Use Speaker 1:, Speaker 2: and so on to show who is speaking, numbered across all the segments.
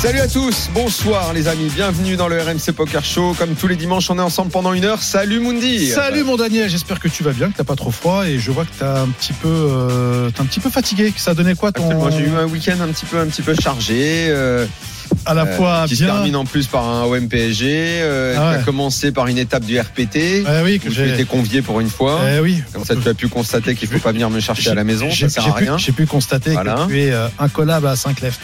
Speaker 1: Salut à tous, bonsoir les amis, bienvenue dans le RMC Poker Show. Comme tous les dimanches, on est ensemble pendant une heure. Salut Mundi
Speaker 2: Salut mon Daniel, j'espère que tu vas bien, que t'as pas trop froid et je vois que t'as un petit peu, euh, t'es un petit peu fatigué. Que ça a donné quoi ton
Speaker 1: Absolument, j'ai eu un week-end un petit peu, un petit peu chargé. euh,
Speaker 2: à la
Speaker 1: euh,
Speaker 2: fois
Speaker 1: qui se
Speaker 2: bien.
Speaker 1: termine en plus par un OMPSG. Euh,
Speaker 2: Ah
Speaker 1: qui
Speaker 2: ouais.
Speaker 1: a commencé par une étape du RPT.
Speaker 2: Eh oui, que
Speaker 1: où tu
Speaker 2: j'ai.
Speaker 1: étais convié pour une fois.
Speaker 2: Eh oui.
Speaker 1: Comme ça, tu as pu constater qu'il ne faut pas venir me chercher à la maison,
Speaker 2: J'ai
Speaker 1: ça sert à
Speaker 2: j'ai pu,
Speaker 1: rien.
Speaker 2: j'ai pu constater
Speaker 1: Voilà.
Speaker 2: que tu es euh, incollable à 5 left.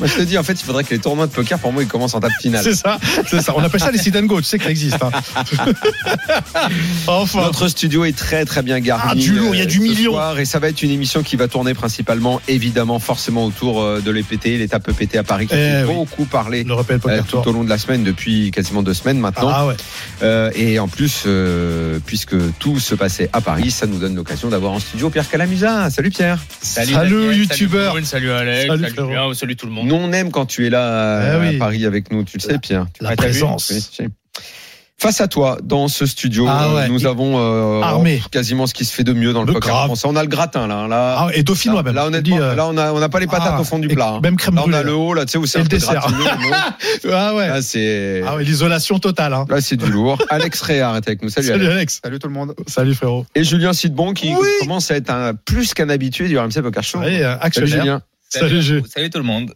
Speaker 1: Moi, je te dis, en fait, il faudrait que les tournois de poker, pour moi, ils commencent en table finale.
Speaker 2: C'est ça, c'est ça. On appelle ça les sit and go, tu sais que ça existe. hein. enfin.
Speaker 1: Notre studio est très très bien garni.
Speaker 2: Ah, du lourd, il y a
Speaker 1: euh,
Speaker 2: du
Speaker 1: ce
Speaker 2: million.
Speaker 1: soir, et ça va être une émission qui va tourner principalement, évidemment, forcément autour euh, de l'EPT, l'étape EPT à Paris, qui
Speaker 2: Eh
Speaker 1: fait
Speaker 2: oui.
Speaker 1: beaucoup parler
Speaker 2: Le rappel
Speaker 1: euh,
Speaker 2: poker
Speaker 1: tout
Speaker 2: tour.
Speaker 1: au long de la semaine, depuis quasiment deux semaines maintenant.
Speaker 2: Ah ouais.
Speaker 1: Euh, et en plus, euh, puisque tout se passait à Paris, ça nous donne l'occasion d'avoir en studio Pierre Calamusa. Salut Pierre.
Speaker 2: Salut,
Speaker 3: Daniel,
Speaker 2: youtubeur.
Speaker 3: Salut, Brune, salut Alex,
Speaker 2: Salut,
Speaker 3: salut,
Speaker 2: frérot.
Speaker 3: Pierre, salut tout le monde.
Speaker 1: Nous, on aime quand tu es là euh,
Speaker 2: Eh oui.
Speaker 1: à Paris avec nous, tu le sais, Pierre. Tu
Speaker 2: la
Speaker 1: l'as vu
Speaker 2: présence.
Speaker 1: Oui, je sais. Face à toi, dans ce studio,
Speaker 2: Ah
Speaker 1: euh,
Speaker 2: ouais.
Speaker 1: nous
Speaker 2: Et-
Speaker 1: avons euh,
Speaker 2: Armé.
Speaker 1: quasiment ce qui se fait de mieux dans le,
Speaker 2: Le
Speaker 1: poker
Speaker 2: grave.
Speaker 1: français. On a le gratin là. hein, Là,
Speaker 2: Ah, et dauphinois
Speaker 1: là,
Speaker 2: même.
Speaker 1: là,
Speaker 2: Je
Speaker 1: honnêtement,
Speaker 2: dis, euh,
Speaker 1: là, on a, on n'a pas les patates
Speaker 2: ah,
Speaker 1: au fond du
Speaker 2: et
Speaker 1: plat. hein.
Speaker 2: Même crème
Speaker 1: Là, on a
Speaker 2: brûlée.
Speaker 1: le haut, là, tu sais, où c'est
Speaker 2: Et
Speaker 1: un
Speaker 2: le
Speaker 1: peu
Speaker 2: dessert.
Speaker 1: gratiné, le haut.
Speaker 2: Ah ouais.
Speaker 1: Là, c'est.
Speaker 2: Ah ouais, l'isolation totale. hein.
Speaker 1: Là, c'est du lourd. Alex Réard est avec nous. Salut, Alex.
Speaker 2: Alex. Salut tout le monde. Salut frérot.
Speaker 1: Et Julien Sidbon qui
Speaker 2: Oui.
Speaker 1: commence à être un, plus qu'un habitué du RMC Poker Show.
Speaker 2: Allez, euh,
Speaker 1: Salut
Speaker 2: actionnaire.
Speaker 1: Julien.
Speaker 2: Salut, Ju.
Speaker 3: salut tout le monde.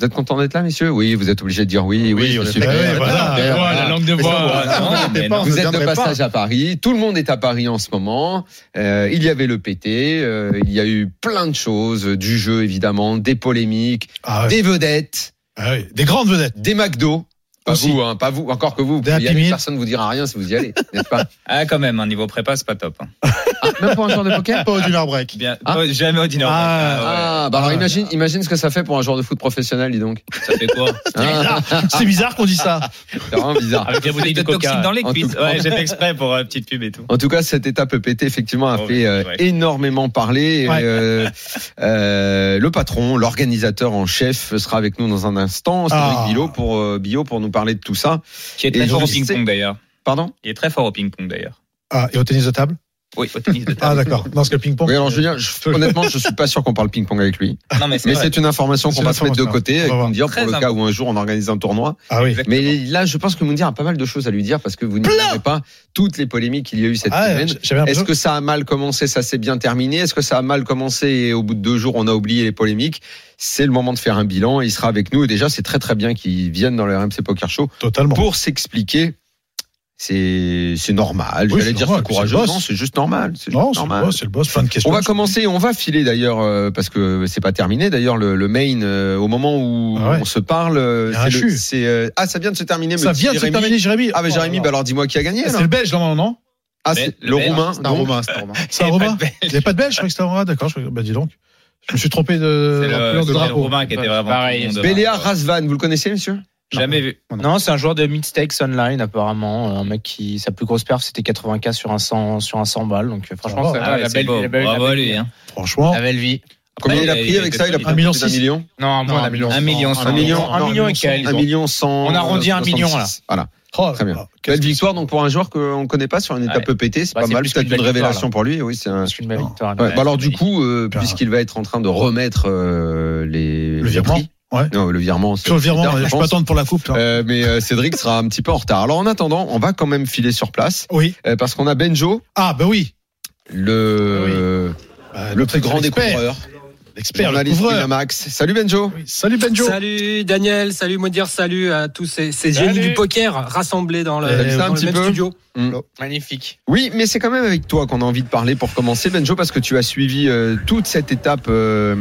Speaker 1: Vous êtes content d'être là, messieurs Oui, vous êtes obligé de dire oui. Oui, je suis
Speaker 2: Ah
Speaker 1: prêt.
Speaker 2: ouais, voilà.
Speaker 3: Ah,
Speaker 2: Voilà.
Speaker 3: la langue de bois.
Speaker 2: ça, on
Speaker 3: Non,
Speaker 2: n'était
Speaker 3: mais
Speaker 2: pas
Speaker 3: non.
Speaker 2: en
Speaker 1: Vous
Speaker 2: se
Speaker 1: êtes de
Speaker 2: viendrait
Speaker 1: passage à Paris. Tout le monde est à Paris en ce moment. Euh, il y avait le PT. euh, il y a eu plein de choses, euh, du jeu évidemment, des polémiques,
Speaker 2: Ah ouais.
Speaker 1: des vedettes,
Speaker 2: Ah ouais, Des grandes vedettes.
Speaker 1: des McDo. Pas
Speaker 2: Aussi.
Speaker 1: vous, hein, pas vous. Encore que vous, vous
Speaker 2: Des
Speaker 1: pouvez y
Speaker 2: Happy
Speaker 1: aller,
Speaker 2: Meal.
Speaker 1: personne ne vous dira rien si vous y allez, n'est-ce pas
Speaker 3: Ah, quand même, un niveau prépa, c'est pas top. hein.
Speaker 1: Ah, Même pour un joueur de poker.
Speaker 2: Pas au dinner break.
Speaker 3: Bien,
Speaker 1: Ah.
Speaker 3: pas- jamais au dîner. Ah,
Speaker 1: Ah, bah alors imagine, imagine ce que ça fait pour un joueur de foot professionnel, dis donc.
Speaker 3: ouais. Ça fait quoi
Speaker 1: Ah,
Speaker 2: C'est bizarre qu'on dise ça.
Speaker 1: c'est vraiment bizarre.
Speaker 3: Avec la bouteille de toxines dans les
Speaker 1: en
Speaker 3: cuisses.
Speaker 1: tout cas.
Speaker 3: Ouais, j'ai fait exprès pour euh, petite pub et tout.
Speaker 1: En tout cas, cette étape EPT, effectivement, a
Speaker 3: Oh,
Speaker 1: fait euh,
Speaker 3: ouais.
Speaker 1: énormément parler. Et,
Speaker 2: Ouais.
Speaker 1: euh, euh, le patron, l'organisateur en chef, sera avec nous dans un instant, Cédric
Speaker 2: Ah.
Speaker 1: Billot, pour, euh, Billot, pour nous parler de tout ça.
Speaker 3: Qui est
Speaker 1: Et
Speaker 3: très fort au
Speaker 1: je sais-
Speaker 3: ping-pong d'ailleurs.
Speaker 1: Pardon
Speaker 3: Il est très fort au ping-pong d'ailleurs.
Speaker 2: Ah, et au tennis de table
Speaker 3: Oui, au tennis de table.
Speaker 2: Ah, d'accord. Non, parce que le ping-pong. euh,
Speaker 1: Oui, alors Julien, je- honnêtement, je suis pas sûr qu'on parle ping-pong avec lui.
Speaker 3: Non, mais c'est
Speaker 1: Mais
Speaker 3: vrai.
Speaker 1: c'est une information
Speaker 2: C'est
Speaker 1: qu'on
Speaker 2: une
Speaker 1: va se mettre de
Speaker 2: information. On
Speaker 1: côté,
Speaker 2: va
Speaker 1: avec
Speaker 2: voir.
Speaker 1: Moundir, pour
Speaker 3: Très
Speaker 1: le cas où un jour on organise un tournoi.
Speaker 2: Ah oui.
Speaker 1: Mais là, je pense que Moundir a pas mal de choses à lui dire, parce que vous n'ignorez pas toutes les polémiques qu'il y a eu cette
Speaker 2: Ah,
Speaker 1: semaine.
Speaker 2: j'avais
Speaker 1: Est-ce
Speaker 2: l'impression
Speaker 1: que ça a mal commencé, ça s'est bien terminé Est-ce que ça a mal commencé et au bout de deux jours, on a oublié les polémiques C'est le moment de faire un bilan. Il sera avec nous. Et déjà, c'est très très bien qu'il vienne dans le RMC Poker Show
Speaker 2: totalement.
Speaker 1: pour s'expliquer. C'est c'est normal.
Speaker 2: Oui,
Speaker 1: Ah, J'allais
Speaker 2: c'est
Speaker 1: dire
Speaker 2: normal,
Speaker 1: c'est
Speaker 2: puis c'est le
Speaker 1: courageux.
Speaker 2: boss.
Speaker 1: Non, c'est juste normal. C'est
Speaker 2: Non,
Speaker 1: juste
Speaker 2: c'est le
Speaker 1: normal.
Speaker 2: boss, c'est le boss. Plein de questions.
Speaker 1: On va commencer, on va filer d'ailleurs euh, parce que c'est pas terminé. D'ailleurs, le, le main euh, au moment où
Speaker 2: Ah ouais.
Speaker 1: on se parle, euh,
Speaker 2: Il y a un
Speaker 1: c'est le-
Speaker 2: chut.
Speaker 1: c'est, euh, ah ça vient de se terminer. me
Speaker 2: Ça
Speaker 1: dit
Speaker 2: vient de se
Speaker 1: Jérémy.
Speaker 2: terminer, Jérémy.
Speaker 1: Ah bah Jérémy,
Speaker 2: Oh,
Speaker 1: bah alors dis-moi qui a gagné.
Speaker 2: C'est
Speaker 1: alors.
Speaker 2: le belge, normalement, non
Speaker 1: Ah c'est
Speaker 3: Le
Speaker 1: le
Speaker 3: Belge.
Speaker 1: roumain. donc.
Speaker 2: C'est un
Speaker 3: Il y avait
Speaker 2: Romain
Speaker 3: pas de
Speaker 2: Il n'y a pas de belge, je croyais que c'était un Romain. D'accord, je- bah dis donc. Je me suis trompé de
Speaker 3: C'est
Speaker 2: la
Speaker 3: le,
Speaker 2: couleur
Speaker 3: c'est
Speaker 2: de
Speaker 3: le
Speaker 2: Euh, drapeau.
Speaker 3: Romain qui était vraiment
Speaker 4: Pareil.
Speaker 3: tout le monde.
Speaker 1: Béléa Razvan, vous le connaissez, monsieur
Speaker 3: Jamais vu.
Speaker 4: Non, c'est un joueur de Mistakes Online, apparemment. Un mec qui, sa plus grosse perf, c'était 80K sur un 100, sur un 100 balles. Donc, euh, franchement,
Speaker 2: Ah,
Speaker 4: ça
Speaker 3: Ah, ouais,
Speaker 4: la,
Speaker 3: c'est
Speaker 4: belle,
Speaker 3: beau.
Speaker 4: la belle- la
Speaker 3: Bravo à
Speaker 4: belle-
Speaker 3: lui. hein.
Speaker 2: Franchement,
Speaker 4: la belle vie.
Speaker 1: Combien
Speaker 3: Ouais,
Speaker 1: il a
Speaker 3: il
Speaker 1: pris
Speaker 3: est-
Speaker 1: avec ça Il a pris
Speaker 2: un
Speaker 1: plus
Speaker 2: million
Speaker 1: d'un
Speaker 2: six.
Speaker 1: million
Speaker 4: Non, moins d'un million.
Speaker 3: Un million cent.
Speaker 1: Un million,
Speaker 4: Un
Speaker 1: non,
Speaker 4: million et quelques.
Speaker 1: Un million cent.
Speaker 4: On arrondit un million, là.
Speaker 1: Voilà.
Speaker 2: oh,
Speaker 1: Très bien.
Speaker 2: ah, qu'est-ce
Speaker 1: Belle
Speaker 2: que-
Speaker 1: victoire donc pour un joueur qu'on ne connaît pas sur une étape EPT, c'est
Speaker 4: Bah,
Speaker 1: pas
Speaker 4: c'est
Speaker 1: mal.
Speaker 4: plus
Speaker 1: C'est
Speaker 4: qu'une
Speaker 1: une
Speaker 4: belle
Speaker 1: révélation pour lui. et Oui, c'est un.
Speaker 4: C'est une belle victoire.
Speaker 1: Ouais, bah alors du
Speaker 4: Magnifique.
Speaker 1: coup, euh,
Speaker 2: Putain.
Speaker 1: puisqu'il va être en train de remettre euh, les
Speaker 2: Le virement.
Speaker 1: les prix.
Speaker 2: Ouais.
Speaker 1: Non, le virement. c'est-
Speaker 2: Sur le virement,
Speaker 1: c'est tard,
Speaker 2: je
Speaker 1: je
Speaker 2: peux
Speaker 1: pense.
Speaker 2: attendre pour la coupe. hein. là.
Speaker 1: Euh, mais euh, Cédric sera un petit peu en retard. Alors en attendant, on va quand même filer sur place
Speaker 2: Oui.
Speaker 1: euh, parce qu'on a Benjo,
Speaker 2: Ah, bah oui.
Speaker 1: le
Speaker 2: Bah,
Speaker 1: le plus
Speaker 2: notre
Speaker 1: grand
Speaker 2: expert,
Speaker 1: découvreur,
Speaker 2: L'expert, le
Speaker 1: journaliste
Speaker 2: couvreur.
Speaker 1: Winamax. Salut Benjo.
Speaker 2: Oui, Salut Benjo.
Speaker 5: Salut Daniel, salut Modir, salut à tous ces, ces génies du poker rassemblés dans le,
Speaker 2: T'as vu ça
Speaker 5: dans
Speaker 1: un
Speaker 5: le
Speaker 1: petit
Speaker 5: même
Speaker 1: peu
Speaker 5: studio.
Speaker 4: Magnifique.
Speaker 1: Oui, mais c'est quand même avec toi qu'on a envie de parler pour commencer, Benjo, parce que tu as suivi euh, toute cette étape euh,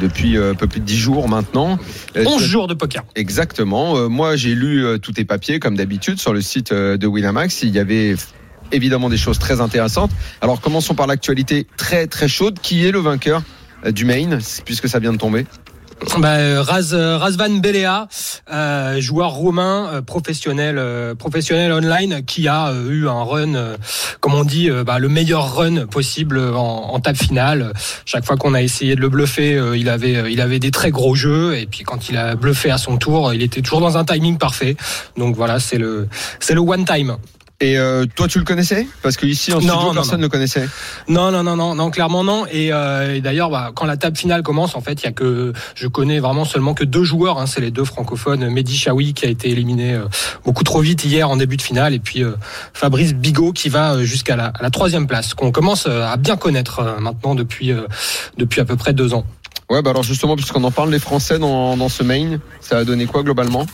Speaker 1: depuis euh, un peu plus de 10 jours maintenant. Euh,
Speaker 5: 11
Speaker 1: tu-
Speaker 5: jours de poker.
Speaker 1: Exactement. Euh, moi, j'ai lu euh, tous tes papiers, comme d'habitude, sur le site euh, de Winamax. Il y avait évidemment des choses très intéressantes. Alors, commençons par l'actualité très très chaude. Qui est le vainqueur euh, du Maine, puisque ça vient de tomber
Speaker 5: Bah, euh, Raz, euh, Razvan Belea, euh, joueur roumain euh, professionnel, euh, professionnel online, qui a euh, eu un run, euh, comme on dit, euh, bah, le meilleur run possible euh, en, en table finale. Chaque fois qu'on a essayé de le bluffer, euh, il avait, euh, il avait des très gros jeux. Et puis quand il a bluffé à son tour, il était toujours dans un timing parfait. Donc voilà, c'est le, c'est le one time.
Speaker 1: Et euh, toi, tu le connaissais Parce que ici, en
Speaker 5: Non,
Speaker 1: studio,
Speaker 5: non,
Speaker 1: personne ne le connaissait.
Speaker 5: Non, non, non, non, non, clairement non. Et, euh, et d'ailleurs, bah, quand la table finale commence, en fait, il y a que je connais vraiment seulement que deux joueurs. Hein, c'est les deux francophones, Mehdi Chaoui qui a été éliminé euh, beaucoup trop vite hier en début de finale, et puis euh, Fabrice Bigot qui va euh, jusqu'à la, à la troisième place, qu'on commence euh, à bien connaître euh, maintenant depuis euh, depuis à peu près deux ans.
Speaker 1: Ouais, bah alors justement, puisqu'on en parle, les Français dans, dans ce main, ça a donné quoi globalement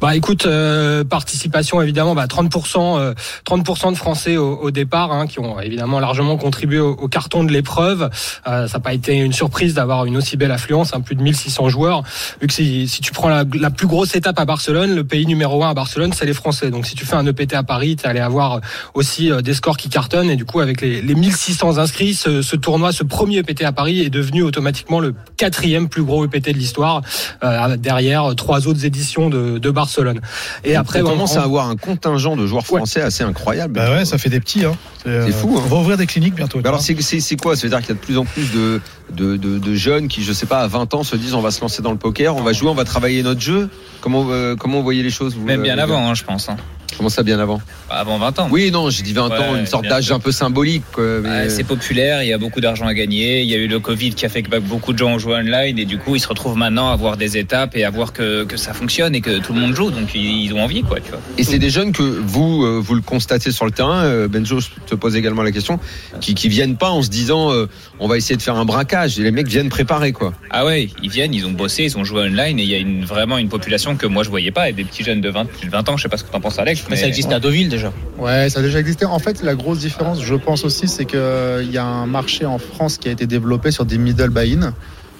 Speaker 5: Bah écoute, euh, participation évidemment, bah 30%, euh, 30% de Français au, au départ, hein, qui ont évidemment largement contribué au, au carton de l'épreuve. Euh, ça n'a pas été une surprise d'avoir une aussi belle affluence, hein, plus de 1600 joueurs. Vu que si, si tu prends la, la plus grosse étape à Barcelone, le pays numéro un à Barcelone, c'est les Français. Donc si tu fais un EPT à Paris, tu allé avoir aussi euh, des scores qui cartonnent. Et du coup, avec les, les 1600 inscrits, ce, ce tournoi, ce premier EPT à Paris est devenu automatiquement le quatrième plus gros EPT de l'histoire, euh, derrière euh, trois autres éditions de, de Barcelone. Et après,
Speaker 1: on
Speaker 5: on-
Speaker 1: commence
Speaker 5: on-
Speaker 1: à avoir un contingent de joueurs
Speaker 5: Ouais.
Speaker 1: français assez incroyable.
Speaker 2: Bah ouais, ça fait des petits. Hein. euh, hein.
Speaker 1: C'est fou, hein.
Speaker 2: On va ouvrir des cliniques bientôt.
Speaker 1: Bah alors c'est- c'est c'est quoi Ça veut dire qu'il y a de plus en plus de, de, de, de jeunes qui, je sais pas, à 20 ans se disent on va se lancer dans le poker, on va jouer, on va travailler notre jeu. Comment, euh, comment vous voyez les choses vous,
Speaker 3: Même
Speaker 1: euh,
Speaker 3: bien
Speaker 1: les gars
Speaker 3: avant, hein, je pense. hein.
Speaker 1: Comment ça bien avant
Speaker 3: Bah, Avant 20 ans.
Speaker 1: Oui, non, j'ai dit 20 ans,
Speaker 3: Ouais,
Speaker 1: une sorte
Speaker 3: bien
Speaker 1: d'âge
Speaker 3: sûr.
Speaker 1: un peu symbolique. quoi, mais,
Speaker 3: Ah,
Speaker 1: euh,
Speaker 3: c'est populaire, il y a beaucoup d'argent à gagner. Il y a eu le Covid qui a fait que bah, beaucoup de gens ont joué online et du coup ils se retrouvent maintenant à voir des étapes et à voir que, que ça fonctionne et que tout le monde joue. Donc ils, ils ont envie quoi. Tu vois.
Speaker 1: Et c'est des jeunes que vous, euh, vous le constatez sur le terrain, euh, Benjo je te pose également la question, qui, qui viennent pas en se disant euh, on va essayer de faire un braquage. Et les mecs viennent préparer quoi.
Speaker 3: Ah ouais, ils viennent, ils ont bossé, ils ont joué online et il y a une, vraiment une population que moi je voyais pas et des petits jeunes de 20, plus de 20 ans, je sais pas ce que t'en penses Alex.
Speaker 4: Mais ça existe à Deauville déjà.
Speaker 6: Ouais, ça a déjà existé. En fait, la grosse différence, je pense aussi, c'est qu'il y a un marché en France qui a été développé sur des middle buy-in.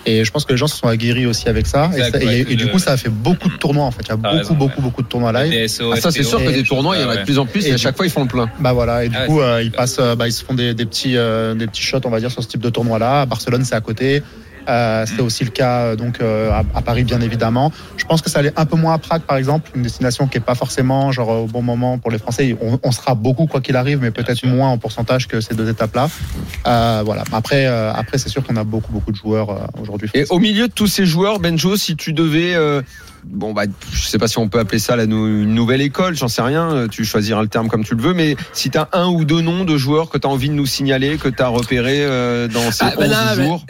Speaker 6: Et je pense que les gens se sont aguerris aussi avec ça. Et,
Speaker 3: Exact,
Speaker 6: ça- et il y a eu-
Speaker 3: ouais,
Speaker 6: et du
Speaker 3: le-
Speaker 6: coup, ça a fait beaucoup de tournois, en fait. Il y
Speaker 3: T'as
Speaker 6: a beaucoup,
Speaker 3: raison,
Speaker 6: beaucoup, beaucoup de tournois live.
Speaker 3: DSO,
Speaker 1: Ah, ça c'est
Speaker 3: FPO.
Speaker 1: sûr que des tournois, il y en a
Speaker 3: Ouais,
Speaker 1: de plus en plus et,
Speaker 6: Et
Speaker 1: à chaque fois ils font le plein.
Speaker 6: Bah voilà. Et du
Speaker 3: Ah ouais,
Speaker 6: coup,
Speaker 3: c'est-
Speaker 6: euh, ils passent, euh, bah, ils se font des, des petits, euh, des petits shots, on va dire, sur ce type de tournoi-là. À Barcelone, c'est à côté. Euh, c'était aussi le cas euh, donc euh, à, à Paris bien évidemment. Je pense que ça allait un peu moins à Prague par exemple, une destination qui est pas forcément genre au bon moment pour les Français. On, on sera beaucoup quoi qu'il arrive, mais peut-être
Speaker 3: sûr.
Speaker 6: moins en pourcentage que ces deux étapes-là. Euh, voilà. Après euh, après c'est sûr qu'on a beaucoup beaucoup de joueurs euh, aujourd'hui.
Speaker 1: Et au milieu de tous ces joueurs, Benjo, si tu devais, euh, bon bah je sais pas si on peut appeler ça la nou- une nouvelle école, j'en sais rien, euh, tu choisiras le terme comme tu le veux, mais si t'as un ou deux noms de joueurs que t'as envie de nous signaler, que t'as repéré euh, dans ces
Speaker 5: Ah, bah
Speaker 1: 11
Speaker 5: là,
Speaker 1: jours.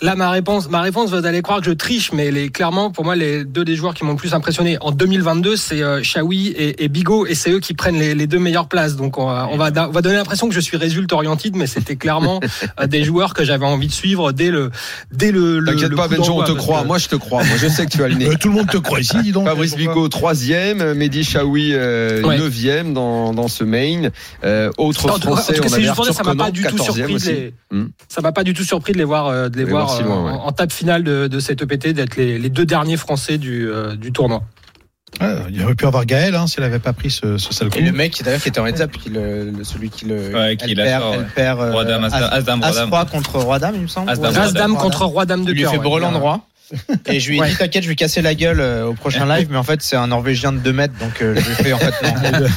Speaker 5: Là, ma réponse, ma réponse, vous allez croire que je triche, mais les, clairement, pour moi, les deux des joueurs qui m'ont le plus impressionné en 2022, c'est euh, Shawi et, et Bigot, et c'est eux qui prennent les, les deux meilleures places. Donc, on va, on va, da- on va donner l'impression que je suis résulte oriented, mais c'était clairement euh, des joueurs que j'avais envie de suivre dès le, dès le. le-
Speaker 1: T'inquiète
Speaker 5: le
Speaker 1: pas,
Speaker 5: coup
Speaker 1: Benjo, on
Speaker 5: d'envoi,
Speaker 1: te
Speaker 5: parce
Speaker 1: croit.
Speaker 5: que-
Speaker 1: Moi, je te crois. Moi, je sais que tu as le nez.
Speaker 2: Euh, tout le monde te croit ici, dis donc.
Speaker 1: Fabrice Bigot, troisième. Mehdi Chaoui, euh,
Speaker 5: Ouais.
Speaker 1: neuvième dans, dans ce main. Euh, autre
Speaker 5: En tout cas- en
Speaker 1: français,
Speaker 5: tout cas,
Speaker 1: on
Speaker 5: c'est
Speaker 1: avait
Speaker 5: juste pour dire,
Speaker 1: Arthur
Speaker 5: ça m'a
Speaker 1: Conan,
Speaker 5: pas du tout
Speaker 1: 14e
Speaker 5: surpris de
Speaker 1: aussi.
Speaker 5: les,
Speaker 1: Hum.
Speaker 5: ça m'a pas du tout surpris de les voir, euh, de les
Speaker 1: Les
Speaker 5: voir
Speaker 1: voir si
Speaker 5: euh,
Speaker 1: loin, ouais.
Speaker 5: en, en table finale de, de cet EPT, d'être les, les deux derniers Français du, euh, du tournoi.
Speaker 2: Ouais, il aurait pu avoir Gaël hein, s'il avait pas pris ce, ce sale coup.
Speaker 4: Et le mec qui d'ailleurs qui était en heads up, qui le- le- celui qui le
Speaker 3: Ouais, qui
Speaker 4: elle
Speaker 3: l'a
Speaker 4: perd,
Speaker 3: sort, ouais.
Speaker 4: elle perd euh,
Speaker 3: Roi dame, as dame,
Speaker 4: As-
Speaker 3: as dame, roi dame.
Speaker 4: As-Roi contre Roi Dame, il me semble.
Speaker 3: As-Dame,
Speaker 4: Ouais,
Speaker 3: roi
Speaker 5: As dame
Speaker 4: Roi
Speaker 5: contre roi dame de
Speaker 4: Il lui
Speaker 5: cœur.
Speaker 4: fait
Speaker 5: ouais.
Speaker 4: brelan de roi. Et je lui ai dit t'inquiète, je vais casser la gueule euh, au prochain live, mais en fait c'est un Norvégien de 2 mètres, donc euh, je lui ai fait en fait non.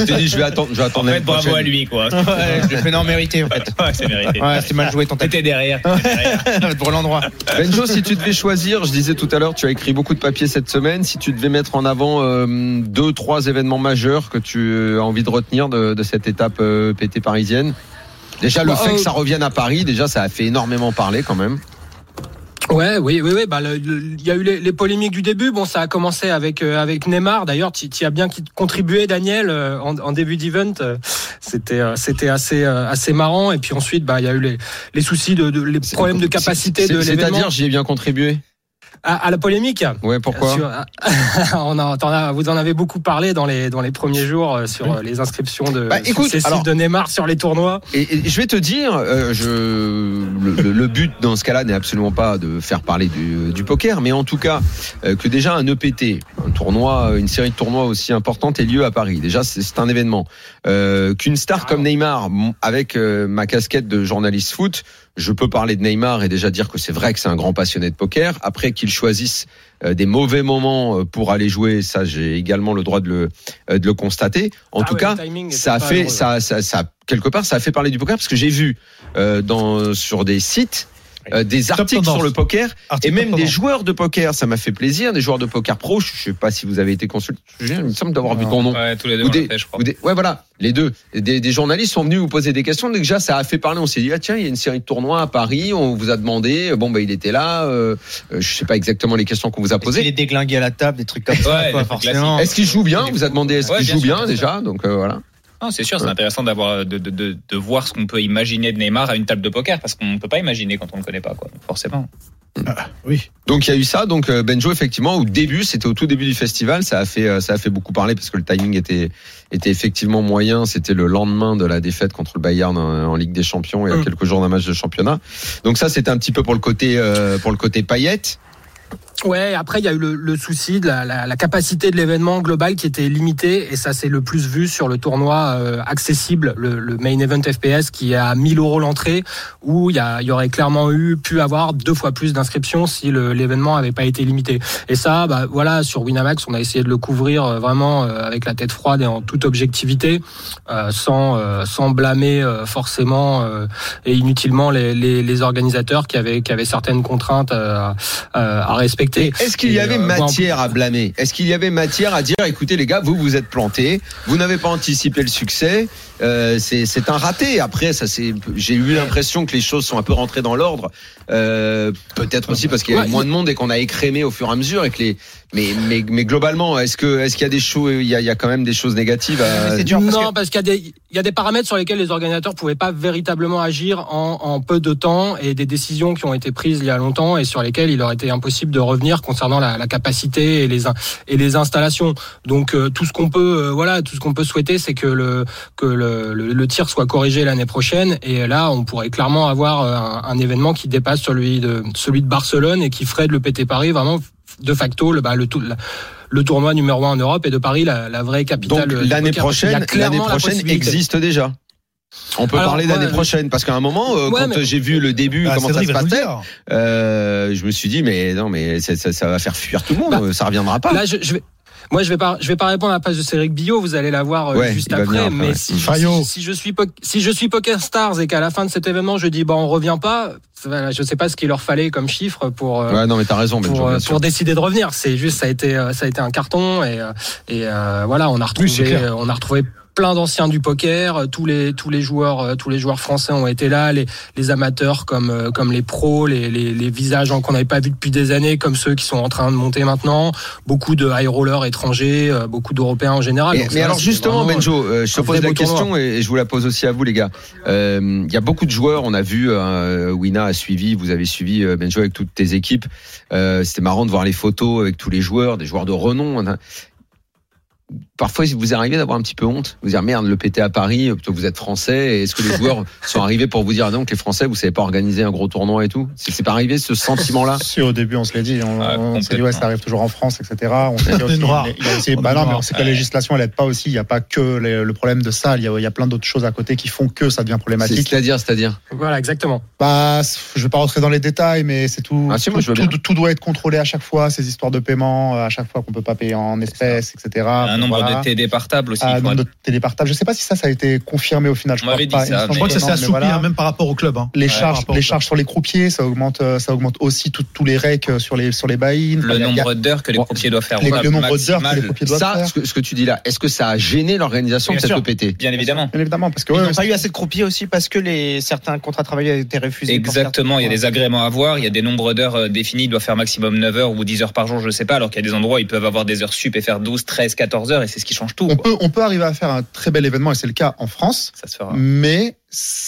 Speaker 1: Je t'ai dit, je vais attendre. Je vais
Speaker 3: En
Speaker 1: attendre
Speaker 3: fait,
Speaker 1: l'année
Speaker 3: bravo
Speaker 1: prochaine.
Speaker 3: à lui quoi.
Speaker 4: Ouais, je lui ai fait non mérité en fait.
Speaker 3: Ouais, c'est mérité.
Speaker 4: Ouais, c'est mal joué ton tête.
Speaker 3: T'étais derrière. t'étais derrière.
Speaker 4: brelan de roi.
Speaker 1: Benjo, si tu devais choisir, je disais tout à l'heure, tu as écrit beaucoup de papiers cette semaine. Si tu devais mettre en avant euh, deux, trois événements majeurs que tu euh, as envie de retenir de, de cette étape euh, PT parisienne. Déjà, le
Speaker 5: Bah,
Speaker 1: fait
Speaker 5: euh,
Speaker 1: que ça revienne à Paris, déjà, ça a fait énormément parler quand même.
Speaker 5: Ouais, oui, oui, oui. Bah, le- le- il y a eu les, les polémiques du début. Bon, ça a commencé avec euh, avec Neymar. D'ailleurs, tu tu y as bien qui- contribué, Daniel, euh, en, en début d'event. Euh, C'était euh, c'était assez euh, assez marrant. Et puis ensuite, bah, il y a eu les les soucis de, de- les
Speaker 1: C'est-
Speaker 5: problèmes de capacité
Speaker 1: c'est-
Speaker 5: de l'événement
Speaker 1: C'est-à-dire, j'y ai bien contribué.
Speaker 5: à, à la polémique.
Speaker 1: Ouais, pourquoi
Speaker 5: Sur- on en- t'en as- vous en avez beaucoup parlé dans les dans les premiers jours euh, sur euh, les inscriptions de
Speaker 1: Bah, écoute,
Speaker 5: successives
Speaker 1: alors-
Speaker 5: de Neymar sur les tournois.
Speaker 1: Et, et je vais te dire, euh, je, le, le- le but dans ce cas-là n'est absolument pas de faire parler du, du poker, mais en tout cas euh, que déjà un EPT, un tournoi, euh, une série de tournois aussi importante ait lieu à Paris. Déjà, c'est c'est un événement. Euh, Qu'une star comme Neymar, m- avec euh, ma casquette de journaliste foot, je peux parler de Neymar et déjà dire que c'est vrai que c'est un grand passionné de poker. Après qu'il choisisse euh, des mauvais moments euh, pour aller jouer, ça j'ai également le droit de le, euh, de le constater. En
Speaker 5: Ah
Speaker 1: tout
Speaker 5: ouais,
Speaker 1: cas,
Speaker 5: le timing était
Speaker 1: ça a
Speaker 5: pas
Speaker 1: fait,
Speaker 5: heureux.
Speaker 1: ça, ça, ça- quelque part, ça a fait parler du poker parce que j'ai vu euh, dans sur des sites. euh, des
Speaker 2: Top
Speaker 1: articles
Speaker 2: tendance.
Speaker 1: sur le poker et
Speaker 2: Article
Speaker 1: même des
Speaker 2: pendant.
Speaker 1: joueurs de poker, ça m'a fait plaisir, des joueurs de poker pro, je sais pas si vous avez été consulté, il me semble d'avoir vu
Speaker 6: Non.
Speaker 1: ton nom.
Speaker 3: Ouais, tous les deux,
Speaker 1: Ou
Speaker 3: on l'a
Speaker 1: des-
Speaker 3: fait, je crois.
Speaker 1: ou des- ouais, voilà, les deux. Des, des journalistes sont venus vous poser des questions. Donc déjà, ça a fait parler. On s'est dit, ah tiens, il y a une série de tournois à Paris. On vous a demandé. Bon, bah, il était là. Euh, euh, je sais pas exactement les questions qu'on vous
Speaker 4: Il
Speaker 1: a
Speaker 4: est
Speaker 1: posées.
Speaker 4: déglingué à la table, des trucs comme
Speaker 3: Ouais,
Speaker 4: ça, quoi,
Speaker 3: les
Speaker 4: forcément.
Speaker 1: Est-ce qu'il joue bien
Speaker 3: Il est-
Speaker 1: On vous a demandé est-ce
Speaker 3: Ouais,
Speaker 1: qu'il
Speaker 3: bien
Speaker 1: joue
Speaker 3: sûr,
Speaker 1: bien
Speaker 3: bien sûr.
Speaker 1: déjà. Donc euh, voilà.
Speaker 3: Non, Ah, c'est sûr, c'est
Speaker 1: Ouais.
Speaker 3: intéressant d'avoir de, de, de, de voir ce qu'on peut imaginer de Neymar à une table de poker parce qu'on ne peut pas imaginer quand on ne le connaît pas, quoi. Forcément.
Speaker 2: Oui.
Speaker 1: Donc il y a eu ça. Donc euh, Benjo effectivement au début, c'était au tout début du festival, ça a fait euh, ça a fait beaucoup parler parce que le timing était était effectivement moyen. C'était le lendemain de la défaite contre le Bayern en, en Ligue des Champions et à
Speaker 5: Mm.
Speaker 1: quelques jours d'un match de championnat. Donc ça c'était un petit peu pour le côté euh, pour le côté paillette.
Speaker 5: Ouais, après, il y a eu le, le souci de la, la- la capacité de l'événement global qui était limitée, et ça, c'est le plus vu sur le tournoi euh, accessible, le, le main event FPS, qui est à 1000 euros l'entrée, où il y, a- il y aurait clairement eu pu avoir deux fois plus d'inscriptions si le- l'événement avait pas été limité. Et ça, bah, voilà, sur Winamax, on a essayé de le couvrir euh, vraiment euh, avec la tête froide et en toute objectivité, euh, sans, euh, sans blâmer euh, forcément euh, et inutilement les, les, les organisateurs qui avaient, qui avaient certaines contraintes euh, euh, à respecter.
Speaker 1: Est-ce qu'il y
Speaker 5: Et,
Speaker 1: avait
Speaker 5: euh, moi, en-
Speaker 1: matière à blâmer Est-ce qu'il y avait matière à dire écoutez les gars, vous vous êtes plantés, vous n'avez pas anticipé le succès, euh, c'est c'est un raté. Après ça c'est j'ai eu l'impression que les choses sont un peu rentrées dans l'ordre, euh, peut-être aussi parce qu'il y avait
Speaker 5: Ouais,
Speaker 1: moins de monde et qu'on a écrémé au fur et à mesure et que les mais mais, mais globalement est-ce que est-ce qu'il y a des choses il y a, il y a quand même des choses négatives à...
Speaker 6: C'est dur parce
Speaker 5: Euh, non, parce qu'il y, a des- il y a des paramètres sur lesquels les organisateurs ne pouvaient pas véritablement agir en, en peu de temps et des décisions qui ont été prises il y a longtemps et sur lesquelles il leur était impossible de revenir concernant la, la capacité et les, in- et les installations. Donc euh, tout ce qu'on peut, euh, voilà, tout ce qu'on peut souhaiter, c'est que le que le, le, le tir soit corrigé l'année prochaine. Et là, on pourrait clairement avoir euh, un, un événement qui dépasse celui de celui de Barcelone et qui ferait de le PT Paris vraiment de facto le bah, le tout. la- le tournoi numéro un en Europe et de Paris la, la vraie
Speaker 1: Donc
Speaker 5: capitale. du
Speaker 1: l'année
Speaker 5: poker, Euh, parce qu'il y a
Speaker 1: prochaine, l'année
Speaker 5: clairement la
Speaker 1: prochaine
Speaker 5: possibilité.
Speaker 1: existe déjà. On peut
Speaker 5: Alors,
Speaker 1: parler d'année
Speaker 5: ouais,
Speaker 1: prochaine parce qu'à un moment, euh,
Speaker 5: Ouais,
Speaker 1: quand
Speaker 5: mais-
Speaker 1: j'ai vu le début,
Speaker 2: Bah,
Speaker 1: comment
Speaker 2: Cédric
Speaker 1: ça
Speaker 2: va
Speaker 1: se
Speaker 2: nous
Speaker 1: passait,
Speaker 2: dire.
Speaker 1: Euh, je me suis dit mais non mais ça, ça- ça va faire fuir tout le monde,
Speaker 5: Bah,
Speaker 1: euh, ça reviendra pas.
Speaker 5: Là, je, je vais. Moi, je vais pas, je vais pas répondre à la page de Cédric Billot. Vous allez la voir euh,
Speaker 1: Ouais,
Speaker 5: juste
Speaker 1: il va
Speaker 5: après.
Speaker 1: venir après,
Speaker 5: mais
Speaker 1: ouais.
Speaker 5: si,
Speaker 2: Fayot.
Speaker 5: si, si je suis po- si je suis Poker Stars et qu'à la fin de cet événement, je dis bah on revient pas. Voilà, je sais pas ce qu'il leur fallait comme chiffre pour. euh,
Speaker 1: ouais non mais t'as raison Benjo,
Speaker 5: pour,
Speaker 1: bien
Speaker 5: euh,
Speaker 1: sûr.
Speaker 5: pour décider de revenir. C'est juste, ça a été, euh, ça a été un carton et, euh, et euh, voilà, on a
Speaker 2: c'est
Speaker 5: retrouvé,
Speaker 2: clair.
Speaker 5: euh, on a retrouvé plein d'anciens du poker. Euh, Tous les, tous les joueurs, euh, tous les joueurs français ont été là. Les, les amateurs comme, euh, comme les pros, les, les, les visages hein, qu'on n'avait pas vus depuis des années, comme ceux qui sont en train de monter maintenant. Beaucoup de high rollers étrangers, euh, beaucoup d'Européens en général.
Speaker 1: Et-
Speaker 5: Donc,
Speaker 1: mais
Speaker 5: ça,
Speaker 1: alors
Speaker 5: c'est
Speaker 1: justement
Speaker 5: vraiment-
Speaker 1: Benjo, euh, je te
Speaker 5: un vrai
Speaker 1: pose la
Speaker 5: beau tournoi.
Speaker 1: question et, et je vous la pose aussi à vous les gars. Euh, Il y a beaucoup de joueurs, on a vu euh, Wina a suivi, vous avez suivi euh, Benjo avec toutes tes équipes. Euh, C'était marrant de voir les photos avec tous les joueurs, des joueurs de renom. On a- Parfois, vous arrivez d'avoir un petit peu honte. Vous dire merde, le PT à Paris, euh, plutôt que vous êtes français. et Est-ce que les joueurs sont arrivés pour vous dire non que les Français, vous savez pas organiser un gros tournoi et tout C'est c'est pas arrivé ce sentiment-là
Speaker 6: Si au début on se l'est dit, on,
Speaker 3: Ah,
Speaker 6: on s'est dit
Speaker 3: complètement.
Speaker 6: ouais ça arrive toujours en France, etc. On s'est dit
Speaker 2: On est
Speaker 6: aussi,
Speaker 2: noir.
Speaker 6: il y a aussi-
Speaker 2: On est
Speaker 6: bah non,
Speaker 2: noir.
Speaker 6: mais on sait que la législation elle aide pas aussi. Il n'y a pas que les- le problème de salle, il y a, il y a plein d'autres choses à côté qui font que ça devient
Speaker 1: C'est-
Speaker 6: problématique.
Speaker 1: C'est-à-dire, c'est-à-dire.
Speaker 5: Voilà, exactement.
Speaker 6: Bah, je vais pas rentrer dans les détails, mais c'est tout.
Speaker 1: Ah si, moi,
Speaker 6: tout,
Speaker 1: je veux
Speaker 6: tout-
Speaker 1: bien.
Speaker 6: tout doit être contrôlé à chaque fois, ces histoires de paiement, euh, à chaque fois qu'on peut pas payer en espèces, etc.
Speaker 4: Ah,
Speaker 3: Un nombre
Speaker 6: Voilà.
Speaker 3: de TD par table aussi.
Speaker 6: Ah,
Speaker 3: il faut
Speaker 6: nombre de télépartables. Je sais pas si ça, ça a été confirmé au final. Je
Speaker 3: On
Speaker 6: crois
Speaker 3: m'avait dit
Speaker 6: pas.
Speaker 3: ça,
Speaker 6: Il me
Speaker 3: mais-
Speaker 6: semble
Speaker 2: Je crois que ça s'est
Speaker 6: non, mais
Speaker 2: assoupi,
Speaker 6: voilà.
Speaker 2: hein, même par rapport au club. hein.
Speaker 6: Les
Speaker 2: Ouais, par
Speaker 6: charges,
Speaker 2: rapport au
Speaker 6: les
Speaker 2: club.
Speaker 6: charges sur les croupiers, ça augmente, euh, ça augmente aussi tout- tous les recs euh, sur les sur les buy-in. Enfin,
Speaker 3: le
Speaker 6: il y a-
Speaker 3: nombre d'heures que les
Speaker 6: Bon,
Speaker 3: courtiers doivent faire.
Speaker 6: les-
Speaker 3: Voilà,
Speaker 6: le nombre d'heures que les
Speaker 3: maximal.
Speaker 6: copiers doivent
Speaker 1: Ça,
Speaker 6: faire.
Speaker 1: ce que, ce que tu dis là, est-ce que ça a gêné l'organisation de
Speaker 6: Bien
Speaker 1: cette
Speaker 6: sûr.
Speaker 1: EPT
Speaker 3: Bien évidemment.
Speaker 6: Bien évidemment, parce que
Speaker 4: Ils
Speaker 6: ouais,
Speaker 4: n'ont pas eu assez de croupiers aussi parce que les, certains contrats de travail avaient été refusés. pour
Speaker 3: Exactement, il y a
Speaker 4: certains-
Speaker 3: des agréments à voir, il y a des nombres d'heures euh, définis, il doit faire maximum 9 heures ou 10 heures par jour, je sais pas, alors qu'il y a des endroits où ils peuvent avoir des heures sup et faire 12, 13, 14 heures et c'est ce qui change tout.
Speaker 6: on
Speaker 3: quoi.
Speaker 6: peut on peut arriver à faire un très bel événement et c'est le cas en France,
Speaker 3: Ça se fera.
Speaker 6: mais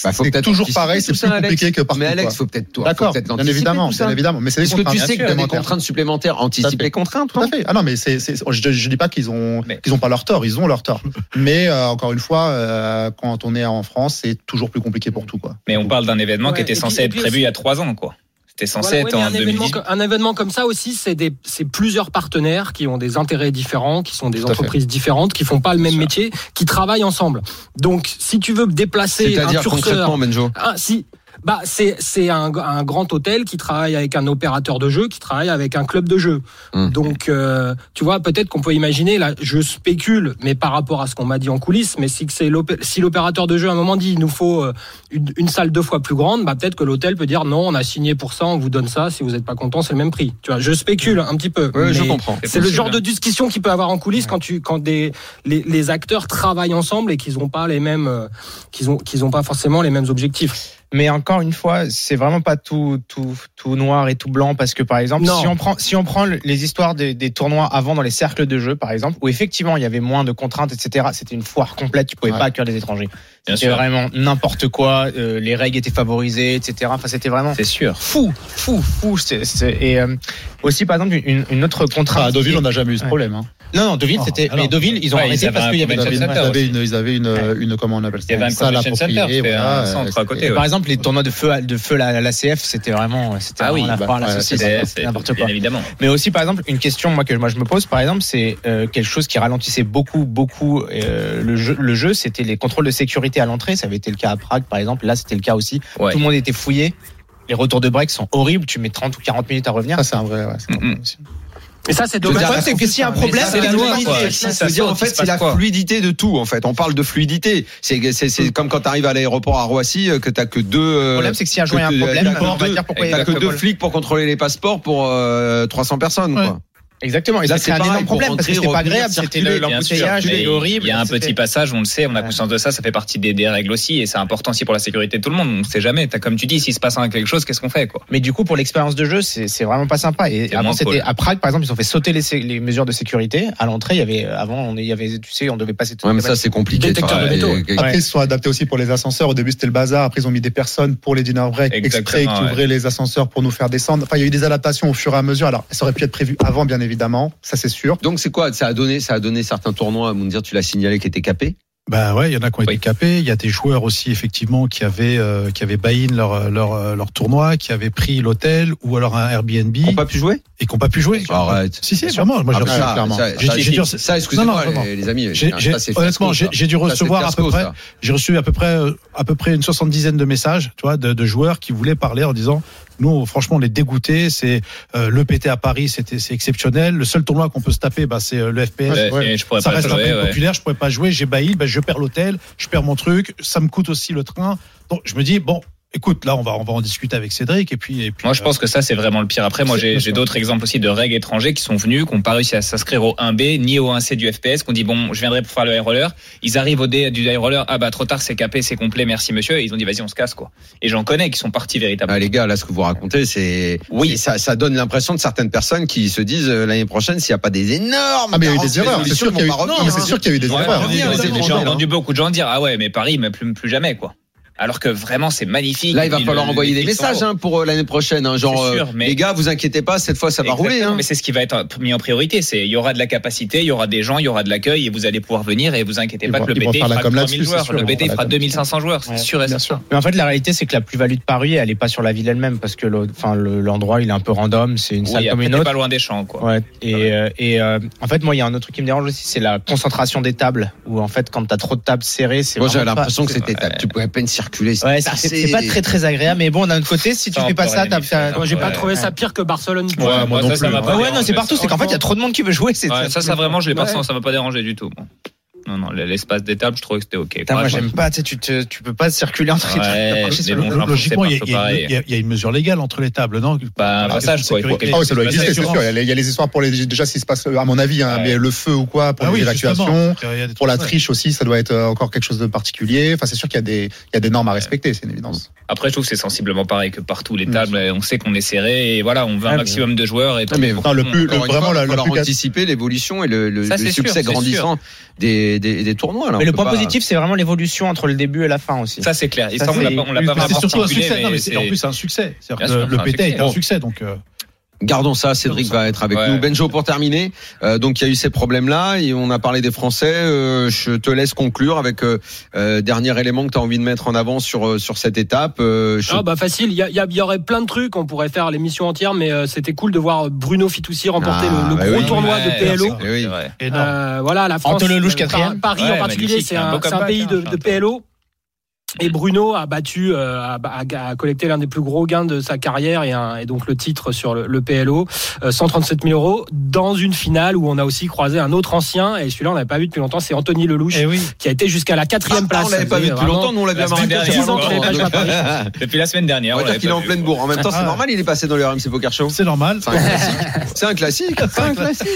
Speaker 1: Bah, faut
Speaker 6: c'est
Speaker 1: peut-être
Speaker 6: toujours
Speaker 1: anticiper
Speaker 6: pareil,
Speaker 1: tout
Speaker 6: c'est
Speaker 1: ça,
Speaker 6: plus
Speaker 1: Alex.
Speaker 6: compliqué que partout.
Speaker 1: Mais Alex,
Speaker 6: quoi.
Speaker 1: faut peut-être toi.
Speaker 6: D'accord,
Speaker 1: faut peut-être
Speaker 6: bien
Speaker 1: l'anticiper,
Speaker 6: évidemment,
Speaker 1: tout ça.
Speaker 6: bien évidemment, mais c'est des
Speaker 1: Est-ce que tu
Speaker 6: contraintes.
Speaker 1: sais que tu as des
Speaker 6: Bien sûr.
Speaker 1: contraintes supplémentaires Anticiper
Speaker 6: fait.
Speaker 1: contraintes,
Speaker 6: Tout à fait. Ah non, mais c'est, c'est- c'est- je, je dis pas qu'ils ont,
Speaker 3: Mais-
Speaker 6: qu'ils ont pas leur tort, ils ont leur tort. mais euh, encore une fois, euh, quand on est en France, c'est toujours plus compliqué pour tout, quoi.
Speaker 3: Mais on parle d'un événement qui
Speaker 5: Ouais,
Speaker 3: était
Speaker 5: et puis-
Speaker 3: censé
Speaker 5: et
Speaker 3: être
Speaker 5: puis
Speaker 3: prévu
Speaker 5: aussi-
Speaker 3: il y a 3 ans, quoi. C'était censé
Speaker 5: Voilà, ouais,
Speaker 3: être
Speaker 5: mais
Speaker 3: en
Speaker 5: un événement,
Speaker 3: 2018.
Speaker 5: co- un événement comme ça aussi, c'est des- c'est plusieurs partenaires qui ont des intérêts différents, qui sont des
Speaker 6: à fait.
Speaker 5: entreprises différentes, qui font pas le même
Speaker 3: sûr.
Speaker 5: métier, qui travaillent ensemble. Donc, si tu veux déplacer un
Speaker 1: C'est-à-dire
Speaker 5: curseur,
Speaker 1: concrètement, Benjo
Speaker 5: ah, si, Bah, c'est c'est un, un grand hôtel qui travaille avec un opérateur de jeu, qui travaille avec un club de jeu.
Speaker 1: Mmh.
Speaker 5: Donc, euh, tu vois, peut-être qu'on peut imaginer, là, je spécule, mais par rapport à ce qu'on m'a dit en coulisses, mais si, que c'est l'opé- si l'opérateur de jeu à un moment dit, il nous faut euh, une, une salle deux fois plus grande, bah, peut-être que l'hôtel peut dire, non, on a signé pour ça, on vous donne ça, si vous n'êtes pas content, c'est le même prix. Tu vois, je spécule un petit peu.
Speaker 1: Ouais, je
Speaker 5: mais-
Speaker 1: comprends.
Speaker 5: c'est le
Speaker 3: possible,
Speaker 5: genre
Speaker 3: hein.
Speaker 5: de discussion qu'il peut avoir en coulisses quand tu quand des les, les acteurs travaillent ensemble et qu'ils n'ont pas les mêmes euh, qu'ils ont qu'ils ont pas forcément les mêmes objectifs.
Speaker 4: Mais encore une fois, c'est vraiment pas tout, tout, tout noir et tout blanc parce que par exemple,
Speaker 5: Non.
Speaker 4: si on prend, si on prend le- les histoires des, des tournois avant dans les cercles de jeu, par exemple, où effectivement il y avait moins de contraintes, etc. C'était une foire complète, tu pouvais
Speaker 6: Ouais.
Speaker 4: pas accueillir des étrangers.
Speaker 3: Bien
Speaker 4: C'était
Speaker 3: sûr.
Speaker 4: vraiment n'importe quoi. euh, les règles étaient favorisées, etc. Enfin, c'était vraiment
Speaker 3: C'est sûr.
Speaker 4: fou, fou, fou. C'est- c'est- et euh, aussi par exemple une, une autre contrainte.
Speaker 6: Ah, à Deauville, on n'a jamais eu ce
Speaker 4: Ouais.
Speaker 6: problème. hein.
Speaker 4: Non, non, Deauville,
Speaker 6: Oh,
Speaker 4: c'était.
Speaker 6: alors.
Speaker 4: Mais Deauville, ils ont
Speaker 3: Ouais, ils
Speaker 4: arrêté
Speaker 3: avaient
Speaker 4: parce
Speaker 3: un
Speaker 4: qu'il y avait.
Speaker 3: convention
Speaker 4: des-
Speaker 6: Ils
Speaker 3: center.
Speaker 6: avaient une, ils avaient une, une comment on appelle ça
Speaker 3: Il y avait un
Speaker 6: Une salle à
Speaker 3: convention center,
Speaker 6: propriété,
Speaker 3: c'était un
Speaker 6: voilà,
Speaker 3: centre à côté,
Speaker 6: c'était- euh,
Speaker 3: ouais.
Speaker 4: Par exemple, les tournois de feu, à- de feu à la, la CF, c'était vraiment, c'était
Speaker 3: Ah oui,
Speaker 4: vraiment la
Speaker 6: bah,
Speaker 4: foire à la
Speaker 6: ouais,
Speaker 4: saucisse,
Speaker 3: C'est-
Speaker 4: c'était
Speaker 3: c'est-
Speaker 4: n'importe quoi.
Speaker 3: Bien évidemment.
Speaker 4: Mais aussi, par exemple, une question moi que moi je me pose, par exemple, c'est euh, quelque chose qui ralentissait beaucoup, beaucoup euh, le jeu. Le jeu, c'était les contrôles de sécurité à l'entrée. Ça avait été le cas à Prague, par exemple. Là, c'était le cas aussi.
Speaker 3: Ouais.
Speaker 4: Tout le monde était fouillé. Les retours de break sont horribles. Tu mets 30 ou 40 minutes à revenir.
Speaker 6: Ça, c'est un vrai. ouais, c'est un
Speaker 3: Mm-mm.
Speaker 6: vrai aussi.
Speaker 5: Et ça c'est
Speaker 4: Le
Speaker 5: dommage.
Speaker 4: problème, c'est que s'il y a un problème,
Speaker 3: ça, c'est la loi, quoi.
Speaker 4: limité.
Speaker 3: Si
Speaker 1: Ça veut dire en fait c'est la fluidité de tout en fait. On parle de fluidité. C'est c'est- c'est comme quand tu arrives à l'aéroport à Roissy euh, que t'as que deux.
Speaker 4: Le
Speaker 1: euh,
Speaker 4: problème, c'est que s'il y a un
Speaker 1: que
Speaker 4: joint, il y a
Speaker 1: tu-
Speaker 4: un problème,
Speaker 1: t'as que
Speaker 4: on va
Speaker 1: deux-
Speaker 4: dire pourquoi il y a
Speaker 1: T'as que
Speaker 4: pas de
Speaker 1: deux
Speaker 4: vol.
Speaker 1: flics pour contrôler les passeports pour euh, 300 personnes.
Speaker 4: Ouais.
Speaker 1: Quoi.
Speaker 4: Exactement. Et ça,
Speaker 1: Là, c'est
Speaker 4: c'est un
Speaker 1: pareil,
Speaker 4: énorme
Speaker 1: pour
Speaker 4: problème parce que
Speaker 1: rentrer,
Speaker 4: c'était pas
Speaker 1: revenir,
Speaker 4: agréable. C'était le-
Speaker 1: circuler, bien
Speaker 4: l'embouteillage,
Speaker 3: sûr. Mais
Speaker 4: c'était horrible.
Speaker 3: Il y a un
Speaker 4: c'était-
Speaker 3: petit passage, on le sait, on a
Speaker 4: Ouais.
Speaker 3: conscience de ça, ça fait partie des, des règles aussi, et c'est important aussi pour la sécurité de tout le monde. On ne sait jamais. T'as- Comme tu dis, s'il se passe un quelque chose, qu'est-ce qu'on fait, quoi
Speaker 4: Mais du coup, pour l'expérience de jeu, c'est c'est vraiment pas sympa. Et
Speaker 3: C'est
Speaker 4: avant,
Speaker 3: moins
Speaker 4: c'était
Speaker 3: cool.
Speaker 4: à Prague, par exemple, ils ont fait sauter les, sé- les mesures de sécurité. À l'entrée, il y avait avant, on, il y avait, tu sais, on devait passer.
Speaker 1: Ouais, mais ça c'est compliqué.
Speaker 5: Détecteur
Speaker 1: Enfin,
Speaker 5: de métaux.
Speaker 1: et- et-
Speaker 6: Après, ils se sont adaptés aussi pour les ascenseurs. Au début, c'était le bazar. Après, ils ont mis des personnes pour les dinner break exprès
Speaker 3: Exactement,
Speaker 6: qui
Speaker 3: ouais.
Speaker 6: ouvraient les ascenseurs pour nous faire descendre. Enfin, il y a eu des adaptations au fur et à mesure. Alors, ça aurait pu être prévu avant, bien évidemment. Ça, c'est sûr.
Speaker 1: Donc c'est quoi Ça a donné ça a donné certains tournois. Moundir, tu l'as signalé qui étaient capés.
Speaker 2: Bah ouais, il y en a qui ont été
Speaker 3: Oui.
Speaker 2: capés. Il y a des joueurs aussi effectivement qui avaient euh, qui avaient buy-in leur leur euh, leur tournoi, qui avaient pris l'hôtel ou alors un Airbnb
Speaker 1: Qui n'ont pas pu jouer
Speaker 2: et qui n'ont pas pu jouer.
Speaker 1: Ah, Arrête.
Speaker 2: Si si,
Speaker 1: Bien sûr.
Speaker 2: sûrement. Moi,
Speaker 1: Ah,
Speaker 2: j'ai
Speaker 1: bah,
Speaker 2: reçu
Speaker 1: ça,
Speaker 2: clairement.
Speaker 1: ça-
Speaker 2: J'ai-
Speaker 1: ça-
Speaker 2: j'ai dû-
Speaker 1: Ça
Speaker 2: Non,
Speaker 1: excusez-moi
Speaker 2: non, vraiment.
Speaker 1: les, les amis.
Speaker 2: j'ai-
Speaker 1: ça,
Speaker 2: j'ai-
Speaker 1: c'est
Speaker 2: Honnêtement,
Speaker 1: fiasco,
Speaker 2: j'ai
Speaker 1: ça.
Speaker 2: j'ai dû
Speaker 1: Ça, c'est
Speaker 2: recevoir à peu
Speaker 1: fiasco,
Speaker 2: près
Speaker 1: ça.
Speaker 2: j'ai reçu à peu près euh, à peu près une soixante-dizaine de messages, tu vois, de, de joueurs qui voulaient parler en disant nous, franchement, on est dégoûtés. C'est euh, le PT à Paris, c'était c'est exceptionnel. Le seul tournoi qu'on peut se taper, bah, c'est euh, le FPS.
Speaker 3: Ouais,
Speaker 6: ouais.
Speaker 3: Je pourrais
Speaker 2: ça
Speaker 3: pas
Speaker 2: reste
Speaker 3: te
Speaker 2: un
Speaker 3: jouer,
Speaker 2: peu
Speaker 3: ouais.
Speaker 2: populaire. Je pourrais pas jouer. J'ai bailli, bah, je perds l'hôtel, je perds mon truc. Ça me coûte aussi le train. Donc, je me dis bon, écoute, là, on va on va en discuter avec Cédric et puis et puis.
Speaker 3: Moi, je pense que ça, euh, c'est vraiment le pire. Après, moi, j'ai j'ai d'autres exemples aussi de règles étrangers qui sont venus, qui n'ont pas réussi à s'inscrire au 1B ni au 1C du FPS, qu'on dit, bon, je viendrai pour faire le high roller. Ils arrivent au D du high roller. Ah, bah, trop tard, c'est capé, c'est complet, merci monsieur. Et ils ont dit, vas-y, on se casse, quoi. Et j'en connais qui sont partis véritablement.
Speaker 1: Ah, les gars, là, ce que vous racontez, c'est
Speaker 3: Oui.
Speaker 1: c'est- ça, ça donne l'impression de certaines personnes qui se disent euh, l'année prochaine, s'il n'y a pas des énormes,
Speaker 6: Ah, mais il y a eu
Speaker 1: carences,
Speaker 6: des erreurs. C'est
Speaker 1: résolutions,
Speaker 6: sûr qu'il y a eu,
Speaker 1: ils vont pas
Speaker 6: non,
Speaker 1: revenir,
Speaker 6: mais c'est
Speaker 1: hein.
Speaker 6: sûr qu'il y a eu des
Speaker 3: Ouais,
Speaker 6: erreurs.
Speaker 3: ouais,
Speaker 1: revenir,
Speaker 6: hein.
Speaker 1: les
Speaker 6: Des
Speaker 1: étrangers,
Speaker 3: J'ai
Speaker 6: erreurs, hein.
Speaker 3: entendu beaucoup de gens dire, ah ouais, mais Paris, mais plus, plus jamais, quoi. Alors que vraiment, c'est magnifique.
Speaker 1: Là, il va
Speaker 3: Et
Speaker 1: falloir
Speaker 3: le-
Speaker 1: envoyer des
Speaker 3: ils sont-
Speaker 1: messages hein, pour euh, l'année prochaine. hein, genre,
Speaker 3: C'est sûr,
Speaker 1: euh,
Speaker 3: mais-
Speaker 1: les gars, vous inquiétez pas, cette fois, ça va
Speaker 3: Exactement,
Speaker 1: rouler. hein.
Speaker 3: Mais c'est ce qui va être mis en priorité. C'est il y aura de la capacité, il y aura des gens, il y aura de l'accueil et vous allez pouvoir venir et vous inquiétez
Speaker 6: Ils
Speaker 3: pas
Speaker 6: vont-
Speaker 3: que le
Speaker 6: ils vont
Speaker 3: BT
Speaker 6: faire la
Speaker 3: fera
Speaker 6: com
Speaker 3: 3000
Speaker 6: là-dessus, c'est
Speaker 3: joueurs.
Speaker 6: sûr,
Speaker 3: le
Speaker 6: ils vont
Speaker 3: BT
Speaker 6: faire la
Speaker 3: fera
Speaker 6: com.
Speaker 3: 2500 joueurs, c'est
Speaker 4: Ouais,
Speaker 3: sûr et
Speaker 6: Bien
Speaker 3: certain.
Speaker 6: sûr.
Speaker 4: Mais en fait, la réalité, c'est que la plus-value de Paris, elle est pas sur la ville elle-même parce que le- enfin, le- l'endroit, il est un peu random. C'est une
Speaker 3: Oui,
Speaker 4: salle
Speaker 3: après,
Speaker 4: comme une
Speaker 3: t'es
Speaker 4: autre.
Speaker 3: pas loin des champs, quoi.
Speaker 4: Ouais, et, euh, et, euh, en fait, moi, il y a un autre truc qui me dérange aussi, c'est la concentration des tables. Où en fait, quand t'as trop de tables serrées, c'est.
Speaker 1: Moi, j'avais
Speaker 4: vraiment pas-
Speaker 1: l'impression que
Speaker 4: c'est-
Speaker 1: c'était. Tu pouvais à peine circuler. c'était
Speaker 4: Ouais, c'est-
Speaker 1: tassé.
Speaker 4: c'est c'est pas très très agréable, mais bon, d'un autre côté, si tu
Speaker 3: Ça, on
Speaker 4: fais pas
Speaker 3: peut
Speaker 4: ça,
Speaker 3: rien
Speaker 4: t'as.
Speaker 3: y faire.
Speaker 4: t'as-
Speaker 3: Ouais,
Speaker 5: Moi, j'ai pas
Speaker 3: Ouais.
Speaker 5: trouvé ça pire que Barcelone.
Speaker 6: Ouais, moi non
Speaker 3: ça, ça
Speaker 6: plus,
Speaker 3: m'a
Speaker 6: hein.
Speaker 3: pas
Speaker 4: Ah ouais,
Speaker 3: dérangé.
Speaker 4: non, c'est partout, c'est qu'en fait, il y a trop de monde qui veut jouer. c'est-
Speaker 3: Ouais, ça, ça vraiment, je l'ai pas
Speaker 5: Ouais.
Speaker 3: senti, ça m'a pas dérangé du tout. moi. Non, non, l'espace des tables, je trouvais que c'était ok.
Speaker 4: Putain, moi,
Speaker 3: Bref,
Speaker 4: j'aime pas, tu sais, tu, te- tu peux pas circuler entre
Speaker 3: Ouais,
Speaker 4: les trucs, t'as pas-
Speaker 3: mais
Speaker 4: sur
Speaker 3: bon, j'ai
Speaker 4: le-
Speaker 3: l'impression que
Speaker 2: Logiquement, il y, a-
Speaker 3: c'est
Speaker 2: il y a
Speaker 3: partout
Speaker 2: une- il y a- il y a une mesure légale entre les tables, non
Speaker 3: Bah, un
Speaker 2: Voilà,
Speaker 3: passage,
Speaker 2: question
Speaker 3: quoi, il faut
Speaker 2: sécurité.
Speaker 3: quelque
Speaker 6: Ah oui, ça doit
Speaker 3: Parce
Speaker 6: exister,
Speaker 3: que
Speaker 6: c'est
Speaker 3: c'est
Speaker 6: sûr. Il y a les- il y a les histoires pour les. Déjà, s'il se passe, à mon avis, hein,
Speaker 3: Ouais.
Speaker 6: mais le feu ou quoi, pour
Speaker 2: Ah oui,
Speaker 6: l'évacuation.
Speaker 2: justement. Il y a des-
Speaker 6: Pour la
Speaker 2: ouais.
Speaker 6: triche aussi, ça doit être euh, encore quelque chose de particulier. Enfin, c'est sûr qu'il y a des, il y a des normes à respecter, c'est une évidence.
Speaker 3: Après, je trouve que c'est sensiblement pareil que partout. Les
Speaker 6: Mm.
Speaker 3: tables, on sait qu'on est serré et voilà, on veut
Speaker 4: Ah,
Speaker 3: un
Speaker 4: mais-
Speaker 3: maximum de joueurs et tout.
Speaker 1: Non, mais
Speaker 6: Enfin, le plus, le-
Speaker 1: Encore une
Speaker 6: vraiment,
Speaker 1: fois,
Speaker 6: la, la
Speaker 1: il va
Speaker 6: plus
Speaker 1: falloir anticiper l'évolution et le, le-
Speaker 3: Mm. Ça,
Speaker 1: le
Speaker 3: c'est sûr,
Speaker 1: succès
Speaker 3: c'est sûr.
Speaker 1: grandissant des, des, des tournois. là, Ah on
Speaker 4: Mais le
Speaker 1: peut
Speaker 4: point
Speaker 1: pas-
Speaker 4: positif, c'est vraiment l'évolution entre le début et la fin aussi.
Speaker 3: Ça, c'est clair. Et
Speaker 4: Ça,
Speaker 3: ça, on l'a
Speaker 4: c'est-
Speaker 3: pas, on l'a
Speaker 2: Mais
Speaker 3: pas
Speaker 2: c'est
Speaker 3: vraiment
Speaker 2: surtout un succès.
Speaker 3: articulé,
Speaker 2: Non, mais
Speaker 3: mais
Speaker 2: c'est-
Speaker 3: c'est-
Speaker 2: en plus, c'est un succès. C'est-à-dire
Speaker 3: Bien
Speaker 2: que
Speaker 3: sûr, c'est
Speaker 2: le
Speaker 3: un
Speaker 2: PT est
Speaker 3: succès.
Speaker 2: un
Speaker 3: Bon.
Speaker 2: succès. Donc, euh,
Speaker 1: Gardons ça, Cédric va être avec
Speaker 3: Ouais.
Speaker 1: nous. Benjo, pour terminer, euh, donc il y a eu ces problèmes-là et on a parlé des Français. Euh, je te laisse conclure avec euh, euh, dernier élément que tu as envie de mettre en avant sur, euh, sur cette étape. Euh, je-
Speaker 5: Ah bah facile, il y, a- il y a- il y aurait plein de trucs, on pourrait faire l'émission entière, mais euh, c'était cool de voir Bruno Fitoussi remporter
Speaker 1: Ah,
Speaker 5: le, le
Speaker 1: bah
Speaker 5: gros
Speaker 1: oui.
Speaker 5: tournoi
Speaker 3: Ouais,
Speaker 5: de PLO.
Speaker 1: Eh oui.
Speaker 3: c'est vrai.
Speaker 2: énorme.
Speaker 5: Euh, voilà, la France.
Speaker 4: Antoine Lelouch,
Speaker 5: euh,
Speaker 4: quatrième.
Speaker 5: Par- Paris
Speaker 3: Ouais,
Speaker 5: en particulier,
Speaker 3: magnifique,
Speaker 5: c'est
Speaker 3: un
Speaker 5: un,
Speaker 3: beau
Speaker 5: c'est un
Speaker 3: comeback,
Speaker 5: pays
Speaker 3: hein,
Speaker 5: de,
Speaker 3: c'est
Speaker 5: de
Speaker 3: un
Speaker 5: PLO. Et Bruno a battu, euh, a, a- a collecté l'un des plus gros gains de sa carrière et, un- et donc le titre sur le, le PLO, euh, 137 000 euros, dans une finale où on a aussi croisé un autre ancien, et celui-là on l'avait pas vu depuis longtemps, c'est Anthony Lelouch,
Speaker 2: Eh oui.
Speaker 5: qui a été jusqu'à la quatrième
Speaker 1: Ah,
Speaker 5: place.
Speaker 1: on l'avait pas
Speaker 5: Ça
Speaker 1: vu
Speaker 5: faisait
Speaker 1: depuis
Speaker 5: vraiment
Speaker 1: longtemps, nous on l'avait
Speaker 3: la
Speaker 1: bien
Speaker 3: semaine
Speaker 1: remarqué.
Speaker 3: dernière,
Speaker 1: Six ans qu'il
Speaker 3: encore.
Speaker 1: avait pas joué à Paris.
Speaker 3: Depuis la semaine dernière.
Speaker 1: On va
Speaker 3: on l'avait
Speaker 1: dire qu'il est
Speaker 3: pas
Speaker 1: en
Speaker 3: vu.
Speaker 1: pleine bourre. En même temps, c'est
Speaker 2: Ah.
Speaker 1: normal, il est passé dans le RMC Poker Show.
Speaker 2: C'est normal.
Speaker 1: C'est un classique. C'est un classique.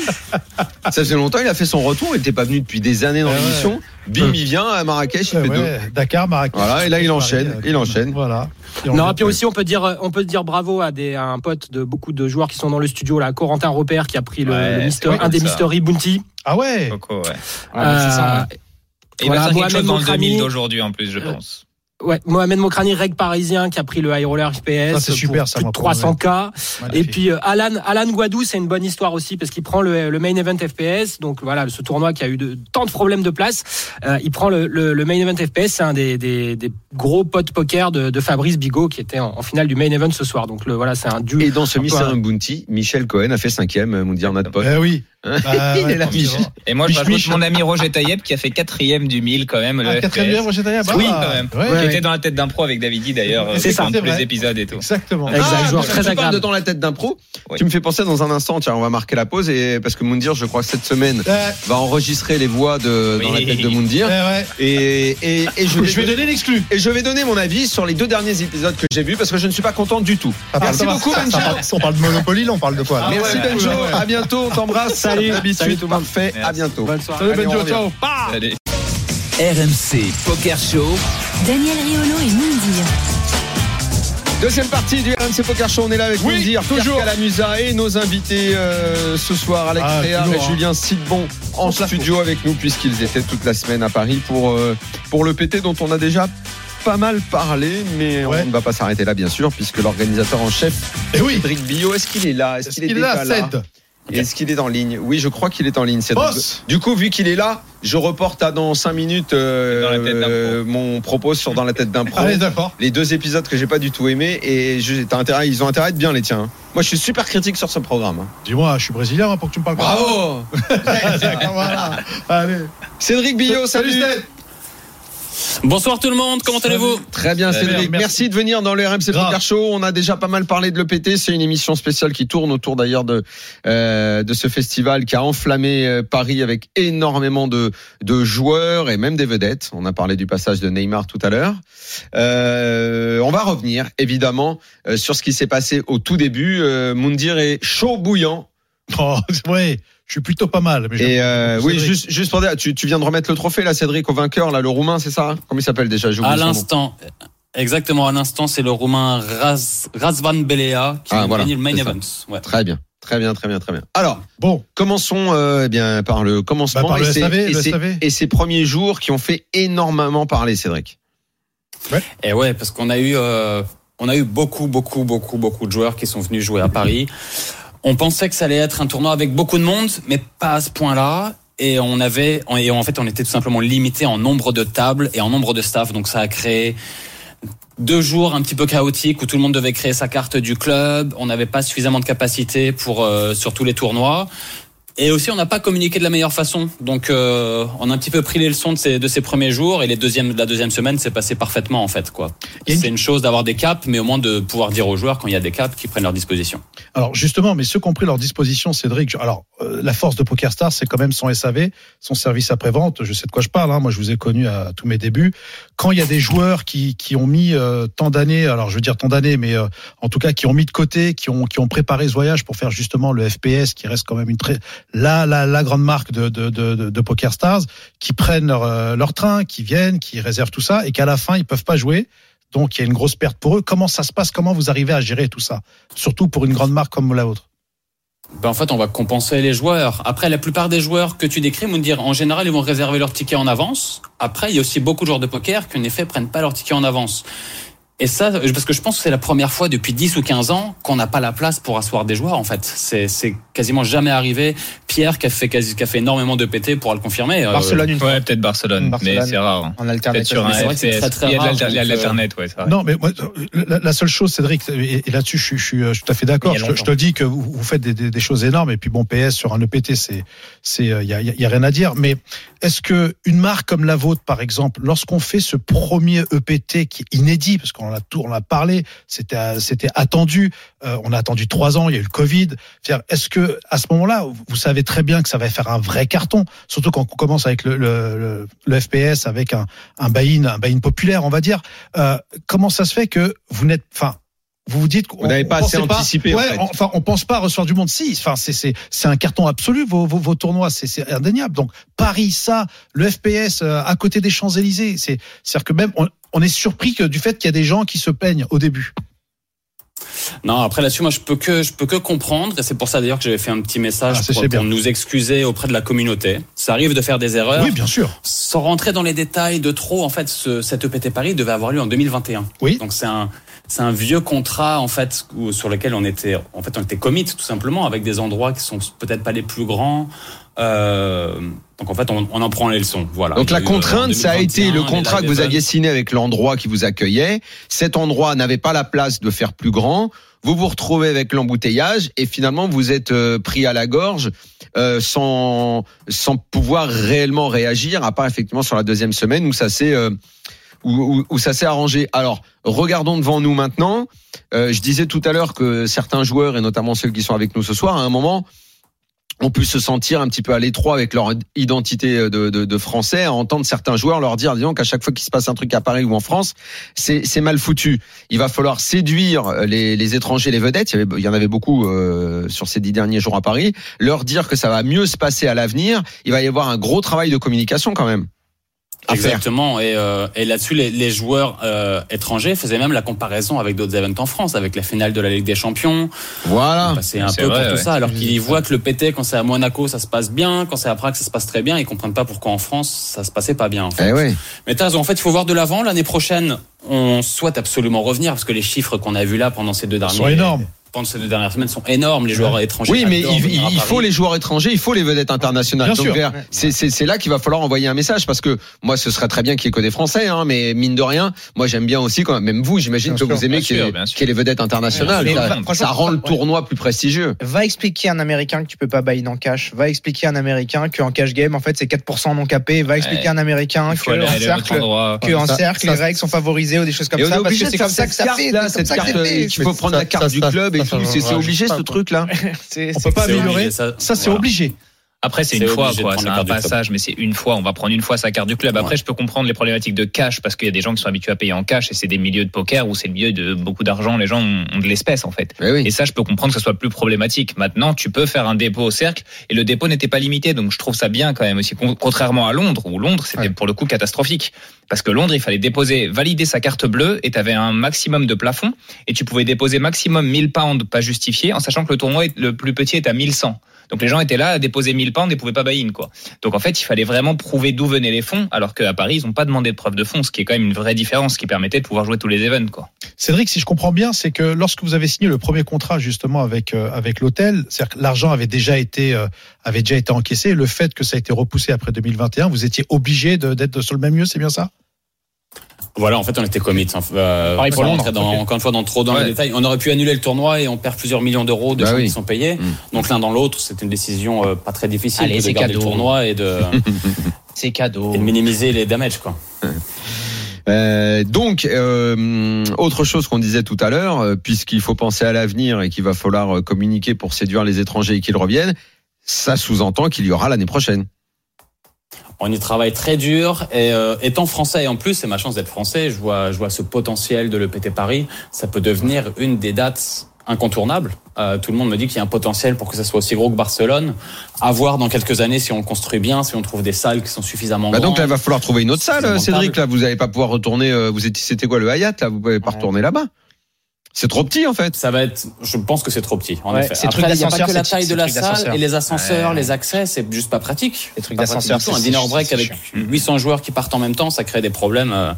Speaker 1: Ça faisait longtemps, il a fait son retour, il n'était pas venu depuis des années dans
Speaker 2: Ouais,
Speaker 1: l'émission. Bim, il vient à Marrakech, il
Speaker 2: Ouais,
Speaker 1: fait deux.
Speaker 2: ouais, Dakar, Marrakech.
Speaker 1: Voilà, et là, il
Speaker 2: Paris,
Speaker 1: enchaîne,
Speaker 2: euh,
Speaker 1: il enchaîne.
Speaker 2: Voilà. Et on
Speaker 5: Non,
Speaker 2: le-
Speaker 5: et puis aussi on peut dire, on peut dire bravo à, des, à un pote de beaucoup de joueurs qui sont dans le studio là, Corentin Robert qui a pris le,
Speaker 3: Ouais,
Speaker 5: le Mister-
Speaker 3: c'est vrai
Speaker 5: un des
Speaker 3: ça.
Speaker 5: Mystery Bounty.
Speaker 2: Ah ouais.
Speaker 3: Coco, ouais.
Speaker 4: Ouais, c'est ça.
Speaker 5: Euh,
Speaker 3: Et
Speaker 5: Voilà,
Speaker 3: hein. il va faire
Speaker 5: Mohamed
Speaker 3: quelque chose dans le
Speaker 5: Mokrani.
Speaker 3: 2000 d'aujourd'hui en plus, je pense.
Speaker 5: Ouais, Mohamed Mokrani, reg parisien, qui a pris le high roller FPS.
Speaker 2: Ça, c'est
Speaker 5: pour
Speaker 2: super, ça,
Speaker 5: plus de
Speaker 2: moi, pour
Speaker 5: 300K. Et
Speaker 2: Magnifique.
Speaker 5: puis euh, Alan, Alan Guadou, c'est une bonne histoire aussi parce qu'il prend le, le main event FPS. Donc voilà, ce tournoi qui a eu de, tant de problèmes de place, euh, il prend le, le- le main event FPS. C'est un des, des, des gros potes poker de, de Fabrice Bigot qui était en, en finale du main event ce soir. Donc le, voilà, c'est un duo.
Speaker 1: Et dans ce
Speaker 5: Un peu
Speaker 1: Mystère
Speaker 5: un-
Speaker 1: Bounty, Michel Cohen a fait cinquième euh, Hein mondial notre pote.
Speaker 2: Ah, Eh oui. Bah,
Speaker 1: Il
Speaker 2: ouais,
Speaker 1: est là,
Speaker 2: forcément.
Speaker 1: Michel.
Speaker 3: Et moi, je
Speaker 2: Mich-
Speaker 3: rajoute
Speaker 2: Mich.
Speaker 3: mon ami Roger Taïeb qui a fait quatrième du 1000 quand même. le
Speaker 2: Ah,
Speaker 3: FPS.
Speaker 2: quatrième lièvre, Roger Taillab.
Speaker 3: Oui,
Speaker 2: Ah,
Speaker 3: quand même. qui
Speaker 2: ouais,
Speaker 5: ouais.
Speaker 3: était dans la tête d'un pro avec Davidi d'ailleurs. euh,
Speaker 5: C'est
Speaker 3: dans
Speaker 5: ça,
Speaker 3: tous
Speaker 2: c'est vrai.
Speaker 3: les épisodes et tout.
Speaker 2: Exactement.
Speaker 5: Exact,
Speaker 1: Ah,
Speaker 5: joueur
Speaker 1: parce que
Speaker 5: très
Speaker 1: tu parles
Speaker 5: agréable.
Speaker 1: de dans la tête d'un pro.
Speaker 3: Oui.
Speaker 1: Tu me fais penser dans un instant, tiens, on va marquer la pause et parce que Moundir, je crois que cette semaine
Speaker 2: Euh,
Speaker 1: va enregistrer les voix de dans la
Speaker 3: Oui.
Speaker 1: tête de Moundir
Speaker 2: eh ouais.
Speaker 1: et, et,
Speaker 6: Ah,
Speaker 1: et je,
Speaker 2: Je vais donner l'exclu.
Speaker 1: et je vais donner mon avis sur les deux derniers épisodes que j'ai vus parce que je ne suis pas content du tout.
Speaker 6: Ça parle-
Speaker 1: Merci
Speaker 6: ça parle-
Speaker 1: beaucoup,
Speaker 6: Ah, ça
Speaker 1: Benjo.
Speaker 6: parle- On parle de Monopoly, là, on parle de quoi là
Speaker 1: Merci
Speaker 3: ouais,
Speaker 1: Benjo, à bientôt, on t'embrasse.
Speaker 5: Salut.
Speaker 1: d'habitude,
Speaker 5: Salut tout le monde.
Speaker 1: parfait, à
Speaker 3: Merci.
Speaker 1: bientôt.
Speaker 5: Bonne soirée.
Speaker 1: Allez, on revient.
Speaker 3: Allez.
Speaker 7: RMC Poker Show.
Speaker 8: Daniel Riolo et Mindy.
Speaker 1: Deuxième partie du RMC Poker Show, on est là avec
Speaker 2: Oui,
Speaker 1: plaisir,
Speaker 2: toujours.
Speaker 1: Pierre Calamusa et nos invités euh, ce soir, Alex
Speaker 2: Ah,
Speaker 1: Réard
Speaker 2: toujours,
Speaker 1: et
Speaker 2: hein.
Speaker 1: Julien Sidbon en
Speaker 2: se la
Speaker 1: studio avec nous puisqu'ils étaient toute la semaine à Paris pour, euh, pour le PT dont on a déjà pas mal parlé, mais
Speaker 2: Ouais.
Speaker 1: on ne va pas s'arrêter là bien sûr puisque l'organisateur en chef,
Speaker 2: Eh oui.
Speaker 1: Cédric Billot, est-ce qu'il est là Est-ce
Speaker 2: Est-ce
Speaker 1: qu'il est,
Speaker 2: qu'il est là,
Speaker 1: déjà là
Speaker 2: Ced
Speaker 1: Et Est-ce qu'il est en ligne Oui, je crois qu'il est en ligne. Cédric.
Speaker 2: Boss
Speaker 1: du coup, vu qu'il est là, je reporte à dans 5 minutes euh,
Speaker 3: Dans la tête d'un pro.
Speaker 1: euh, mon propos sur Dans la tête d'un pro
Speaker 2: Allez, d'accord.
Speaker 1: les deux épisodes que j'ai pas du tout aimé et je- t'as intérêt, ils ont intérêt à être bien les tiens. Moi je suis super critique sur ce programme. hein.
Speaker 2: Dis-moi, je suis brésilien moi, pour que tu me parles.
Speaker 1: Bravo
Speaker 2: D'accord, Ah, voilà. Allez.
Speaker 1: Cédric Billot, salut,
Speaker 2: Ced.
Speaker 9: Bonsoir tout le monde, comment allez-vous
Speaker 1: Très bien
Speaker 2: Salut,
Speaker 1: Cédric, merci.
Speaker 2: merci.
Speaker 1: de venir dans le RMC
Speaker 2: Grave.
Speaker 1: Poker Show. On a déjà pas mal parlé de l'EPT, c'est une émission spéciale qui tourne autour d'ailleurs de, euh, de ce festival qui a enflammé euh, Paris avec énormément de, de joueurs et même des vedettes. On a parlé du passage de Neymar tout à l'heure. Euh, on va revenir évidemment euh, sur ce qui s'est passé au tout début. Euh, Moundir est chaud bouillant
Speaker 2: Oh, ouais, je suis plutôt pas mal. Mais je-
Speaker 1: Et euh, oui,
Speaker 2: Cédric.
Speaker 1: juste, juste pour dire, tu, tu viens de remettre le trophée là, Cédric, au vainqueur, là, le Roumain, c'est ça hein Comment il s'appelle déjà J'ai oublié
Speaker 9: À
Speaker 1: son nom.
Speaker 9: l'instant, exactement à l'instant, c'est le Roumain Raz, Razvan Belea qui
Speaker 1: Ah,
Speaker 9: a
Speaker 1: voilà,
Speaker 9: gagné le main
Speaker 1: c'est ça.
Speaker 9: event. Ouais.
Speaker 1: Très bien, très bien, très bien, très bien. Alors,
Speaker 2: Bon,
Speaker 1: commençons euh, eh bien par le commencement
Speaker 2: Bah, par
Speaker 1: et,
Speaker 2: le
Speaker 1: ces,
Speaker 2: SAV,
Speaker 1: et
Speaker 2: le
Speaker 1: ces-
Speaker 2: SAV.
Speaker 1: et ces premiers jours qui ont fait énormément parler, Cédric.
Speaker 9: Et ouais, parce qu'on a eu, euh, on a eu beaucoup, beaucoup, beaucoup, beaucoup de joueurs qui sont venus jouer à Paris. On pensait que ça allait être un tournoi avec beaucoup de monde, mais pas à ce point-là. Et on avait, et en fait, on était tout simplement limité en nombre de tables et en nombre de staff. Donc ça a créé deux jours un petit peu chaotiques où tout le monde devait créer sa carte du club. On n'avait pas suffisamment de capacité pour euh, sur tous les tournois. Et aussi, on n'a pas communiqué de la meilleure façon. Donc, euh, on a un petit peu pris les leçons de ces, de ces premiers jours et les deuxièmes, la deuxième semaine s'est passée parfaitement, en fait, quoi.
Speaker 2: Il y a une-
Speaker 9: C'est une chose d'avoir des caps, mais au moins de pouvoir dire aux joueurs quand il y a des caps qu'ils prennent leur disposition.
Speaker 2: alors justement, mais ceux qui ont pris leur disposition, Cédric. je- Alors, euh, la force de PokerStars, c'est quand même son SAV, son service après-vente. Je sais de quoi je parle. hein, Moi, je vous ai connu à tous mes débuts. Quand il y a des joueurs qui, qui ont mis euh, tant d'années, alors je veux dire tant d'années, mais euh, en tout cas qui ont mis de côté, qui ont, qui ont préparé ce voyage pour faire justement le FPS, qui reste quand même une très la, la, la grande marque de, de, de, de- de Poker Stars, qui prennent leur, euh, leur train, qui viennent, qui réservent tout ça, et qu'à la fin ils peuvent pas jouer. Donc il y a une grosse perte pour eux. Comment ça se passe Comment vous arrivez à gérer tout ça Surtout pour une grande marque comme la vôtre.
Speaker 9: Ben, en fait, on va compenser les joueurs. Après, la plupart des joueurs que tu décris vont te dire, en général, ils vont réserver leur ticket en avance. Après, il y a aussi beaucoup de joueurs de poker qui, en effet, prennent pas leur ticket en avance. Et ça, parce que je pense que c'est la première fois depuis 10 ou 15 ans qu'on n'a pas la place pour asseoir des joueurs, en fait. C'est c'est quasiment jamais arrivé. Pierre, qui a fait, quasi, qui a fait énormément de PT, pourra le confirmer. Euh,
Speaker 4: Barcelone, une fois.
Speaker 3: Ouais, peut-être Barcelone,
Speaker 4: Barcelone.
Speaker 3: mais c'est rare. hein.
Speaker 4: En
Speaker 3: Peut-être
Speaker 4: alternative.
Speaker 3: sur un
Speaker 9: Mais c'est vrai que c'est
Speaker 3: FPS.
Speaker 9: très, très
Speaker 2: Ah,
Speaker 3: Il y a de
Speaker 9: rare,
Speaker 3: l'alter- il y a de
Speaker 9: donc, euh,
Speaker 3: l'alternet, ouais, c'est vrai.
Speaker 2: Non, mais moi, la, la seule chose, Cédric, et, et là-dessus, je, suis- je suis, euh, je suis tout à fait d'accord.
Speaker 3: Il y a
Speaker 2: Je, te- je te dis que vous, vous faites des, des- des choses énormes, et puis bon, PS sur un EPT, c'est, c'est, il y a, y a rien à dire. Mais est-ce que une marque comme la vôtre, par exemple, lorsqu'on fait ce premier EPT qui est inédit, parce qu'on en a tout, on en a parlé, c'était, euh, c'était attendu, euh, on a attendu trois ans, il y a eu le Covid. C'est-à-dire, Est-ce que à ce moment-là, vous savez très bien que ça va faire un vrai carton, surtout quand on commence avec le, le, le- le FPS, avec un, un buy-in, un buy-in populaire, on va dire. Euh, comment ça se fait que vous n'êtes, enfin, vous vous dites qu'on
Speaker 1: Vous n'avez pas
Speaker 2: on
Speaker 1: assez
Speaker 2: pensait
Speaker 1: anticipé, en
Speaker 2: ouais,
Speaker 1: fait.
Speaker 2: on- enfin, on pense pas recevoir du monde. Si, enfin, c'est c'est c'est un carton absolu vos vos, vos tournois, c'est c'est indéniable. Donc Paris, ça, le FPS euh, à côté des Champs Élysées, c'est c'est-à-dire que même on, on est surpris que du fait qu'il y a des gens qui se plaignent au début.
Speaker 9: Non, après là-dessus, moi, je peux que je peux que comprendre. Et c'est pour ça d'ailleurs que j'avais fait un petit message
Speaker 2: Ah, c'est-
Speaker 9: pour,
Speaker 2: c'est
Speaker 9: pour
Speaker 2: bien.
Speaker 9: nous excuser auprès de la communauté. Ça arrive de faire des erreurs.
Speaker 2: oui, bien sûr.
Speaker 9: Sans rentrer dans les détails de trop, en fait, ce, cet EPT Paris devait avoir lieu en 2021.
Speaker 2: Oui.
Speaker 9: Donc c'est un c'est un vieux contrat en fait où- sur lequel on était en fait on était commit tout simplement avec des endroits qui sont peut-être pas les plus grands. Euh, donc en fait on, on en prend les leçons. Voilà.
Speaker 1: Donc
Speaker 9: Il y
Speaker 1: la
Speaker 9: eu, euh, en
Speaker 1: contrainte, ça
Speaker 9: 2021,
Speaker 1: a été le
Speaker 9: les
Speaker 1: contrat que
Speaker 9: Live
Speaker 1: vous
Speaker 9: Events.
Speaker 1: aviez signé avec l'endroit qui vous accueillait. Cet endroit n'avait pas la place de faire plus grand. Vous vous retrouvez avec l'embouteillage et finalement vous êtes euh, pris à la gorge euh, sans sans pouvoir réellement réagir, à part effectivement sur la deuxième semaine où ça s'est euh, où, où- où ça s'est arrangé. Alors regardons devant nous maintenant. Euh, je disais tout à l'heure que certains joueurs et notamment ceux qui sont avec nous ce soir, à un moment ont pu se sentir un petit peu à l'étroit avec leur identité euh, de, de, de français, à entendre certains joueurs leur dire, disons qu'à chaque fois qu'il se passe un truc à Paris ou en France, c'est c'est mal foutu. Il va falloir séduire euh, les, les étrangers, les vedettes, il y, avait- il y en avait beaucoup euh, sur ces dix derniers jours à Paris, leur dire que ça va mieux se passer à l'avenir, il va y avoir un gros travail de communication quand même. à faire.
Speaker 9: Exactement. Et, euh, et là-dessus, les, les joueurs euh, étrangers faisaient même la comparaison avec d'autres événements en France, avec la finale de la Ligue des Champions.
Speaker 1: Voilà.
Speaker 9: Bah, c'est un
Speaker 3: c'est
Speaker 9: peu
Speaker 3: vrai,
Speaker 9: pour
Speaker 3: ouais.
Speaker 9: tout ça. Alors qu'ils voient que le PT, quand c'est à Monaco, ça se passe bien. Quand c'est à Prague, ça se passe très bien. Ils comprennent pas pourquoi en France, ça se passait pas bien. En fait.
Speaker 1: Eh ouais.
Speaker 9: Mais t'as raison. En fait, il faut voir de l'avant. L'année prochaine, on souhaite absolument revenir parce que les chiffres qu'on a vus là pendant ces deux
Speaker 2: Ils
Speaker 9: derniers
Speaker 2: sont énormes.
Speaker 9: pendant ces deux dernières semaines sont énormes. Les joueurs étrangers.
Speaker 1: Oui, mais
Speaker 9: adorent
Speaker 1: il,
Speaker 9: venir à
Speaker 1: il- il faut
Speaker 9: Paris.
Speaker 1: les joueurs étrangers, il faut les vedettes internationales.
Speaker 2: Bien
Speaker 1: Donc,
Speaker 2: sûr.
Speaker 1: vers- c'est- c'est c'est là qu'il va falloir envoyer un message parce que moi, ce serait très bien qu'il y ait que des Français, hein, mais mine de rien, moi j'aime bien aussi quand même vous, j'imagine
Speaker 4: Bien
Speaker 1: que
Speaker 4: sûr,
Speaker 1: vous aimez
Speaker 3: bien
Speaker 1: qu'il y, ait-
Speaker 3: sûr, bien sûr.
Speaker 1: qu'il y ait les vedettes internationales.
Speaker 4: Mais
Speaker 1: ça,
Speaker 4: franchement,
Speaker 1: ça rend le
Speaker 4: ouais.
Speaker 1: tournoi plus prestigieux.
Speaker 4: Va expliquer à un Américain que tu peux pas buy en cash. Va expliquer à un Américain qu'en cash game, en fait, c'est 4% non capé. Va expliquer
Speaker 3: Ouais.
Speaker 4: à un Américain
Speaker 3: Il
Speaker 4: que
Speaker 3: faut aller
Speaker 4: en
Speaker 3: à l'autre
Speaker 4: cercle,
Speaker 3: endroit.
Speaker 4: que en
Speaker 6: Ça-
Speaker 4: cercle,
Speaker 6: ça-
Speaker 4: les règles sont favorisées ou des choses comme
Speaker 1: Et on est
Speaker 4: ça. Parce
Speaker 1: obligé
Speaker 4: que
Speaker 1: de
Speaker 4: c'est
Speaker 1: faire
Speaker 4: comme ça que
Speaker 1: cette
Speaker 4: ça fait.
Speaker 1: carte-là,
Speaker 4: c'est comme
Speaker 1: cette
Speaker 4: ça que
Speaker 1: carte,
Speaker 4: c'est fait.
Speaker 1: euh, qu'il faut
Speaker 6: Mais
Speaker 1: prendre
Speaker 6: ça-
Speaker 1: la carte
Speaker 6: ça-
Speaker 1: du
Speaker 6: ça-
Speaker 1: club et
Speaker 6: ça
Speaker 1: tout.
Speaker 6: changera
Speaker 1: C'est c'est
Speaker 6: juste
Speaker 1: obligé
Speaker 6: pas,
Speaker 1: ce
Speaker 6: quoi.
Speaker 1: truc-là.
Speaker 4: C'est-
Speaker 2: On
Speaker 4: c'est-
Speaker 2: peut pas
Speaker 9: C'est
Speaker 2: améliorer.
Speaker 9: obligé, ça-
Speaker 2: Ça, c'est
Speaker 9: voilà.
Speaker 2: obligé.
Speaker 3: Après, c'est
Speaker 9: C'est
Speaker 3: une fois,
Speaker 9: obligé de
Speaker 3: quoi.
Speaker 9: prendre
Speaker 3: C'est
Speaker 9: la
Speaker 3: un
Speaker 9: carte du club.
Speaker 3: passage, mais c'est une fois. On va prendre une fois sa carte du club. Après,
Speaker 9: Ouais.
Speaker 3: je peux comprendre les problématiques de cash parce qu'il y a des gens qui sont habitués à payer en cash et c'est des milieux de poker où c'est le milieu de beaucoup d'argent. Les gens ont, ont de l'espèce, en fait.
Speaker 1: Eh oui.
Speaker 3: Et ça, je peux comprendre que ce soit plus problématique. Maintenant, tu peux faire un dépôt au cercle et le dépôt n'était pas limité. Donc, je trouve ça bien quand même aussi. Con- Contrairement à Londres, où Londres, c'était
Speaker 6: Ouais.
Speaker 3: pour le coup catastrophique. Parce que Londres, il fallait déposer, valider sa carte bleue et t'avais un maximum de plafond et tu pouvais déposer maximum 1000 pounds pas justifiés en sachant que le tournoi est- le plus petit est à 1100. Donc les gens étaient là à déposer 1000 pounds et pouvaient pas buy-in quoi. Donc en fait, il fallait vraiment prouver d'où venaient les fonds alors qu'à Paris, ils ont pas demandé de preuve de fonds, ce qui est quand même une vraie différence qui permettait de pouvoir jouer tous les events quoi.
Speaker 2: Cédric, si je comprends bien, c'est que lorsque vous avez signé le premier contrat justement avec euh, avec l'hôtel, c'est-à-dire que l'argent avait déjà été euh, avait déjà été encaissé. Le fait que ça a été repoussé après 2021, vous étiez obligé de- d'être sur le même lieu, c'est bien ça
Speaker 9: Voilà, en fait, on était commit. hein. Euh,
Speaker 4: Pareil pour
Speaker 9: sans
Speaker 4: Londres,
Speaker 9: rentrer dans-
Speaker 4: ok.
Speaker 9: Encore une fois, dans trop dans
Speaker 3: Ouais.
Speaker 9: les détails, on aurait pu annuler le tournoi et on perd plusieurs millions d'euros de
Speaker 1: Bah
Speaker 9: gens
Speaker 1: oui.
Speaker 9: qui sont payés. Donc l'un dans l'autre, c'était une décision euh, pas très difficile
Speaker 4: Allez,
Speaker 9: que de
Speaker 4: c'est
Speaker 9: garder le
Speaker 4: cadeau.
Speaker 9: tournoi et de,
Speaker 4: C'est cadeau.
Speaker 9: et de minimiser les damages. Quoi.
Speaker 1: Euh, donc, euh, autre chose qu'on disait tout à l'heure, euh, puisqu'il faut penser à l'avenir et qu'il va falloir euh, communiquer pour séduire les étrangers et qu'ils reviennent, ça sous-entend qu'il y aura l'année prochaine.
Speaker 9: On y travaille très dur et euh, étant français et en plus, c'est ma chance d'être français, je vois, je vois ce potentiel de l'EPT Paris, ça peut devenir une des dates incontournables. Euh, tout le monde me dit qu'il y a un potentiel pour que ça soit aussi gros que Barcelone. À voir dans quelques années si on le construit bien, si on trouve des salles qui sont suffisamment
Speaker 1: Bah
Speaker 9: grandes.
Speaker 1: donc là, il va falloir trouver une autre salle,
Speaker 9: C'est
Speaker 1: euh, Cédric.
Speaker 9: rentable.
Speaker 1: Là, vous n'allez pas pouvoir retourner. euh, Vous étiez, c'était quoi le Hayat Là, vous pouvez pas
Speaker 4: Ouais.
Speaker 1: retourner là-bas. C'est trop petit en fait.
Speaker 9: Ça va être, je pense que c'est trop petit. En
Speaker 4: Ouais,
Speaker 9: effet.
Speaker 4: ces
Speaker 9: Après,
Speaker 4: trucs
Speaker 9: il n'y a pas
Speaker 4: d'ascenseur,
Speaker 9: que la
Speaker 4: c'est-
Speaker 9: taille
Speaker 4: ces
Speaker 9: de la
Speaker 4: trucs d'ascenseur.
Speaker 9: salle et les ascenseurs,
Speaker 3: Ouais.
Speaker 9: les accès, c'est juste pas pratique.
Speaker 4: Les trucs
Speaker 9: Pas pratique
Speaker 4: d'ascenseur,
Speaker 9: du tout. Un
Speaker 4: c'est-
Speaker 9: dinner
Speaker 4: c'est-
Speaker 9: break
Speaker 4: c'est
Speaker 9: avec 800 joueurs qui partent en même temps, ça crée des problèmes. euh,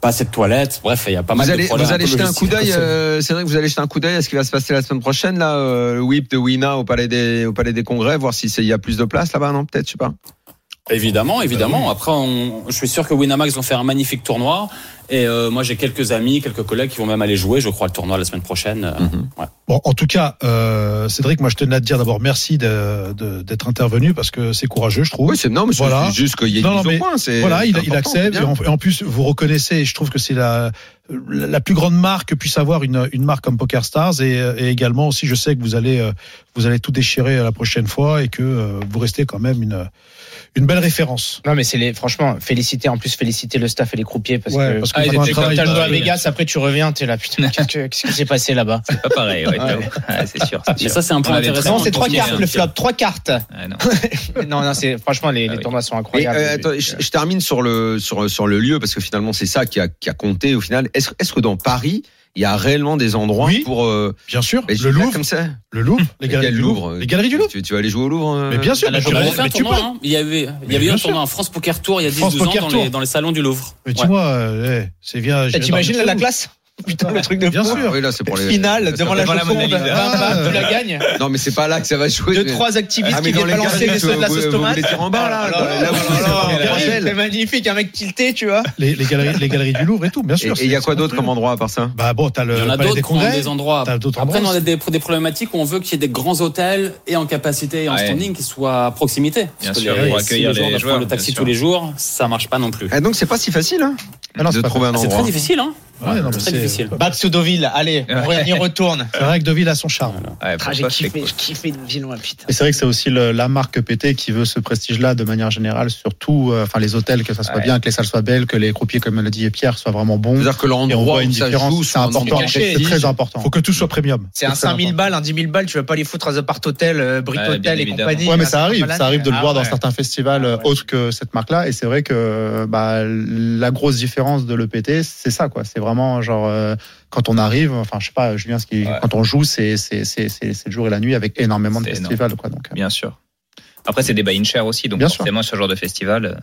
Speaker 9: pas assez de toilettes. Bref, il y a pas
Speaker 1: Vous
Speaker 9: mal
Speaker 1: allez,
Speaker 9: de problèmes.
Speaker 1: vous allez
Speaker 9: peu
Speaker 1: jeter un coup
Speaker 9: logistiques.
Speaker 1: d'œil, euh, c'est vrai que vous allez jeter un coup d'œil à ce qui va se passer la semaine prochaine, là, euh, le whip de Wina au Palais des, au Palais des Congrès, voir si c'est- il y a plus de place là-bas, non, peut-être, je sais pas.
Speaker 9: Évidemment,
Speaker 4: Bah
Speaker 9: évidemment. Après, on- je suis sûr que Winamax vont faire un magnifique tournoi. Et euh, moi, j'ai quelques amis, quelques collègues qui vont même aller jouer, je crois, le tournoi la semaine prochaine. Euh,
Speaker 4: Mhm.
Speaker 9: ouais.
Speaker 2: Bon, en tout cas, euh, Cédric, moi je tenais à te dire d'abord merci de- de- d'être intervenu parce que c'est courageux, je trouve.
Speaker 1: Oui, c'est, non, mais c'est
Speaker 2: Voilà.
Speaker 1: juste qu'il y ait une
Speaker 2: Non, non,
Speaker 1: mise au
Speaker 2: mais
Speaker 1: point, c'est.
Speaker 2: Voilà, il,
Speaker 1: c'est
Speaker 2: il
Speaker 1: important,
Speaker 2: accepte.
Speaker 1: c'est
Speaker 2: Et
Speaker 1: bien.
Speaker 2: en, et en plus, vous reconnaissez, et je trouve que c'est la, la plus grande marque que puisse avoir une, une marque comme Poker Stars. Et, et également aussi, je sais que vous allez, euh, vous allez tout déchirer la prochaine fois et que euh, vous restez quand même une, une belle référence.
Speaker 4: Non, mais c'est les, franchement, féliciter, en plus, féliciter le staff et les croupiers parce
Speaker 2: Ouais,
Speaker 4: que.
Speaker 2: parce que
Speaker 3: Ah, ils
Speaker 2: vous avez un
Speaker 3: étaient
Speaker 4: Quand
Speaker 2: travail
Speaker 4: t'as
Speaker 3: bah,
Speaker 4: joué à
Speaker 3: oui.
Speaker 4: Vegas, après tu reviens, t'es là, putain, qu'est-ce que- qu'est-ce qui s'est passé là-bas
Speaker 3: C'est pas pareil,
Speaker 9: Ah,
Speaker 3: ouais, t'as- ouais, c'est sûr. c'est
Speaker 9: Mais
Speaker 3: sûr.
Speaker 9: ça, c'est un point
Speaker 3: On avait très
Speaker 9: intéressant.
Speaker 4: Non,
Speaker 3: on
Speaker 4: c'est trois
Speaker 3: continue,
Speaker 4: cartes
Speaker 3: hein.
Speaker 4: le flop, trois cartes.
Speaker 3: Ouais, Ah, non.
Speaker 4: Non, non, c'est franchement les,
Speaker 3: Ah
Speaker 4: les
Speaker 3: oui.
Speaker 4: tournois sont
Speaker 1: Et,
Speaker 4: incroyables.
Speaker 1: euh, attends, je, je termine sur le sur sur le lieu parce que finalement c'est ça qui a qui a compté au final. Est-ce est-ce que dans Paris il y a réellement des endroits
Speaker 2: Oui.
Speaker 1: pour euh,
Speaker 2: Bien sûr,
Speaker 1: mais
Speaker 2: le
Speaker 1: là,
Speaker 2: Louvre,
Speaker 1: comme ça
Speaker 2: le Louvre, les
Speaker 1: Il y a
Speaker 2: galeries
Speaker 1: le
Speaker 2: du Louvre, les galeries du Louvre.
Speaker 1: Tu, tu vas aller jouer au Louvre euh,
Speaker 2: Mais bien sûr,
Speaker 9: Ah, la
Speaker 2: mais tu,
Speaker 9: journée,
Speaker 2: mais
Speaker 9: on a fait un
Speaker 2: tu
Speaker 9: tournoi,
Speaker 2: peux-
Speaker 9: hein. Il y avait, il y
Speaker 2: Mais
Speaker 9: avait eu
Speaker 2: bien
Speaker 9: un
Speaker 2: sûr.
Speaker 9: tournoi en France Poker Tour il y a 10
Speaker 2: France
Speaker 9: 12 ans
Speaker 2: Poker
Speaker 9: dans
Speaker 2: Tour.
Speaker 9: les, dans les salons du Louvre.
Speaker 2: mais dis-moi, euh, eh, c'est bien.
Speaker 4: Eh, T'imagines la classe Putain, le truc de
Speaker 2: Bien
Speaker 4: fou.
Speaker 2: sûr.
Speaker 1: Oui, là, c'est pour les-
Speaker 4: Finale,
Speaker 1: ça
Speaker 4: devant
Speaker 1: fait
Speaker 4: la
Speaker 1: pas
Speaker 4: Joconde,
Speaker 1: Mona Lisa.
Speaker 4: 20
Speaker 2: Ah,
Speaker 4: balles, tu Ah, la gagnes.
Speaker 1: Non, mais c'est pas là que ça va se jouer.
Speaker 4: Deux, trois activistes
Speaker 1: Ah, mais
Speaker 4: qui
Speaker 1: dans
Speaker 4: viennent
Speaker 1: les
Speaker 4: balancer
Speaker 1: galeries,
Speaker 4: les sauts de la
Speaker 1: vous-
Speaker 4: sauce
Speaker 1: vous
Speaker 4: tomate.
Speaker 1: voulez dire en bas, là,
Speaker 4: Ah,
Speaker 1: dans- là,
Speaker 4: là,
Speaker 1: vous-
Speaker 4: là, là,
Speaker 1: c'est
Speaker 4: là,
Speaker 1: Gabriel.
Speaker 4: C'est magnifique, un mec tilté, tu vois.
Speaker 2: Les, les galeries, les galeries du Louvre et tout, bien
Speaker 1: Et
Speaker 2: sûr.
Speaker 1: et il y a
Speaker 2: c'est-
Speaker 1: quoi
Speaker 2: c'est
Speaker 1: d'autre
Speaker 2: un
Speaker 1: comme
Speaker 2: truc.
Speaker 1: endroit à part ça
Speaker 2: Bah bon, t'as
Speaker 9: Il y en
Speaker 2: le
Speaker 9: a
Speaker 2: palais
Speaker 9: d'autres
Speaker 2: des
Speaker 9: qui ont
Speaker 2: congrès.
Speaker 9: des endroits.
Speaker 2: t'as d'autres
Speaker 9: Après,
Speaker 2: endroits
Speaker 9: on a des, des problématiques où on veut qu'il y ait des grands hôtels et en capacité et en
Speaker 3: Ouais.
Speaker 9: standing qui soient à proximité.
Speaker 3: Bien
Speaker 9: Parce que
Speaker 3: sûr,
Speaker 9: les-
Speaker 3: pour
Speaker 9: si
Speaker 3: accueillir les
Speaker 9: gens doivent
Speaker 3: joueurs,
Speaker 9: prendre le taxi
Speaker 3: bien
Speaker 9: tous
Speaker 3: sûr.
Speaker 9: les jours, ça marche pas non plus.
Speaker 1: Ah, donc c'est pas si facile hein,
Speaker 2: Ah non, c'est
Speaker 1: de
Speaker 2: pas
Speaker 1: trouver un
Speaker 9: C'est
Speaker 1: endroit.
Speaker 9: très difficile, hein
Speaker 2: Ouais, non, mais
Speaker 9: C'est très difficile.
Speaker 4: Back to Deauville, allez, on y retourne.
Speaker 2: C'est vrai que Deauville a son charme.
Speaker 3: Ouais,
Speaker 4: Ah,
Speaker 3: pour
Speaker 4: J'ai
Speaker 3: pas fait,
Speaker 4: kiffé,
Speaker 3: quoi.
Speaker 4: j'ai kiffé de ville loin, putain.
Speaker 6: Et c'est vrai que c'est aussi le- la marque PT qui veut ce prestige-là de manière générale, surtout euh, enfin les hôtels, que ça soit
Speaker 3: Ouais.
Speaker 6: bien, que les salles soient belles, que les croupiers, comme le dit Pierre, soient vraiment bons.
Speaker 1: C'est-à-dire que
Speaker 6: Et on
Speaker 1: l'endroit
Speaker 6: voit
Speaker 1: où
Speaker 6: une
Speaker 1: ça se
Speaker 6: différence,
Speaker 1: joue,
Speaker 6: c'est important.
Speaker 4: caché,
Speaker 6: C'est très important.
Speaker 2: Faut que tout soit premium.
Speaker 4: C'est un
Speaker 6: C'est très
Speaker 4: 5000
Speaker 6: important.
Speaker 4: balles, un 10 000 balles, tu vas pas les foutre à Apart Hotel, euh, Brick
Speaker 3: Ouais, bien
Speaker 4: Hotel et
Speaker 3: évidemment.
Speaker 4: compagnie.
Speaker 6: Ouais, mais
Speaker 4: à
Speaker 6: ça arrive, ça arrive de le
Speaker 4: Ah,
Speaker 6: voir dans
Speaker 4: ouais.
Speaker 6: certains festivals euh,
Speaker 4: Ah ouais.
Speaker 6: autres que cette marque-là. Et c'est vrai que bah, la grosse différence de l'EPT, c'est ça, quoi. C'est vraiment genre euh, quand on arrive, enfin, je sais pas, Julien, ce qui,
Speaker 3: Ouais.
Speaker 6: quand on joue, c'est c'est c'est c'est c'est le jour et la nuit avec énormément de
Speaker 3: C'est énorme.
Speaker 6: festivals, quoi. Donc, euh,
Speaker 3: Bien sûr. Après, c'est des buy-in share aussi, donc
Speaker 6: Bien sûr.
Speaker 3: forcément, ce genre de festival. euh,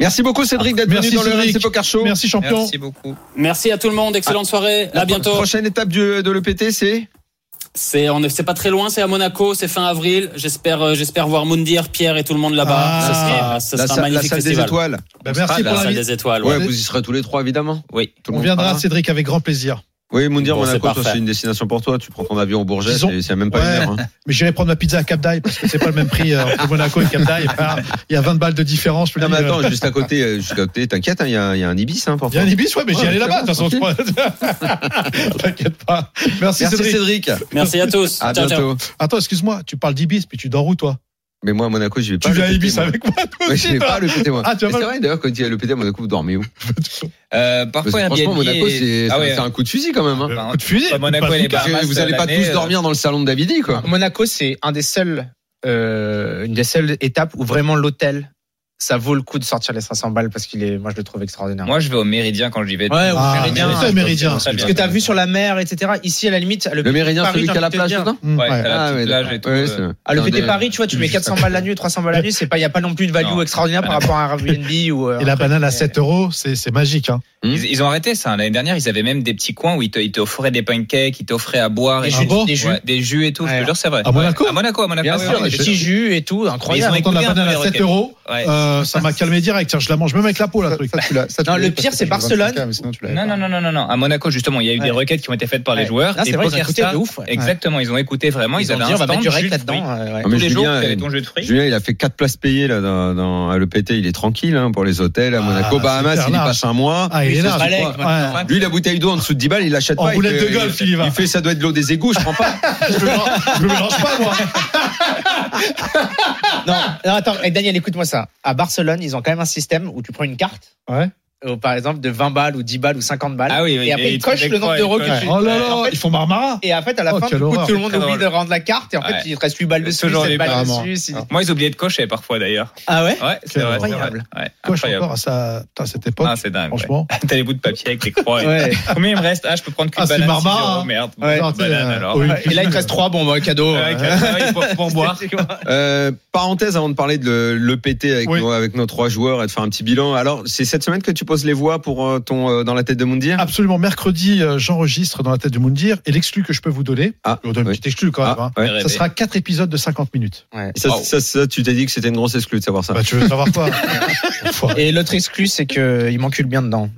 Speaker 1: Merci beaucoup Cédric d'être
Speaker 2: Merci,
Speaker 1: venu dans le
Speaker 2: Cédric.
Speaker 1: RMC Poker Show. Ah,
Speaker 2: Merci champion.
Speaker 3: Merci beaucoup.
Speaker 9: Merci à tout le monde, excellente soirée, à bientôt.
Speaker 1: Prochaine étape du- de l'EPT, c'est
Speaker 9: C'est on est- c'est pas très loin, c'est à Monaco, c'est fin avril. J'espère euh, j'espère voir Moundir, Pierre et tout le monde là-bas.
Speaker 2: Ah,
Speaker 9: ce bah, sera, ce
Speaker 1: la,
Speaker 9: sera
Speaker 1: sa-
Speaker 9: un
Speaker 1: la
Speaker 9: magnifique
Speaker 1: salle des
Speaker 9: festival.
Speaker 1: étoles.
Speaker 2: Bah, merci
Speaker 9: La
Speaker 2: pour
Speaker 9: salle
Speaker 2: l'invite.
Speaker 9: des étoiles, ouais.
Speaker 1: Ouais, vous y serez tous les trois évidemment.
Speaker 3: Oui.
Speaker 1: Tout le
Speaker 2: On
Speaker 1: monde
Speaker 2: viendra
Speaker 1: sera là.
Speaker 2: Cédric avec grand plaisir.
Speaker 1: Oui, Moundir
Speaker 9: Bon, c'est
Speaker 1: Monaco, toi,
Speaker 9: parfait.
Speaker 1: c'est une destination pour toi. Tu prends ton avion au Bourget,
Speaker 2: Disons-
Speaker 1: c'est c'est même pas
Speaker 2: Ouais.
Speaker 1: une heure. hein.
Speaker 2: Mais j'irai prendre ma pizza à Cap d'Aille parce que c'est pas le même prix euh, entre Monaco et Cap d'Aille. Ah, Il y a 20 balles de différence. je peux
Speaker 1: Non, mais
Speaker 2: dire.
Speaker 1: attends, juste à côté, euh, juste à côté, t'inquiète, hein, il y, a un- il y a un Ibis hein, pour
Speaker 2: Il y a
Speaker 1: toi.
Speaker 2: un Ibis, ouais, mais j'y
Speaker 1: Ouais,
Speaker 2: allais là-bas. De toute façon,
Speaker 1: c'est bon,
Speaker 2: je- t'inquiète pas. Merci,
Speaker 1: Merci
Speaker 2: Cédric.
Speaker 1: Cédric.
Speaker 9: Merci à tous.
Speaker 1: À
Speaker 9: ciao, ciao.
Speaker 1: bientôt.
Speaker 2: Attends, excuse-moi, tu parles d'Ibis, puis tu dors où toi
Speaker 1: Mais moi, à Monaco, je vais pas.
Speaker 2: Tu viens à
Speaker 1: le péter,
Speaker 2: Ibis
Speaker 1: moi.
Speaker 2: avec moi toi
Speaker 1: Ouais, Je
Speaker 2: aussi,
Speaker 1: vais
Speaker 2: toi
Speaker 1: pas le péter, moi.
Speaker 2: Ah, tu vas
Speaker 1: Mais
Speaker 2: pas
Speaker 1: C'est
Speaker 2: le-
Speaker 1: vrai, d'ailleurs, quand il y a le péter à Monaco, vous dormez où
Speaker 3: Euh,
Speaker 1: Parce
Speaker 3: parfois,
Speaker 1: que
Speaker 3: Airbnb.
Speaker 1: Franchement, Monaco,
Speaker 3: est-
Speaker 1: c'est
Speaker 3: Ah
Speaker 1: c'est-
Speaker 3: ouais,
Speaker 1: c'est un coup de fusil quand même. hein.
Speaker 3: bah,
Speaker 2: Coup de fusil
Speaker 3: Bah, Monaco
Speaker 2: pas
Speaker 3: et les
Speaker 2: de coup de
Speaker 3: Bahamas.
Speaker 1: Parce que vous
Speaker 3: euh,
Speaker 1: allez pas
Speaker 3: l'année,
Speaker 1: tous
Speaker 3: euh,
Speaker 1: dormir dans le salon de Davidi, quoi.
Speaker 4: Monaco, c'est un des seuls, euh, une des seules étapes où vraiment l'hôtel, ça vaut le coup de sortir les 500 balles parce qu'il est, moi je le trouve extraordinaire.
Speaker 3: Moi, je vais au Méridien quand j'y vais.
Speaker 4: Ouais, au
Speaker 2: Ah,
Speaker 4: Méridien.
Speaker 2: mais c'est Méridien.
Speaker 3: Très bien.
Speaker 4: Ce que t'as vu sur la mer, etc. Ici, à la limite, le,
Speaker 1: Le méridien,
Speaker 4: Paris,
Speaker 1: celui
Speaker 4: j'ai
Speaker 1: qui a la
Speaker 4: envie de
Speaker 1: plage,
Speaker 4: te dire.
Speaker 1: dedans
Speaker 3: Ouais, t'as
Speaker 2: Ouais.
Speaker 3: la
Speaker 1: Ah,
Speaker 3: petite
Speaker 1: ouais,
Speaker 3: plage et tout.
Speaker 1: ouais,
Speaker 3: euh,
Speaker 1: c'est-
Speaker 4: Ah, le
Speaker 1: Non,
Speaker 4: PT
Speaker 1: des-
Speaker 4: Paris, tu vois, tu mets 400 balles la nuit, 300 balles la nuit, c'est pas, il y a pas non plus une value
Speaker 3: Non.
Speaker 4: extraordinaire par rapport à un Airbnb ou. euh,
Speaker 2: Et la banane à 7 euros, c'est c'est magique. Hein.
Speaker 4: Hmm.
Speaker 3: Ils, ils ont arrêté ça. L'année dernière, ils avaient même des petits coins où ils te, ils te offraient des pancakes, ils t'offraient à boire.
Speaker 4: Des
Speaker 3: et
Speaker 2: Ah
Speaker 4: jus,
Speaker 2: bon
Speaker 4: des jus.
Speaker 3: Ouais, des jus et tout. Je
Speaker 4: Ouais.
Speaker 3: te jure, c'est vrai.
Speaker 2: À Monaco
Speaker 3: Ouais, À Monaco, à Monaco. Ah,
Speaker 4: Bien
Speaker 3: ouais,
Speaker 4: sûr,
Speaker 3: ouais,
Speaker 4: des
Speaker 3: je-
Speaker 4: petits jus et tout, incroyable.
Speaker 3: Mais
Speaker 2: Entendre la
Speaker 3: écouté un
Speaker 2: banane
Speaker 3: peu
Speaker 2: à
Speaker 3: les
Speaker 2: 7
Speaker 3: requêtes.
Speaker 2: euros,
Speaker 3: Ouais.
Speaker 2: euh, ça m'a calmé direct. Tiens, je la mange même avec la peau, la
Speaker 6: ça-
Speaker 2: truc.
Speaker 6: ça, tu l'as- ça, tu
Speaker 4: Non, le
Speaker 6: l'as
Speaker 4: pire,
Speaker 6: parce
Speaker 4: c'est
Speaker 6: que tu joues
Speaker 4: Barcelone.
Speaker 6: 25K, mais sinon, tu l'avais
Speaker 3: Non, non,
Speaker 6: pas.
Speaker 3: non, non, non, non. À Monaco, justement, il y a eu
Speaker 4: Ouais.
Speaker 3: des requêtes qui ont été faites par les
Speaker 4: Ouais.
Speaker 3: joueurs.
Speaker 4: Non, c'est
Speaker 3: Et
Speaker 4: vrai, j'ai
Speaker 3: Poker
Speaker 4: écouté
Speaker 3: Stars,
Speaker 4: de ouf. ouais.
Speaker 3: Exactement, ils ont écouté vraiment. Ils
Speaker 4: Ils ont
Speaker 3: avaient
Speaker 4: dit, on
Speaker 3: un
Speaker 4: va
Speaker 3: stand
Speaker 4: mettre du
Speaker 3: jus
Speaker 4: rec
Speaker 3: de fruits.
Speaker 4: là-dedans. euh, ouais, ouais.
Speaker 1: Non, Ah, mais
Speaker 3: Tous les jours,
Speaker 1: Julien,
Speaker 3: tu avais
Speaker 1: il-
Speaker 3: ton jus de fruits.
Speaker 1: Julien, il a fait 4 places payées là, dans, dans- à l'EPT, il est tranquille hein, pour les hôtels. À
Speaker 2: Ah,
Speaker 1: Monaco,
Speaker 2: c'est
Speaker 1: Bahamas,
Speaker 2: hyper
Speaker 1: il y
Speaker 2: large.
Speaker 1: passe un mois.
Speaker 2: Ah, il est
Speaker 1: Lui,
Speaker 2: là.
Speaker 1: ça se
Speaker 4: Balek,
Speaker 1: croit.
Speaker 4: maintenant.
Speaker 2: Ouais.
Speaker 1: Lui, la bouteille d'eau en dessous de 10 balles, il l'achète
Speaker 2: En
Speaker 1: pas. il
Speaker 2: roulette
Speaker 1: fait-
Speaker 2: de golf, il y va.
Speaker 1: Il fait ça doit être de l'eau des égouts, je prends pas.
Speaker 2: je, le mélange, je le mélange pas, moi.
Speaker 4: Non, non, attends, eh, Daniel, écoute-moi ça. À Barcelone, ils ont quand même un système où tu prends une carte.
Speaker 2: Ouais.
Speaker 4: euh, par exemple, de 20 balles ou 10 balles ou 50 balles.
Speaker 3: Ah oui, oui,
Speaker 4: et après,
Speaker 3: et
Speaker 4: ils cochent
Speaker 3: ils
Speaker 4: le nombre
Speaker 3: cochent,
Speaker 4: d'euros
Speaker 3: ils
Speaker 4: que tu.
Speaker 3: cochent.
Speaker 2: Oh là
Speaker 4: en
Speaker 2: là,
Speaker 4: fait,
Speaker 2: ils font Marmara.
Speaker 4: Et en fait, à la
Speaker 2: Oh,
Speaker 4: fin, du
Speaker 2: quelle
Speaker 4: coup,
Speaker 2: horreur.
Speaker 4: tout le monde
Speaker 3: C'est très
Speaker 4: oublie de
Speaker 3: drôle.
Speaker 4: rendre la carte. Et en fait,
Speaker 3: Ouais.
Speaker 4: il te reste 8 balles
Speaker 3: Ce
Speaker 4: dessus,
Speaker 3: genre de
Speaker 4: 7 balles
Speaker 3: barres.
Speaker 4: dessus. si-
Speaker 3: Moi, ils oubliaient de cocher parfois d'ailleurs.
Speaker 4: Ah ouais
Speaker 3: Ouais, c'est
Speaker 2: Quel
Speaker 3: vrai. c'est
Speaker 4: incroyable.
Speaker 3: vrai. Ouais,
Speaker 2: Coche
Speaker 3: incroyable.
Speaker 2: encore à sa, putain, cette époque.
Speaker 3: Ah, c'est dingue. ouais.
Speaker 2: franchement.
Speaker 3: T'as les bouts de papier avec les croix. et-
Speaker 4: Ouais.
Speaker 3: Combien il me reste Ah, je peux prendre qu'une
Speaker 2: Ah, c'est
Speaker 3: banane. six
Speaker 2: Marmara,
Speaker 3: euros,
Speaker 2: hein.
Speaker 3: Merde.
Speaker 4: Ouais.
Speaker 2: Genre, tu sais,
Speaker 3: banane,
Speaker 2: euh,
Speaker 3: alors.
Speaker 2: au
Speaker 3: Ouais,
Speaker 4: Et là, il te reste 3 bon, bah, cadeau.
Speaker 3: ouais, ouais, pour, pour boire.
Speaker 1: Euh, parenthèse avant de parler de l'EPT avec,
Speaker 2: Oui.
Speaker 1: nos, avec nos trois joueurs et de faire un petit bilan. Alors, c'est cette semaine que tu poses les voix pour euh, ton euh, dans la tête de Moundir
Speaker 2: Absolument. Mercredi, euh, j'enregistre dans la tête de Moundir et l'exclu que je peux vous donner,
Speaker 1: Ah,
Speaker 2: je vous donne
Speaker 1: oui.
Speaker 2: une petite exclu quand même, hein.
Speaker 1: Ah, ouais.
Speaker 2: ça sera quatre épisodes de 50 minutes.
Speaker 1: Et ça, ça, ça, tu t'es dit que c'était une grosse exclue de savoir ça.
Speaker 2: Bah, tu veux savoir quoi Enfoiré.
Speaker 4: Et l'autre exclu, c'est qu'il m'encule bien dedans.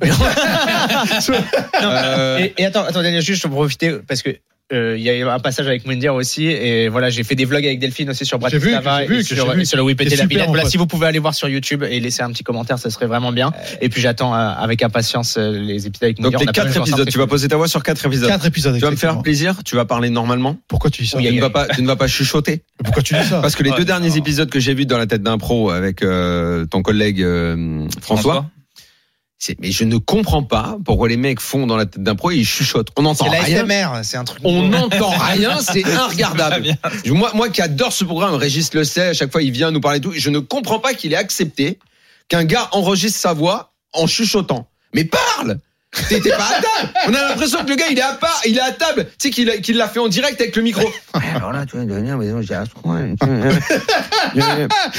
Speaker 1: Euh,
Speaker 4: Et, et attends, attendez, juste pour profiter, parce que. euh, Il y a eu un passage avec Moundir aussi, et voilà, j'ai fait des vlogs avec Delphine aussi sur Brad
Speaker 2: J'ai vu,
Speaker 4: Pittava
Speaker 2: j'ai vu,
Speaker 4: et
Speaker 2: que
Speaker 4: sur,
Speaker 2: j'ai vu.
Speaker 4: et sur le Whippet
Speaker 2: C'est
Speaker 4: et la
Speaker 2: super,
Speaker 4: Villette.
Speaker 2: mon
Speaker 4: Voilà,
Speaker 2: pote.
Speaker 4: si vous pouvez aller voir sur YouTube et laisser un petit commentaire, ça serait vraiment bien. Et puis j'attends euh, avec impatience euh, les épisodes avec
Speaker 1: donc
Speaker 4: Moundir.
Speaker 1: t'es quatre épisodes, tu vas poser ta voix sur quatre épisodes.
Speaker 2: Quatre épisodes.
Speaker 1: tu vas me faire
Speaker 2: exactement.
Speaker 1: plaisir, tu vas parler normalement.
Speaker 2: Pourquoi tu dis ça
Speaker 1: Tu ne vas pas, tu ne vas pas chuchoter.
Speaker 2: Pourquoi tu dis ça
Speaker 1: Parce que les
Speaker 4: Ouais,
Speaker 1: deux derniers
Speaker 4: non.
Speaker 1: épisodes que j'ai vus dans la tête d'un pro avec euh, ton collègue euh, François, c'est- mais je ne comprends pas pourquoi les mecs font dans la tête d'un pro et ils chuchotent. On n'entend
Speaker 4: C'est la
Speaker 1: rien.
Speaker 4: SMR, c'est un truc.
Speaker 1: On
Speaker 4: nouveau.
Speaker 1: n'entend rien, c'est inregardable. Je- Moi, moi qui adore ce programme, Régis le sait, à chaque fois il vient nous parler de tout, je ne comprends pas qu'il ait accepté qu'un gars enregistre sa voix en chuchotant. Mais parle T'es t'es pas à table On a l'impression que le gars il est à part, il est à table, tu sais qu'il a- qu'il l'a fait en direct avec le micro.
Speaker 10: Alors là, tu viens de venir, mais non, j'ai un soin.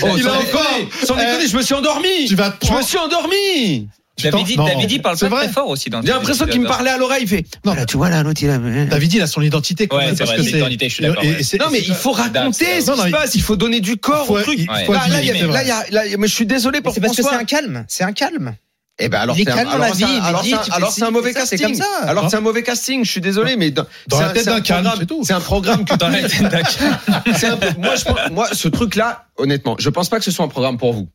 Speaker 1: Oh,
Speaker 2: Il
Speaker 1: sans
Speaker 2: a Eh,
Speaker 1: déconner, Sans déconner, je me suis endormi
Speaker 2: Tu vas te
Speaker 1: Je me
Speaker 2: prendre.
Speaker 1: suis endormi
Speaker 2: tu t'en-
Speaker 3: Davidi,
Speaker 2: non.
Speaker 3: Davidi parle
Speaker 2: C'est
Speaker 3: pas
Speaker 2: vrai.
Speaker 3: très fort aussi dans
Speaker 1: J'ai l'impression qu'il me parlait à l'oreille, il fait
Speaker 10: Non, là, tu vois, là, l'autre, il a.
Speaker 2: David, il a son identité quand
Speaker 3: Ouais,
Speaker 2: même.
Speaker 3: c'est
Speaker 2: parce
Speaker 3: vrai,
Speaker 2: que
Speaker 3: c'est l'identité, je suis d'accord,
Speaker 2: et- et
Speaker 3: ouais.
Speaker 2: c'est-
Speaker 1: Non mais
Speaker 2: c'est-
Speaker 1: il faut raconter ce
Speaker 2: Non,
Speaker 1: qui
Speaker 2: non,
Speaker 1: se
Speaker 2: il-
Speaker 1: passe, il faut donner du corps au
Speaker 2: faut-
Speaker 1: truc. Bah,
Speaker 2: il
Speaker 3: Ouais.
Speaker 2: faut
Speaker 1: Là, là, il y
Speaker 2: admirer,
Speaker 1: a-
Speaker 2: c'est vrai.
Speaker 1: là, il y a- là, il y a- mais je suis désolé pour
Speaker 4: C'est parce que c'est
Speaker 1: François.
Speaker 4: un calme, c'est un calme.
Speaker 1: Eh ben alors
Speaker 4: Il est
Speaker 1: c'est un,
Speaker 4: calme dans
Speaker 1: alors
Speaker 4: la
Speaker 1: c'est un-
Speaker 4: vie, il est
Speaker 1: alors
Speaker 4: dit,
Speaker 1: c'est un-
Speaker 4: tu
Speaker 1: alors
Speaker 4: fais
Speaker 1: c'est un
Speaker 4: ci,
Speaker 1: mauvais
Speaker 4: tu fais ça, c'est
Speaker 1: casting.
Speaker 4: comme ça.
Speaker 1: Alors c'est un mauvais casting, je suis désolé mais dans,
Speaker 2: Hein Dans
Speaker 1: c'est
Speaker 2: la
Speaker 1: un-
Speaker 2: tête
Speaker 1: c'est un
Speaker 2: d'un calme,
Speaker 1: programme-
Speaker 2: c'est tout.
Speaker 1: C'est un programme que
Speaker 3: Dans la tête d'un
Speaker 1: c'est un peu- moi je pense- moi ce truc là honnêtement, je pense pas que ce soit un programme pour vous.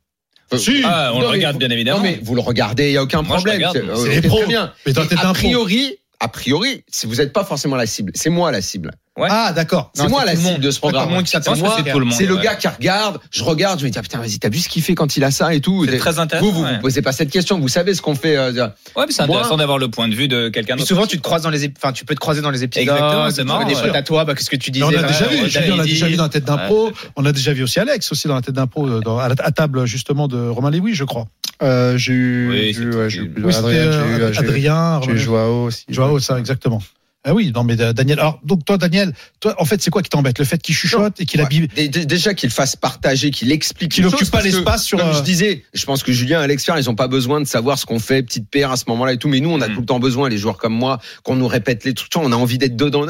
Speaker 1: Euh,
Speaker 2: Si.
Speaker 3: Ah, on
Speaker 1: Non,
Speaker 3: le
Speaker 1: mais
Speaker 3: regarde
Speaker 1: vous-
Speaker 3: bien évidemment.
Speaker 1: Non mais vous le regardez, il y a aucun
Speaker 3: Moi, je
Speaker 1: problème.
Speaker 3: regarde,
Speaker 1: euh,
Speaker 2: c'est
Speaker 1: ok,
Speaker 2: les
Speaker 1: très
Speaker 2: pros.
Speaker 1: bien.
Speaker 2: Mais dans la tête
Speaker 1: A
Speaker 2: d'un pro.
Speaker 1: priori, a priori, si vous n'êtes pas forcément la cible, c'est moi la cible.
Speaker 2: Ah, d'accord.
Speaker 1: C'est moi la cible de ce
Speaker 3: Tout le
Speaker 1: programme.
Speaker 3: monde qui pense que
Speaker 1: moi,
Speaker 3: c'est tout le monde.
Speaker 1: C'est le
Speaker 3: ouais.
Speaker 1: gars qui regarde, je regarde, je me dis ah, putain vas-y t'as vu ce qu'il fait quand il a ça et tout.
Speaker 3: C'est très intéressant.
Speaker 1: Vous vous, vous
Speaker 3: ouais.
Speaker 1: posez pas cette question, vous savez ce qu'on fait. euh,
Speaker 3: Ouais, mais c'est
Speaker 1: Moi-
Speaker 3: intéressant d'avoir le point de vue de Euh, quelqu'un
Speaker 4: Puis
Speaker 3: d'autre.
Speaker 4: souvent, tu te croises dans les, ép- enfin, tu peux te croiser dans les épisodes.
Speaker 3: Exactement, c'est marrant,
Speaker 4: Des
Speaker 3: ouais.
Speaker 4: potes à toi, bah, qu'est-ce que tu
Speaker 2: Mais
Speaker 4: disais
Speaker 2: on a
Speaker 4: là,
Speaker 2: déjà
Speaker 4: ouais,
Speaker 2: vu, j'ai vu, on a
Speaker 4: Davidi.
Speaker 2: déjà vu dans la tête d'un pro, on a déjà vu aussi Alex aussi dans la tête d'un pro, euh, dans- à, la- à table justement de Romain Léouis, je crois.
Speaker 6: Euh, j'ai eu,
Speaker 3: Oui,
Speaker 6: j'ai
Speaker 3: c'est
Speaker 6: eu,
Speaker 3: tout.
Speaker 6: ouais, j'ai eu
Speaker 2: Oui, c'était
Speaker 6: Adrien, j'ai eu-
Speaker 2: euh,
Speaker 6: j'ai eu-
Speaker 2: Adrien,
Speaker 6: j'ai eu
Speaker 2: Romain-
Speaker 6: Joao aussi.
Speaker 2: Joao, ça exactement. Ah oui, non mais euh, Daniel. Alors donc toi Daniel, toi en fait c'est quoi qui t'embête Le fait qu'il chuchote et qu'il
Speaker 1: Ouais.
Speaker 2: habille,
Speaker 1: Dé- dé- Déjà qu'il fasse partager, qu'il explique.
Speaker 2: qu'il
Speaker 1: les choses,
Speaker 2: occupe pas
Speaker 1: parce que,
Speaker 2: l'espace sur.
Speaker 1: Comme
Speaker 2: euh,
Speaker 1: je disais, je pense que Julien, Alex Fer, ils ont pas besoin de savoir ce qu'on fait, petite paire à ce moment-là et tout. Mais nous, on a
Speaker 3: Mm.
Speaker 1: tout le temps besoin, les joueurs comme moi, qu'on nous répète les trucs. On a envie d'être dedans.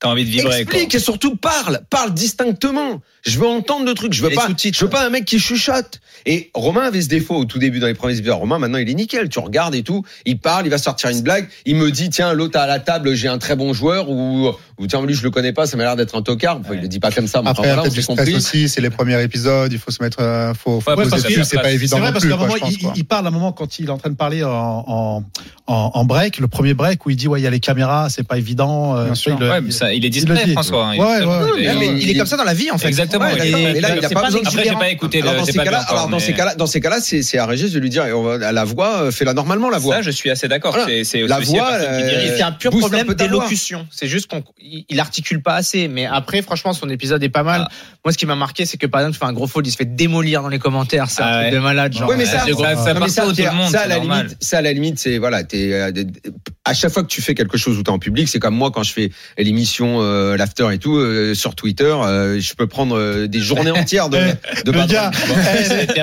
Speaker 3: T'as envie de vibrer. quoi.
Speaker 1: Explique et surtout parle, parle distinctement. Je veux entendre le truc. Je veux
Speaker 4: Les
Speaker 1: pas,
Speaker 4: sous-titres.
Speaker 1: je veux pas un mec qui chuchote. Et Romain avait ce défaut au tout début dans les premiers épisodes. Romain, maintenant, il est nickel. Tu regardes et tout. Il parle, il va sortir une blague. Il me dit, tiens, l'autre à la table, j'ai un très bon joueur ou, ou tiens, lui, je le connais pas. Ça m'a l'air d'être un tocard. Enfin, Il le dit pas comme ça. mais enfin,
Speaker 6: Après,
Speaker 1: voilà, on
Speaker 6: peut-être
Speaker 1: s'est
Speaker 6: du stress
Speaker 1: compris.
Speaker 6: aussi, c'est les premiers épisodes, il faut se mettre, euh, faut, faut
Speaker 3: Ouais,
Speaker 6: poser
Speaker 2: parce
Speaker 6: des
Speaker 2: que
Speaker 6: trucs, c'est pas évident
Speaker 2: C'est vrai
Speaker 6: non
Speaker 2: parce
Speaker 6: plus,
Speaker 2: qu'à un
Speaker 6: quoi,
Speaker 2: moment,
Speaker 6: je pense,
Speaker 2: il,
Speaker 6: quoi.
Speaker 2: il parle à un moment quand il est en train de parler en, en, en- en break, le premier break où il dit ouais il y a les caméras, c'est pas évident. euh,
Speaker 6: Bien
Speaker 2: tu
Speaker 6: sûr.
Speaker 2: vois, il le-
Speaker 3: Ouais, mais ça, il est
Speaker 2: il
Speaker 3: discret,
Speaker 2: le dit.
Speaker 3: François. hein, il-
Speaker 2: Ouais, ouais.
Speaker 3: il-
Speaker 1: Non, mais
Speaker 4: Il est comme ça dans la vie, en fait.
Speaker 3: Exactement.
Speaker 4: Ouais,
Speaker 3: il est-
Speaker 4: il est-
Speaker 1: mais là, il a
Speaker 4: c'est
Speaker 1: pas besoin-
Speaker 3: Après, j'ai pas écouté.
Speaker 1: Alors,
Speaker 3: le-
Speaker 1: dans
Speaker 3: j'ai
Speaker 1: ces
Speaker 3: pas vu
Speaker 1: cas-là,
Speaker 3: encore,
Speaker 1: alors, dans
Speaker 3: mais-
Speaker 1: ces cas-là, dans ces cas-là, c'est c'est à Régis de lui dire, on va- la voix, euh, fais-la normalement la voix.
Speaker 3: Ça, je suis assez d'accord.
Speaker 1: Voilà.
Speaker 3: C'est c'est
Speaker 1: La
Speaker 3: aussi la
Speaker 1: voix,
Speaker 3: personne qui
Speaker 1: euh,
Speaker 3: dirige.
Speaker 4: C'est un pur
Speaker 1: Boost un
Speaker 4: problème
Speaker 1: peu ta voix.
Speaker 4: d'élocution. C'est juste qu'on il il articule pas assez. Mais après, franchement, son épisode est pas mal.
Speaker 3: Ah.
Speaker 4: Moi, ce qui m'a marqué, c'est que par exemple, tu fais un gros fold, il se fait démolir dans les commentaires. C'est un
Speaker 3: Ah
Speaker 4: truc
Speaker 3: ouais.
Speaker 4: de malade. Genre,
Speaker 1: Ouais, mais ça,
Speaker 4: euh, de gros-
Speaker 3: ça,
Speaker 1: Non, mais ça,
Speaker 3: partout, tout
Speaker 1: Pierre,
Speaker 3: le monde,
Speaker 1: ça, à
Speaker 3: c'est
Speaker 1: la
Speaker 3: normal.
Speaker 1: limite, ça à la limite, c'est voilà, t'es euh, des- des- à chaque fois que tu fais quelque chose où t'es en public, c'est comme moi quand je fais l'émission euh, l'after et tout euh, sur Twitter, euh, je peux prendre euh, des journées entières de
Speaker 2: le
Speaker 1: de bad
Speaker 2: gars,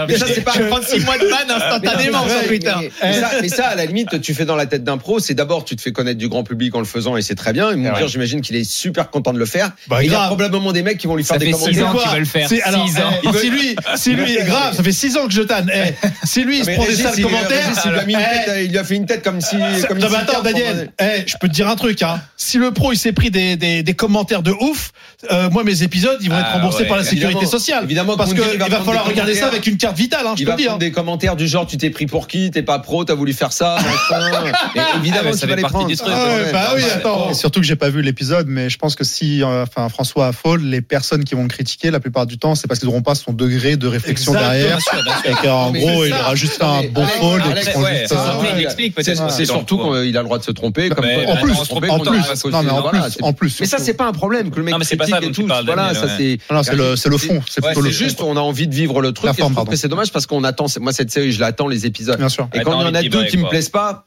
Speaker 1: Mais ça c'est pas
Speaker 4: 36 mois de ban instantanément sur Twitter.
Speaker 1: mais, mais ça, mais ça, à la limite, tu fais dans la tête d'un pro, c'est d'abord tu te fais connaître du grand public en le faisant et c'est très bien. Et mon dire, j'imagine qu'il est super content de le faire.
Speaker 2: Bah,
Speaker 1: Et il y a
Speaker 2: grave.
Speaker 1: probablement des mecs qui vont lui faire
Speaker 3: Ça
Speaker 1: des
Speaker 3: fait six
Speaker 1: commentaires.
Speaker 3: ans qu'ils veulent faire.
Speaker 2: C'est- alors,
Speaker 3: Six ans.
Speaker 2: eh, si lui, si lui est grave, ça fait 6 ans que je tanne. eh, si lui, il se
Speaker 1: Ah, Mais
Speaker 2: prend des
Speaker 1: Régis,
Speaker 2: sales
Speaker 1: il-
Speaker 2: commentaires. Ah,
Speaker 1: Régis, il lui a mis une
Speaker 2: eh,
Speaker 1: tête, euh, il lui a fait une tête comme si.
Speaker 2: ça-
Speaker 1: comme
Speaker 2: non,
Speaker 1: si
Speaker 2: mais attends,
Speaker 1: quelqu'un
Speaker 2: Daniel, eh, je peux te dire un truc. Hein. Si le pro il s'est pris des, des, des commentaires de ouf, euh, moi mes épisodes ils vont être
Speaker 3: Ah,
Speaker 2: remboursés
Speaker 3: ouais,
Speaker 2: par la sécurité
Speaker 1: évidemment.
Speaker 2: sociale.
Speaker 1: Évidemment que
Speaker 2: parce qu'il
Speaker 1: Moundir, il va
Speaker 2: va,
Speaker 1: prendre
Speaker 2: falloir
Speaker 1: des
Speaker 2: regarder ça
Speaker 1: commentaires.
Speaker 2: avec une carte vitale. Hein, je
Speaker 1: Il
Speaker 2: te
Speaker 1: va
Speaker 2: le dis.
Speaker 1: prendre
Speaker 2: hein.
Speaker 1: des commentaires du genre tu t'es pris pour qui, t'es pas pro, t'as voulu faire ça. machin. Mais évidemment,
Speaker 3: Ah ouais, ça
Speaker 1: tu
Speaker 3: fait
Speaker 1: vas les
Speaker 3: partie
Speaker 1: prendre.
Speaker 3: du truc,
Speaker 2: Ah ouais,
Speaker 1: Ouais,
Speaker 2: bah oui,
Speaker 1: normal.
Speaker 2: attends.
Speaker 6: Et surtout que j'ai pas vu l'épisode, mais je pense que si, euh, enfin, François a folle, les personnes qui vont le critiquer, la plupart du temps, c'est parce qu'ils n'auront pas son degré de réflexion
Speaker 2: Exactement.
Speaker 6: derrière. Et qu'en
Speaker 1: Mais
Speaker 6: gros,
Speaker 1: c'est
Speaker 6: il
Speaker 1: ça.
Speaker 6: aura juste
Speaker 1: Non,
Speaker 6: un
Speaker 1: mais
Speaker 6: bon
Speaker 1: Alex-
Speaker 6: fold.
Speaker 1: Alex,
Speaker 6: et qu'on
Speaker 3: ouais,
Speaker 6: dise euh, ça.
Speaker 3: ça,
Speaker 1: ouais.
Speaker 3: il explique
Speaker 1: C'est-
Speaker 3: peut-être.
Speaker 1: C'est surtout qu'il a le droit de se tromper. Comme
Speaker 3: Mais
Speaker 1: quoi-
Speaker 6: En
Speaker 3: Ouais,
Speaker 6: plus,
Speaker 3: on se trompe,
Speaker 6: en
Speaker 3: on
Speaker 6: plus,
Speaker 3: doit-
Speaker 6: non, mais en
Speaker 1: voilà,
Speaker 6: plus,
Speaker 1: c'est-
Speaker 6: en plus.
Speaker 1: Mais ça,
Speaker 6: surtout.
Speaker 1: c'est pas un problème que le mec
Speaker 3: Non, mais c'est pas
Speaker 1: critique
Speaker 3: ça dont
Speaker 1: et
Speaker 3: tu
Speaker 1: tout.
Speaker 3: parles,
Speaker 1: Voilà,
Speaker 3: Daniel,
Speaker 1: ça
Speaker 3: ouais.
Speaker 1: c'est.
Speaker 6: Non,
Speaker 4: Ah,
Speaker 6: non, c'est le, c'est le fond. C'est
Speaker 3: Ouais,
Speaker 6: plutôt
Speaker 1: C'est
Speaker 6: le
Speaker 3: fond.
Speaker 1: juste, on a envie de vivre le truc.
Speaker 6: La
Speaker 1: et je
Speaker 6: forme,
Speaker 1: trouve que
Speaker 6: pardon.
Speaker 1: c'est dommage parce qu'on attend. Moi, cette série, je l'attends les épisodes.
Speaker 6: Bien sûr.
Speaker 1: Et
Speaker 3: Ouais,
Speaker 1: quand
Speaker 3: t'as
Speaker 1: il y en
Speaker 3: envie
Speaker 1: a
Speaker 3: de
Speaker 1: deux
Speaker 3: vibrer,
Speaker 1: qui me
Speaker 3: quoi.
Speaker 1: plaisent pas,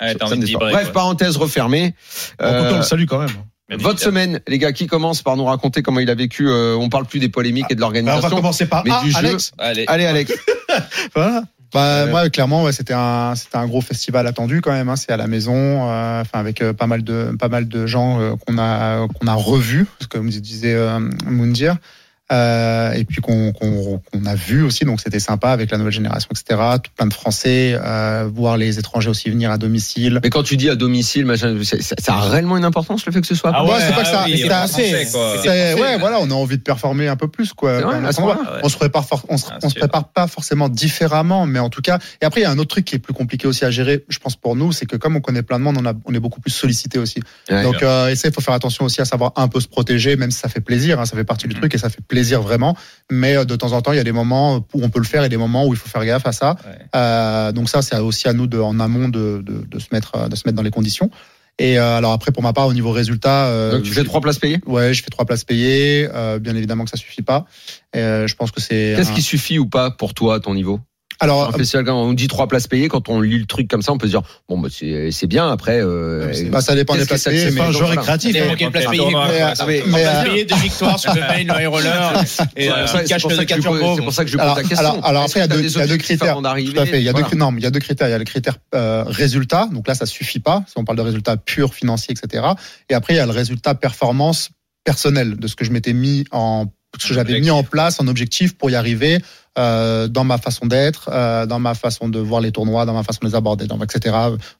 Speaker 3: Ouais, t'as
Speaker 1: ça
Speaker 3: envie
Speaker 1: me
Speaker 3: de
Speaker 1: déçoit.
Speaker 3: vibrer,
Speaker 1: bref,
Speaker 3: quoi.
Speaker 1: parenthèse refermée.
Speaker 2: Bon,
Speaker 1: Euh,
Speaker 2: pourtant, on le salue quand même.
Speaker 6: hein.
Speaker 3: Bien
Speaker 1: votre
Speaker 3: évidemment.
Speaker 1: semaine, les gars, qui commence par nous raconter comment il a vécu.
Speaker 6: Ah,
Speaker 1: euh, on parle plus des polémiques et de
Speaker 2: Bah, on va
Speaker 1: l'organisation.
Speaker 2: commencer par
Speaker 1: mais
Speaker 2: A,
Speaker 1: du jeu-
Speaker 2: Alex.
Speaker 3: Allez.
Speaker 1: Allez, Alex.
Speaker 2: Voilà.
Speaker 6: Bah, moi, clairement, ouais, c'était un, c'était un gros festival attendu quand même. Hein. C'est à la maison, euh, enfin avec euh, pas mal de, pas mal de gens euh, qu'on a, qu'on a revus, parce que, comme disait euh, Moundir, euh, et puis qu'on, qu'on, qu'on a vu aussi. Donc c'était sympa avec la nouvelle génération, etc. Tout plein de Français, euh, voir les étrangers aussi venir à domicile.
Speaker 1: Mais quand tu dis à domicile, machin, c'est- ça, ça a réellement une importance le fait que ce soit. à
Speaker 6: Ah ouais,
Speaker 1: Paris
Speaker 6: c'est pas que ça.
Speaker 3: ah oui,
Speaker 6: c'est
Speaker 3: les
Speaker 6: ça-
Speaker 3: Français,
Speaker 6: c'est-
Speaker 3: quoi.
Speaker 6: c'est- ouais, voilà, on a envie de performer un peu plus, quoi.
Speaker 1: C'est vrai,
Speaker 6: Enfin,
Speaker 1: à ce
Speaker 6: on-
Speaker 1: point-là, ouais.
Speaker 6: On se prépare, for- on se,
Speaker 3: Bien
Speaker 6: on se
Speaker 3: sûr.
Speaker 6: prépare pas forcément différemment, mais en tout cas. Et après, il y a un autre truc qui est plus compliqué aussi à gérer, je pense pour nous, c'est que comme on connaît plein de monde, on, a- on est beaucoup plus sollicité aussi.
Speaker 1: Ouais.
Speaker 6: Donc, euh, et ça, il faut faire attention aussi à savoir un peu se protéger, même si ça fait plaisir, hein, ça fait partie du truc et ça fait plaisir vraiment. Mais euh, de temps en temps, il y a des moments où on peut le faire et des moments où il faut faire gaffe à ça.
Speaker 3: Ouais.
Speaker 6: Euh, donc ça, c'est aussi à nous de, en amont de, de, de se mettre, euh, de se mettre dans les conditions. Et euh, alors après, pour ma part, au niveau résultat, euh,
Speaker 1: Donc tu fais
Speaker 6: je-
Speaker 1: trois places payées.
Speaker 6: Ouais, je fais trois places payées. euh, bien évidemment que ça suffit pas. Et, euh, je pense que c'est.
Speaker 1: Qu'est-ce
Speaker 6: un-
Speaker 1: qui suffit ou pas pour toi à ton niveau Un
Speaker 6: Alors, euh,
Speaker 1: festival, quand on dit trois places payées, quand on lit le truc comme ça, on peut se dire bon, bah, c'est c'est bien. Après, euh,
Speaker 6: bah, ça dépend des
Speaker 1: qu'est-ce que
Speaker 6: places
Speaker 1: ça te
Speaker 6: payées.
Speaker 1: fait,
Speaker 6: mais-
Speaker 2: C'est pas un
Speaker 1: donc,
Speaker 2: joueur
Speaker 1: voilà.
Speaker 2: récréatif.
Speaker 4: Allez,
Speaker 2: hein.
Speaker 4: on quelle place
Speaker 3: Mais-
Speaker 4: payer, quoi,
Speaker 6: mais- euh,
Speaker 4: ça.
Speaker 6: mais-
Speaker 4: On
Speaker 6: mais-
Speaker 4: va payer deux victoires sur le mail, le roller et
Speaker 1: Voilà,
Speaker 4: euh,
Speaker 1: euh, ça,
Speaker 4: tu
Speaker 1: c'est
Speaker 4: caches
Speaker 1: pour ça que je lui pose-
Speaker 4: pauvre.
Speaker 1: c'est pour ça que je lui pose
Speaker 6: Alors,
Speaker 1: ta question.
Speaker 6: alors, alors après, il y a deux, il y a deux critères. Tout à fait. Il y a deux, cri- non, mais il y a deux critères. Il y a le critère euh, résultat. Donc là, ça suffit pas. Si on parle de résultat pur, financier, etc. Et après, il y a le résultat performance personnelle de ce que je m'étais mis en, ce que j'avais mis en place en objectif pour y arriver. euh, dans ma façon d'être, euh, dans ma façon de voir les tournois, dans ma façon de les aborder, dans, etc.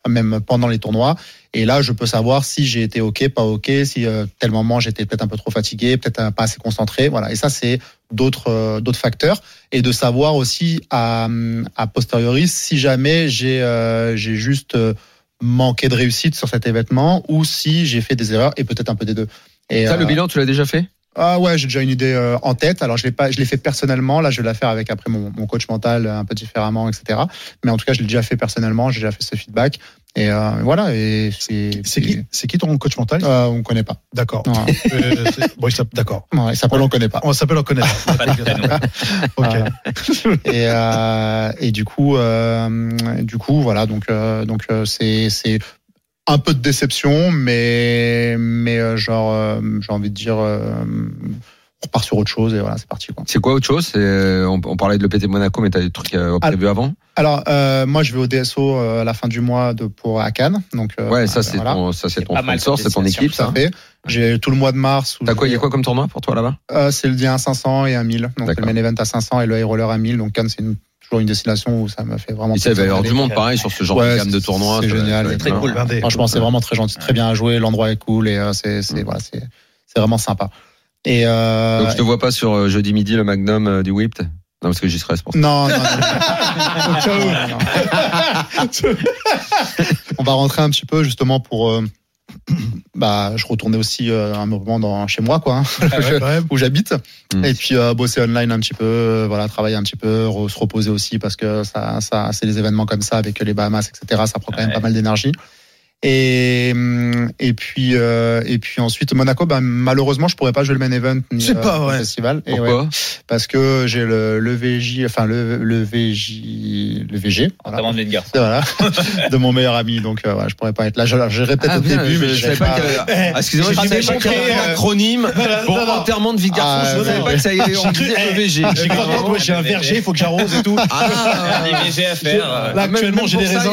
Speaker 6: Même pendant les tournois. Et là, je peux savoir si j'ai été ok, pas ok, si euh, tel moment j'étais peut-être un peu trop fatigué, peut-être euh, pas assez concentré. Voilà. Et ça, c'est d'autres euh, d'autres facteurs et de savoir aussi à, à posteriori si jamais j'ai euh, j'ai juste euh, manqué de réussite sur cet événement ou si j'ai fait des erreurs et peut-être un peu des deux. Et,
Speaker 1: Ça, le
Speaker 6: euh,
Speaker 1: bilan, tu l'as déjà fait
Speaker 6: ah ouais, j'ai déjà une idée euh, en tête. Alors je l'ai pas, je l'ai fait personnellement. Là, je vais la faire avec après mon, mon coach mental euh, un peu différemment, etc. Mais en tout cas, je l'ai déjà fait personnellement. J'ai déjà fait ce feedback. Et euh, voilà. Et c'est
Speaker 2: C'est qui, c'est qui ton coach mental
Speaker 6: euh, On connaît pas.
Speaker 2: D'accord.
Speaker 6: Non,
Speaker 2: Euh, c'est- bon, il s'appelle- D'accord.
Speaker 6: ouais, ça peut, on connaît pas.
Speaker 2: On s'appelle en connaître.
Speaker 3: Pas de prénom.
Speaker 2: Ok.
Speaker 1: Ah,
Speaker 6: Voilà. et, euh, et du coup, euh, du coup, voilà. Donc, euh, donc euh, c'est c'est un peu de déception, mais mais euh, genre euh, j'ai envie de dire euh, on repart sur autre chose et voilà, c'est parti quoi.
Speaker 1: C'est quoi autre chose C'est, euh, on, on parlait de l'EPT de Monaco, mais t'as des trucs euh, prévus avant
Speaker 6: Alors euh, moi, je vais au DSO euh, à la fin du mois de pour à Cannes. Donc euh,
Speaker 1: Ouais, ça, c'est
Speaker 6: voilà.
Speaker 1: ton, ça, c'est ton
Speaker 4: pas mal
Speaker 1: sponsor,
Speaker 4: comme
Speaker 1: c'est ton
Speaker 4: destination,
Speaker 1: équipe,
Speaker 6: Tout à
Speaker 1: ça.
Speaker 6: fait. J'ai tout le mois de mars. où
Speaker 1: T'as quoi, il y
Speaker 6: j'ai-
Speaker 1: a quoi comme tournoi pour toi là-bas
Speaker 6: Euh, C'est le D1 500 et 1000. Donc c'est
Speaker 1: D'accord.
Speaker 6: le main event à 500 et le high roller à 1000. Donc Cannes, c'est une- toujours une destination où ça m'a fait vraiment.
Speaker 1: Il va y
Speaker 6: plaisir
Speaker 1: avoir
Speaker 6: d'aller.
Speaker 1: du monde pareil sur ce genre
Speaker 6: Ouais,
Speaker 1: de gamme de tournoi.
Speaker 6: c'est
Speaker 1: ça va-
Speaker 6: génial,
Speaker 1: ça va
Speaker 6: c'est
Speaker 1: être
Speaker 6: très
Speaker 1: marrant.
Speaker 6: cool.
Speaker 2: Blindé.
Speaker 6: Franchement, c'est vraiment très gentil, très bien joué. L'endroit est cool et euh, c'est c'est-
Speaker 1: Mm.
Speaker 6: voilà, c'est c'est vraiment sympa. Et euh,
Speaker 1: Donc je te vois pas sur euh, jeudi midi le Magnum euh, du Whipped Non, parce que j'y serai, c'est pour ça.
Speaker 6: non, non, non. Au cas où. Non, non. On va rentrer un petit peu justement pour. euh, bah, je retournais aussi euh, un moment dans chez moi, quoi, hein, où j'habite.
Speaker 1: Mm.
Speaker 6: Et puis euh, bosser online un petit peu, euh, voilà, travailler un petit peu, re- se reposer aussi parce que ça, ça, c'est des événements comme ça avec les Bahamas, etc. Ça prend quand même
Speaker 3: Ouais.
Speaker 6: pas mal d'énergie. Et, hum, et puis euh, et puis ensuite Monaco, ben, malheureusement je pourrais pas jouer le main event ni
Speaker 2: C'est pas
Speaker 6: le
Speaker 2: vrai.
Speaker 6: festival. Et ouais,
Speaker 1: Pourquoi
Speaker 6: parce que j'ai le, le VJ, enfin le, le VJ, le VG, voilà.
Speaker 3: Demande Edgar.
Speaker 6: Voilà. de mon meilleur ami. Donc euh, voilà, je pourrais pas être là. Je j'irai peut-être
Speaker 1: Ah,
Speaker 6: au
Speaker 1: bien,
Speaker 6: début,
Speaker 1: je-
Speaker 6: mais
Speaker 1: je savais
Speaker 6: pas. Eh,
Speaker 1: pas qu'il y avait- Ah, Excusez-moi,
Speaker 6: J'ai
Speaker 1: je savais pas qu'il y avait
Speaker 6: compris,
Speaker 1: un acronyme pour enterrement de vie de
Speaker 6: Ah,
Speaker 1: garçon. Je
Speaker 6: ouais,
Speaker 1: savais
Speaker 6: ouais.
Speaker 1: pas que ça y est, on disait EVG.
Speaker 2: J'ai cru que moi, j'ai un verger, il faut que j'arrose et tout.
Speaker 1: Ah,
Speaker 3: Un IVG à faire. euh,
Speaker 2: Là, actuellement, j'ai des raisons.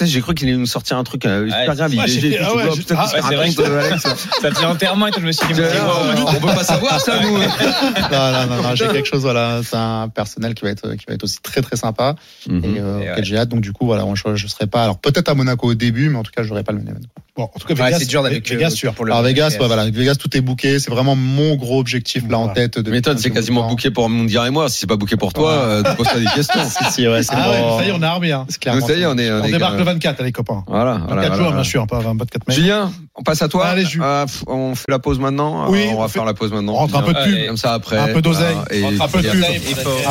Speaker 1: J'ai cru qu'il allait nous sortir un truc euh, super
Speaker 3: Ouais.
Speaker 1: grave.
Speaker 2: Ah,
Speaker 1: IVG,
Speaker 2: j'ai-
Speaker 1: tout,
Speaker 2: ah
Speaker 1: tout,
Speaker 2: ouais,
Speaker 1: tout,
Speaker 2: je-
Speaker 1: tout, tout,
Speaker 2: ah,
Speaker 1: tout,
Speaker 3: ouais, c'est
Speaker 1: raconte,
Speaker 3: vrai.
Speaker 1: euh, Alex.
Speaker 3: Ça devient enterrement et tout, je me suis dit, mais c'est quoi, ouais.
Speaker 1: On peut pas savoir ça, nous.
Speaker 6: Non, non, non, non, j'ai quelque chose. Voilà, c'est un personnel qui va être qui va être aussi très très sympa
Speaker 2: Mhm.
Speaker 6: et, euh,
Speaker 3: Et
Speaker 6: auquel
Speaker 3: ouais.
Speaker 6: j'ai hâte. Donc du coup, voilà, je, je serai pas. Alors peut-être à Monaco au début, mais en tout cas, j'aurai pas le même.
Speaker 2: Bon, en tout cas,
Speaker 4: Ouais,
Speaker 2: Vegas,
Speaker 4: c'est dur d'aller que-
Speaker 2: Vegas, sûr.
Speaker 4: pour le
Speaker 6: Alors Vegas,
Speaker 4: RPS.
Speaker 6: ouais, voilà, Vegas, tout est booké. C'est vraiment mon gros objectif là en
Speaker 2: Voilà.
Speaker 6: tête.
Speaker 1: Mais toi, c'est quasiment bouqué pour Moundir et moi. Si c'est pas bouqué pour toi, euh, tu poses-toi des questions.
Speaker 6: Si, si, ouais, c'est
Speaker 2: Ah
Speaker 6: bon.
Speaker 2: ouais, ça y est, on a armé. hein.
Speaker 6: C'est
Speaker 1: Nous,
Speaker 6: clairement
Speaker 1: ça y est, on est. Ah,
Speaker 2: On
Speaker 1: est-
Speaker 2: débarque le 24, les copains.
Speaker 1: Voilà,
Speaker 2: 24
Speaker 1: voilà. voilà,
Speaker 2: jours, hein,
Speaker 1: voilà.
Speaker 2: bien sûr, pas 24 mai.
Speaker 1: Julien, on passe à toi.
Speaker 2: Allez, Ju.
Speaker 1: Euh, pff, on fait la pause maintenant.
Speaker 2: Oui,
Speaker 1: Euh, on
Speaker 2: on
Speaker 1: va
Speaker 2: fait-
Speaker 1: faire la pause maintenant.
Speaker 2: On rentre un peu de
Speaker 3: Allez.
Speaker 2: pub,
Speaker 1: Comme ça après.
Speaker 2: un peu d'oseille,
Speaker 1: voilà, et-
Speaker 2: un peu de pub,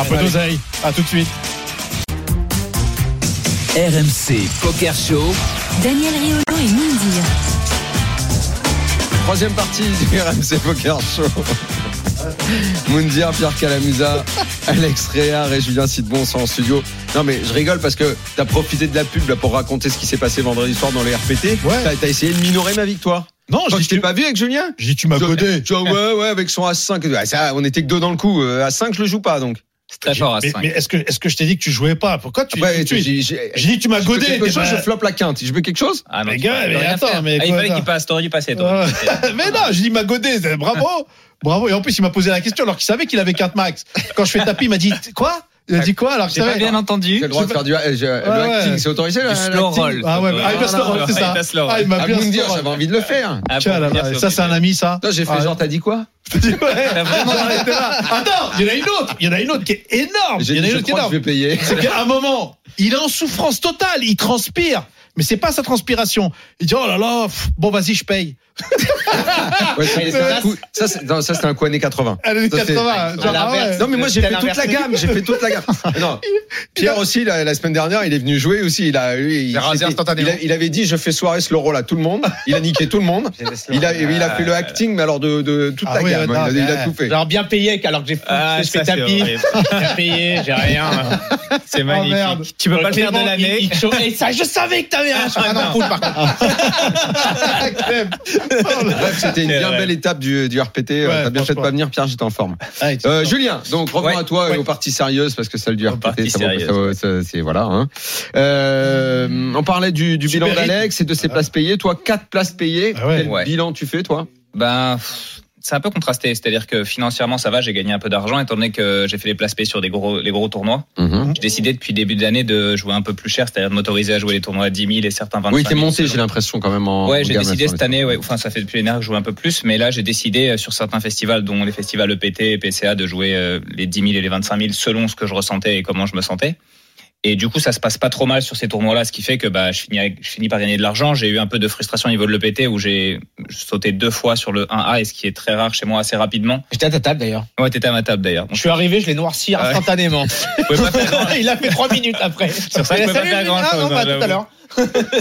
Speaker 2: un peu d'oseille. À tout de suite.
Speaker 7: RMC Poker Show.
Speaker 8: Daniel Riolo et Mindy.
Speaker 1: Troisième partie du RMC Poker Show. Moundir, Pierre Calamusa, Alex Réard et Julien Sidbon sont en studio. Non mais je rigole parce que t'as profité de la pub là, pour raconter ce qui s'est passé vendredi soir dans les RPT.
Speaker 2: Ouais.
Speaker 1: T'as- T'as essayé de minorer ma victoire.
Speaker 2: Non,
Speaker 1: Quand
Speaker 2: j'ai
Speaker 1: je t'ai
Speaker 2: tu,
Speaker 1: pas vu avec Julien
Speaker 2: j'ai dit, tu m'as
Speaker 1: Tu vois,
Speaker 2: codé.
Speaker 1: tu vois, ouais, ouais, avec son A5. Ah, ça, on était que deux dans le coup. Euh, A5, je le joue pas donc.
Speaker 3: C'est très fort à
Speaker 2: Mais,
Speaker 3: 5.
Speaker 2: mais est-ce que, est-ce que je t'ai dit que tu jouais pas Pourquoi tu.
Speaker 1: Après,
Speaker 2: tu-
Speaker 1: j'ai-
Speaker 2: tu-
Speaker 1: j'ai-
Speaker 2: J'ai dit que tu m'as
Speaker 1: je veux
Speaker 2: godé.
Speaker 1: quelque
Speaker 2: t'es
Speaker 1: chose,
Speaker 2: pas-
Speaker 1: je floppe la quinte. Je veux quelque chose
Speaker 3: Ah non,
Speaker 2: Les
Speaker 3: tu
Speaker 2: gars,
Speaker 3: peux
Speaker 2: mais
Speaker 3: rien
Speaker 2: attends,
Speaker 3: faire.
Speaker 2: mais
Speaker 3: Ah, il
Speaker 2: quoi,
Speaker 3: fallait
Speaker 2: ça
Speaker 3: qu'il passe, t'aurais dû passer.
Speaker 2: Ah.
Speaker 3: t'aurais dû passer.
Speaker 2: mais non, j'ai dit m'a godé, c'est- bravo, bravo. Et en plus, il m'a posé la question alors qu'il savait qu'il avait 4 max. Quand je fais tapis, il m'a dit quoi Il a dit quoi alors que je
Speaker 3: J'ai pas
Speaker 2: savais
Speaker 3: bien entendu.
Speaker 1: J'ai le droit de faire du euh, je- le
Speaker 2: ouais.
Speaker 1: acting, c'est autorisé là,
Speaker 3: Du slow
Speaker 1: l'acting
Speaker 3: roll.
Speaker 2: Ah ouais, mais- ah, il passe le rôle, c'est ça.
Speaker 3: Il passe le rôle.
Speaker 2: Ah, il
Speaker 1: Ah,
Speaker 2: m'a
Speaker 1: vous
Speaker 2: bien
Speaker 1: me dire, j'avais envie de le faire.
Speaker 3: Ah,
Speaker 2: Tiens,
Speaker 3: bon,
Speaker 2: là,
Speaker 3: bien sûr,
Speaker 2: ça c'est un ami ça.
Speaker 1: Non, j'ai fait
Speaker 2: Ah,
Speaker 1: genre, t'as dit quoi
Speaker 2: ouais.
Speaker 3: Vraiment,
Speaker 2: J'arrêtais là. Attends, il y en a une autre, il y en a une autre qui est énorme. Il
Speaker 1: J'ai
Speaker 2: y en
Speaker 1: dit,
Speaker 2: a une
Speaker 1: je
Speaker 2: autre qui est
Speaker 1: crois
Speaker 2: énorme.
Speaker 1: que je vais payer.
Speaker 2: C'est qu'à un moment, il est en souffrance totale, il transpire. Mais c'est pas sa transpiration. Il dit oh là là, pff, bon vas-y je paye.
Speaker 1: Ouais, c'est-
Speaker 2: Mais
Speaker 1: c'est un
Speaker 2: là,
Speaker 1: coup- Ça, c'est- non, ça, c'était un coup années 80.
Speaker 2: Allez,
Speaker 1: Ça, c'est-
Speaker 2: 80. genre, ah ouais.
Speaker 1: Non mais moi j'ai
Speaker 4: C'était
Speaker 1: fait toute la
Speaker 4: l'inverse.
Speaker 1: gamme, j'ai fait toute la gamme. Non. Pierre aussi la, la semaine dernière, il est venu jouer aussi, il a lui, il,
Speaker 6: Il a rasé
Speaker 1: s'était-
Speaker 6: instantanément.
Speaker 3: hein.
Speaker 1: il a- il avait dit je fais soirée ce rôle à tout le monde, il a niqué tout le monde. Il a il a fait le acting mais alors de, de toute
Speaker 2: Ah
Speaker 1: la
Speaker 2: oui,
Speaker 1: gamme, hein.
Speaker 2: ouais, non,
Speaker 1: il, a, il a
Speaker 2: mais-
Speaker 1: tout fait.
Speaker 4: Genre bien payé, alors que j'ai
Speaker 3: Ah,
Speaker 4: je
Speaker 3: ça,
Speaker 4: fais
Speaker 3: c'est
Speaker 4: tapis.
Speaker 3: horrible. J'ai payé, j'ai rien. C'est magnifique.
Speaker 2: merde.
Speaker 3: Tu peux pas le faire de
Speaker 4: Oh, Clément, il-
Speaker 3: l'année.
Speaker 4: il chauffe- Et ça, je savais que t'avais un
Speaker 6: Ah non, cool, par contre.
Speaker 2: Clem.
Speaker 1: Bref, c'était une
Speaker 3: C'est
Speaker 1: bien
Speaker 3: vrai.
Speaker 1: belle étape du, du RPT. Euh,
Speaker 2: Oh Ouais,
Speaker 1: T'as bien fait de
Speaker 2: franchement.
Speaker 1: pas venir, Pierre, j'étais en forme.
Speaker 4: Ah,
Speaker 2: Allez, tu-
Speaker 1: Euh, Julien, donc revenons
Speaker 3: Ouais,
Speaker 1: à toi et
Speaker 3: ouais.
Speaker 1: aux parties sérieuses parce que celle du
Speaker 3: Aux
Speaker 1: RPT,
Speaker 3: parties
Speaker 1: ça vaut- ça
Speaker 3: sérieuses.
Speaker 1: vaut- ça- c'est voilà. hein. Euh, on parlait du, du
Speaker 2: Super
Speaker 1: bilan
Speaker 2: rythme.
Speaker 1: d'Alex et de ses
Speaker 2: Voilà.
Speaker 1: places payées. Toi, quatre places payées.
Speaker 2: Ah ouais.
Speaker 1: Quel
Speaker 3: Ah. Ouais.
Speaker 1: bilan tu fais, toi
Speaker 3: Ben, pff, c'est un peu contrasté. C'est-à-dire que financièrement, ça va, j'ai gagné un peu d'argent, étant donné que j'ai fait les places payées sur des gros, les gros tournois.
Speaker 1: Mhm.
Speaker 3: J'ai décidé depuis début d'année de jouer un peu plus cher, c'est-à-dire de m'autoriser à jouer les tournois à 10 000 et certains 25
Speaker 1: Oui,
Speaker 3: 000.
Speaker 1: t'es monté, j'ai l'impression quand même. En, en
Speaker 3: Ouais, j'ai
Speaker 1: gamme,
Speaker 3: décidé
Speaker 1: sur les
Speaker 3: cette année, ouais, enfin ça fait depuis l'année que je joue un peu plus, mais là j'ai décidé euh, sur certains festivals, dont les festivals E EPT et PCA, de jouer euh, les 10 000 et les 25 000 selon ce que je ressentais et comment je me sentais. Et du coup, ça se passe pas trop mal sur ces tournois-là, ce qui fait que bah, je, finis avec- je finis par gagner de l'argent. J'ai eu un peu de frustration au niveau de l'EPT où j'ai sauté deux fois sur le 1A, et ce qui est très rare chez moi assez rapidement.
Speaker 4: J'étais à ta table d'ailleurs.
Speaker 3: Ouais, t'étais à ma table d'ailleurs. Donc,
Speaker 4: Je suis arrivé, je l'ai noirci
Speaker 3: ouais.
Speaker 4: instantanément.
Speaker 3: je pouvais pas faire grand-
Speaker 4: Il a fait trois minutes après.
Speaker 3: Sur ça, je pouvais pas faire grand
Speaker 4: Ah non,
Speaker 3: chose,
Speaker 4: pas
Speaker 3: j'avoue.
Speaker 4: tout à l'heure.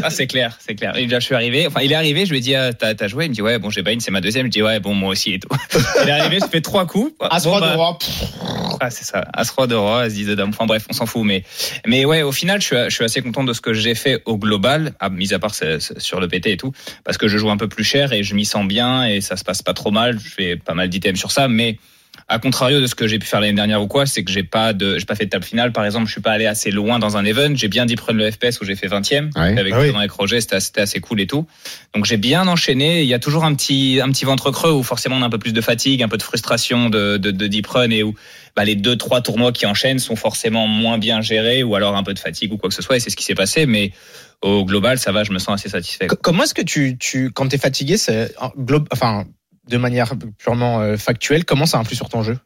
Speaker 3: Ah, c'est clair, c'est clair. Et là, je suis arrivé. Enfin, il est arrivé, je lui ai dit, ah, t'as, t'as joué Il me dit, ouais, bon, j'ai pas une, c'est ma deuxième. Je dis, ouais, bon, moi aussi et tout. Il est arrivé, je fais trois coups. Bon,
Speaker 4: À trois
Speaker 3: bah,
Speaker 4: de roi.
Speaker 3: Ah, c'est ça. As roi de roi, as 10 de dame. Enfin, bref, on s'en fout. Mais, mais ouais, au final, je suis, je suis assez content de ce que j'ai fait au global, à, mis à part ce- ce- sur le PT et tout, parce que je joue un peu plus cher et je m'y sens bien et ça se passe pas trop mal. Je fais pas mal d'items sur ça, mais à contrario de ce que j'ai pu faire l'année dernière ou quoi, c'est que j'ai pas de, j'ai pas fait de table finale. Par exemple, je suis pas allé assez loin dans un event. J'ai bien dit prendre le FPS où j'ai fait 20e.
Speaker 1: Ouais.
Speaker 3: Avec,
Speaker 2: Ah oui.
Speaker 3: avec Roger, c'était c'était assez cool et tout. Donc j'ai bien enchaîné. Il y a toujours un petit, un petit ventre creux où forcément on a un peu plus de fatigue, un peu de frustration de, de, de deep run et où bah, les deux, trois tournois qui enchaînent sont forcément moins bien gérés ou alors un peu de fatigue ou quoi que ce soit. Et c'est ce qui s'est passé. Mais au global, ça va, je me sens assez satisfait.
Speaker 4: Co- Comment est-ce que tu, tu quand t'es fatigué, c'est en globe, enfin, de manière purement euh, factuelle, comment ça influe sur ton jeu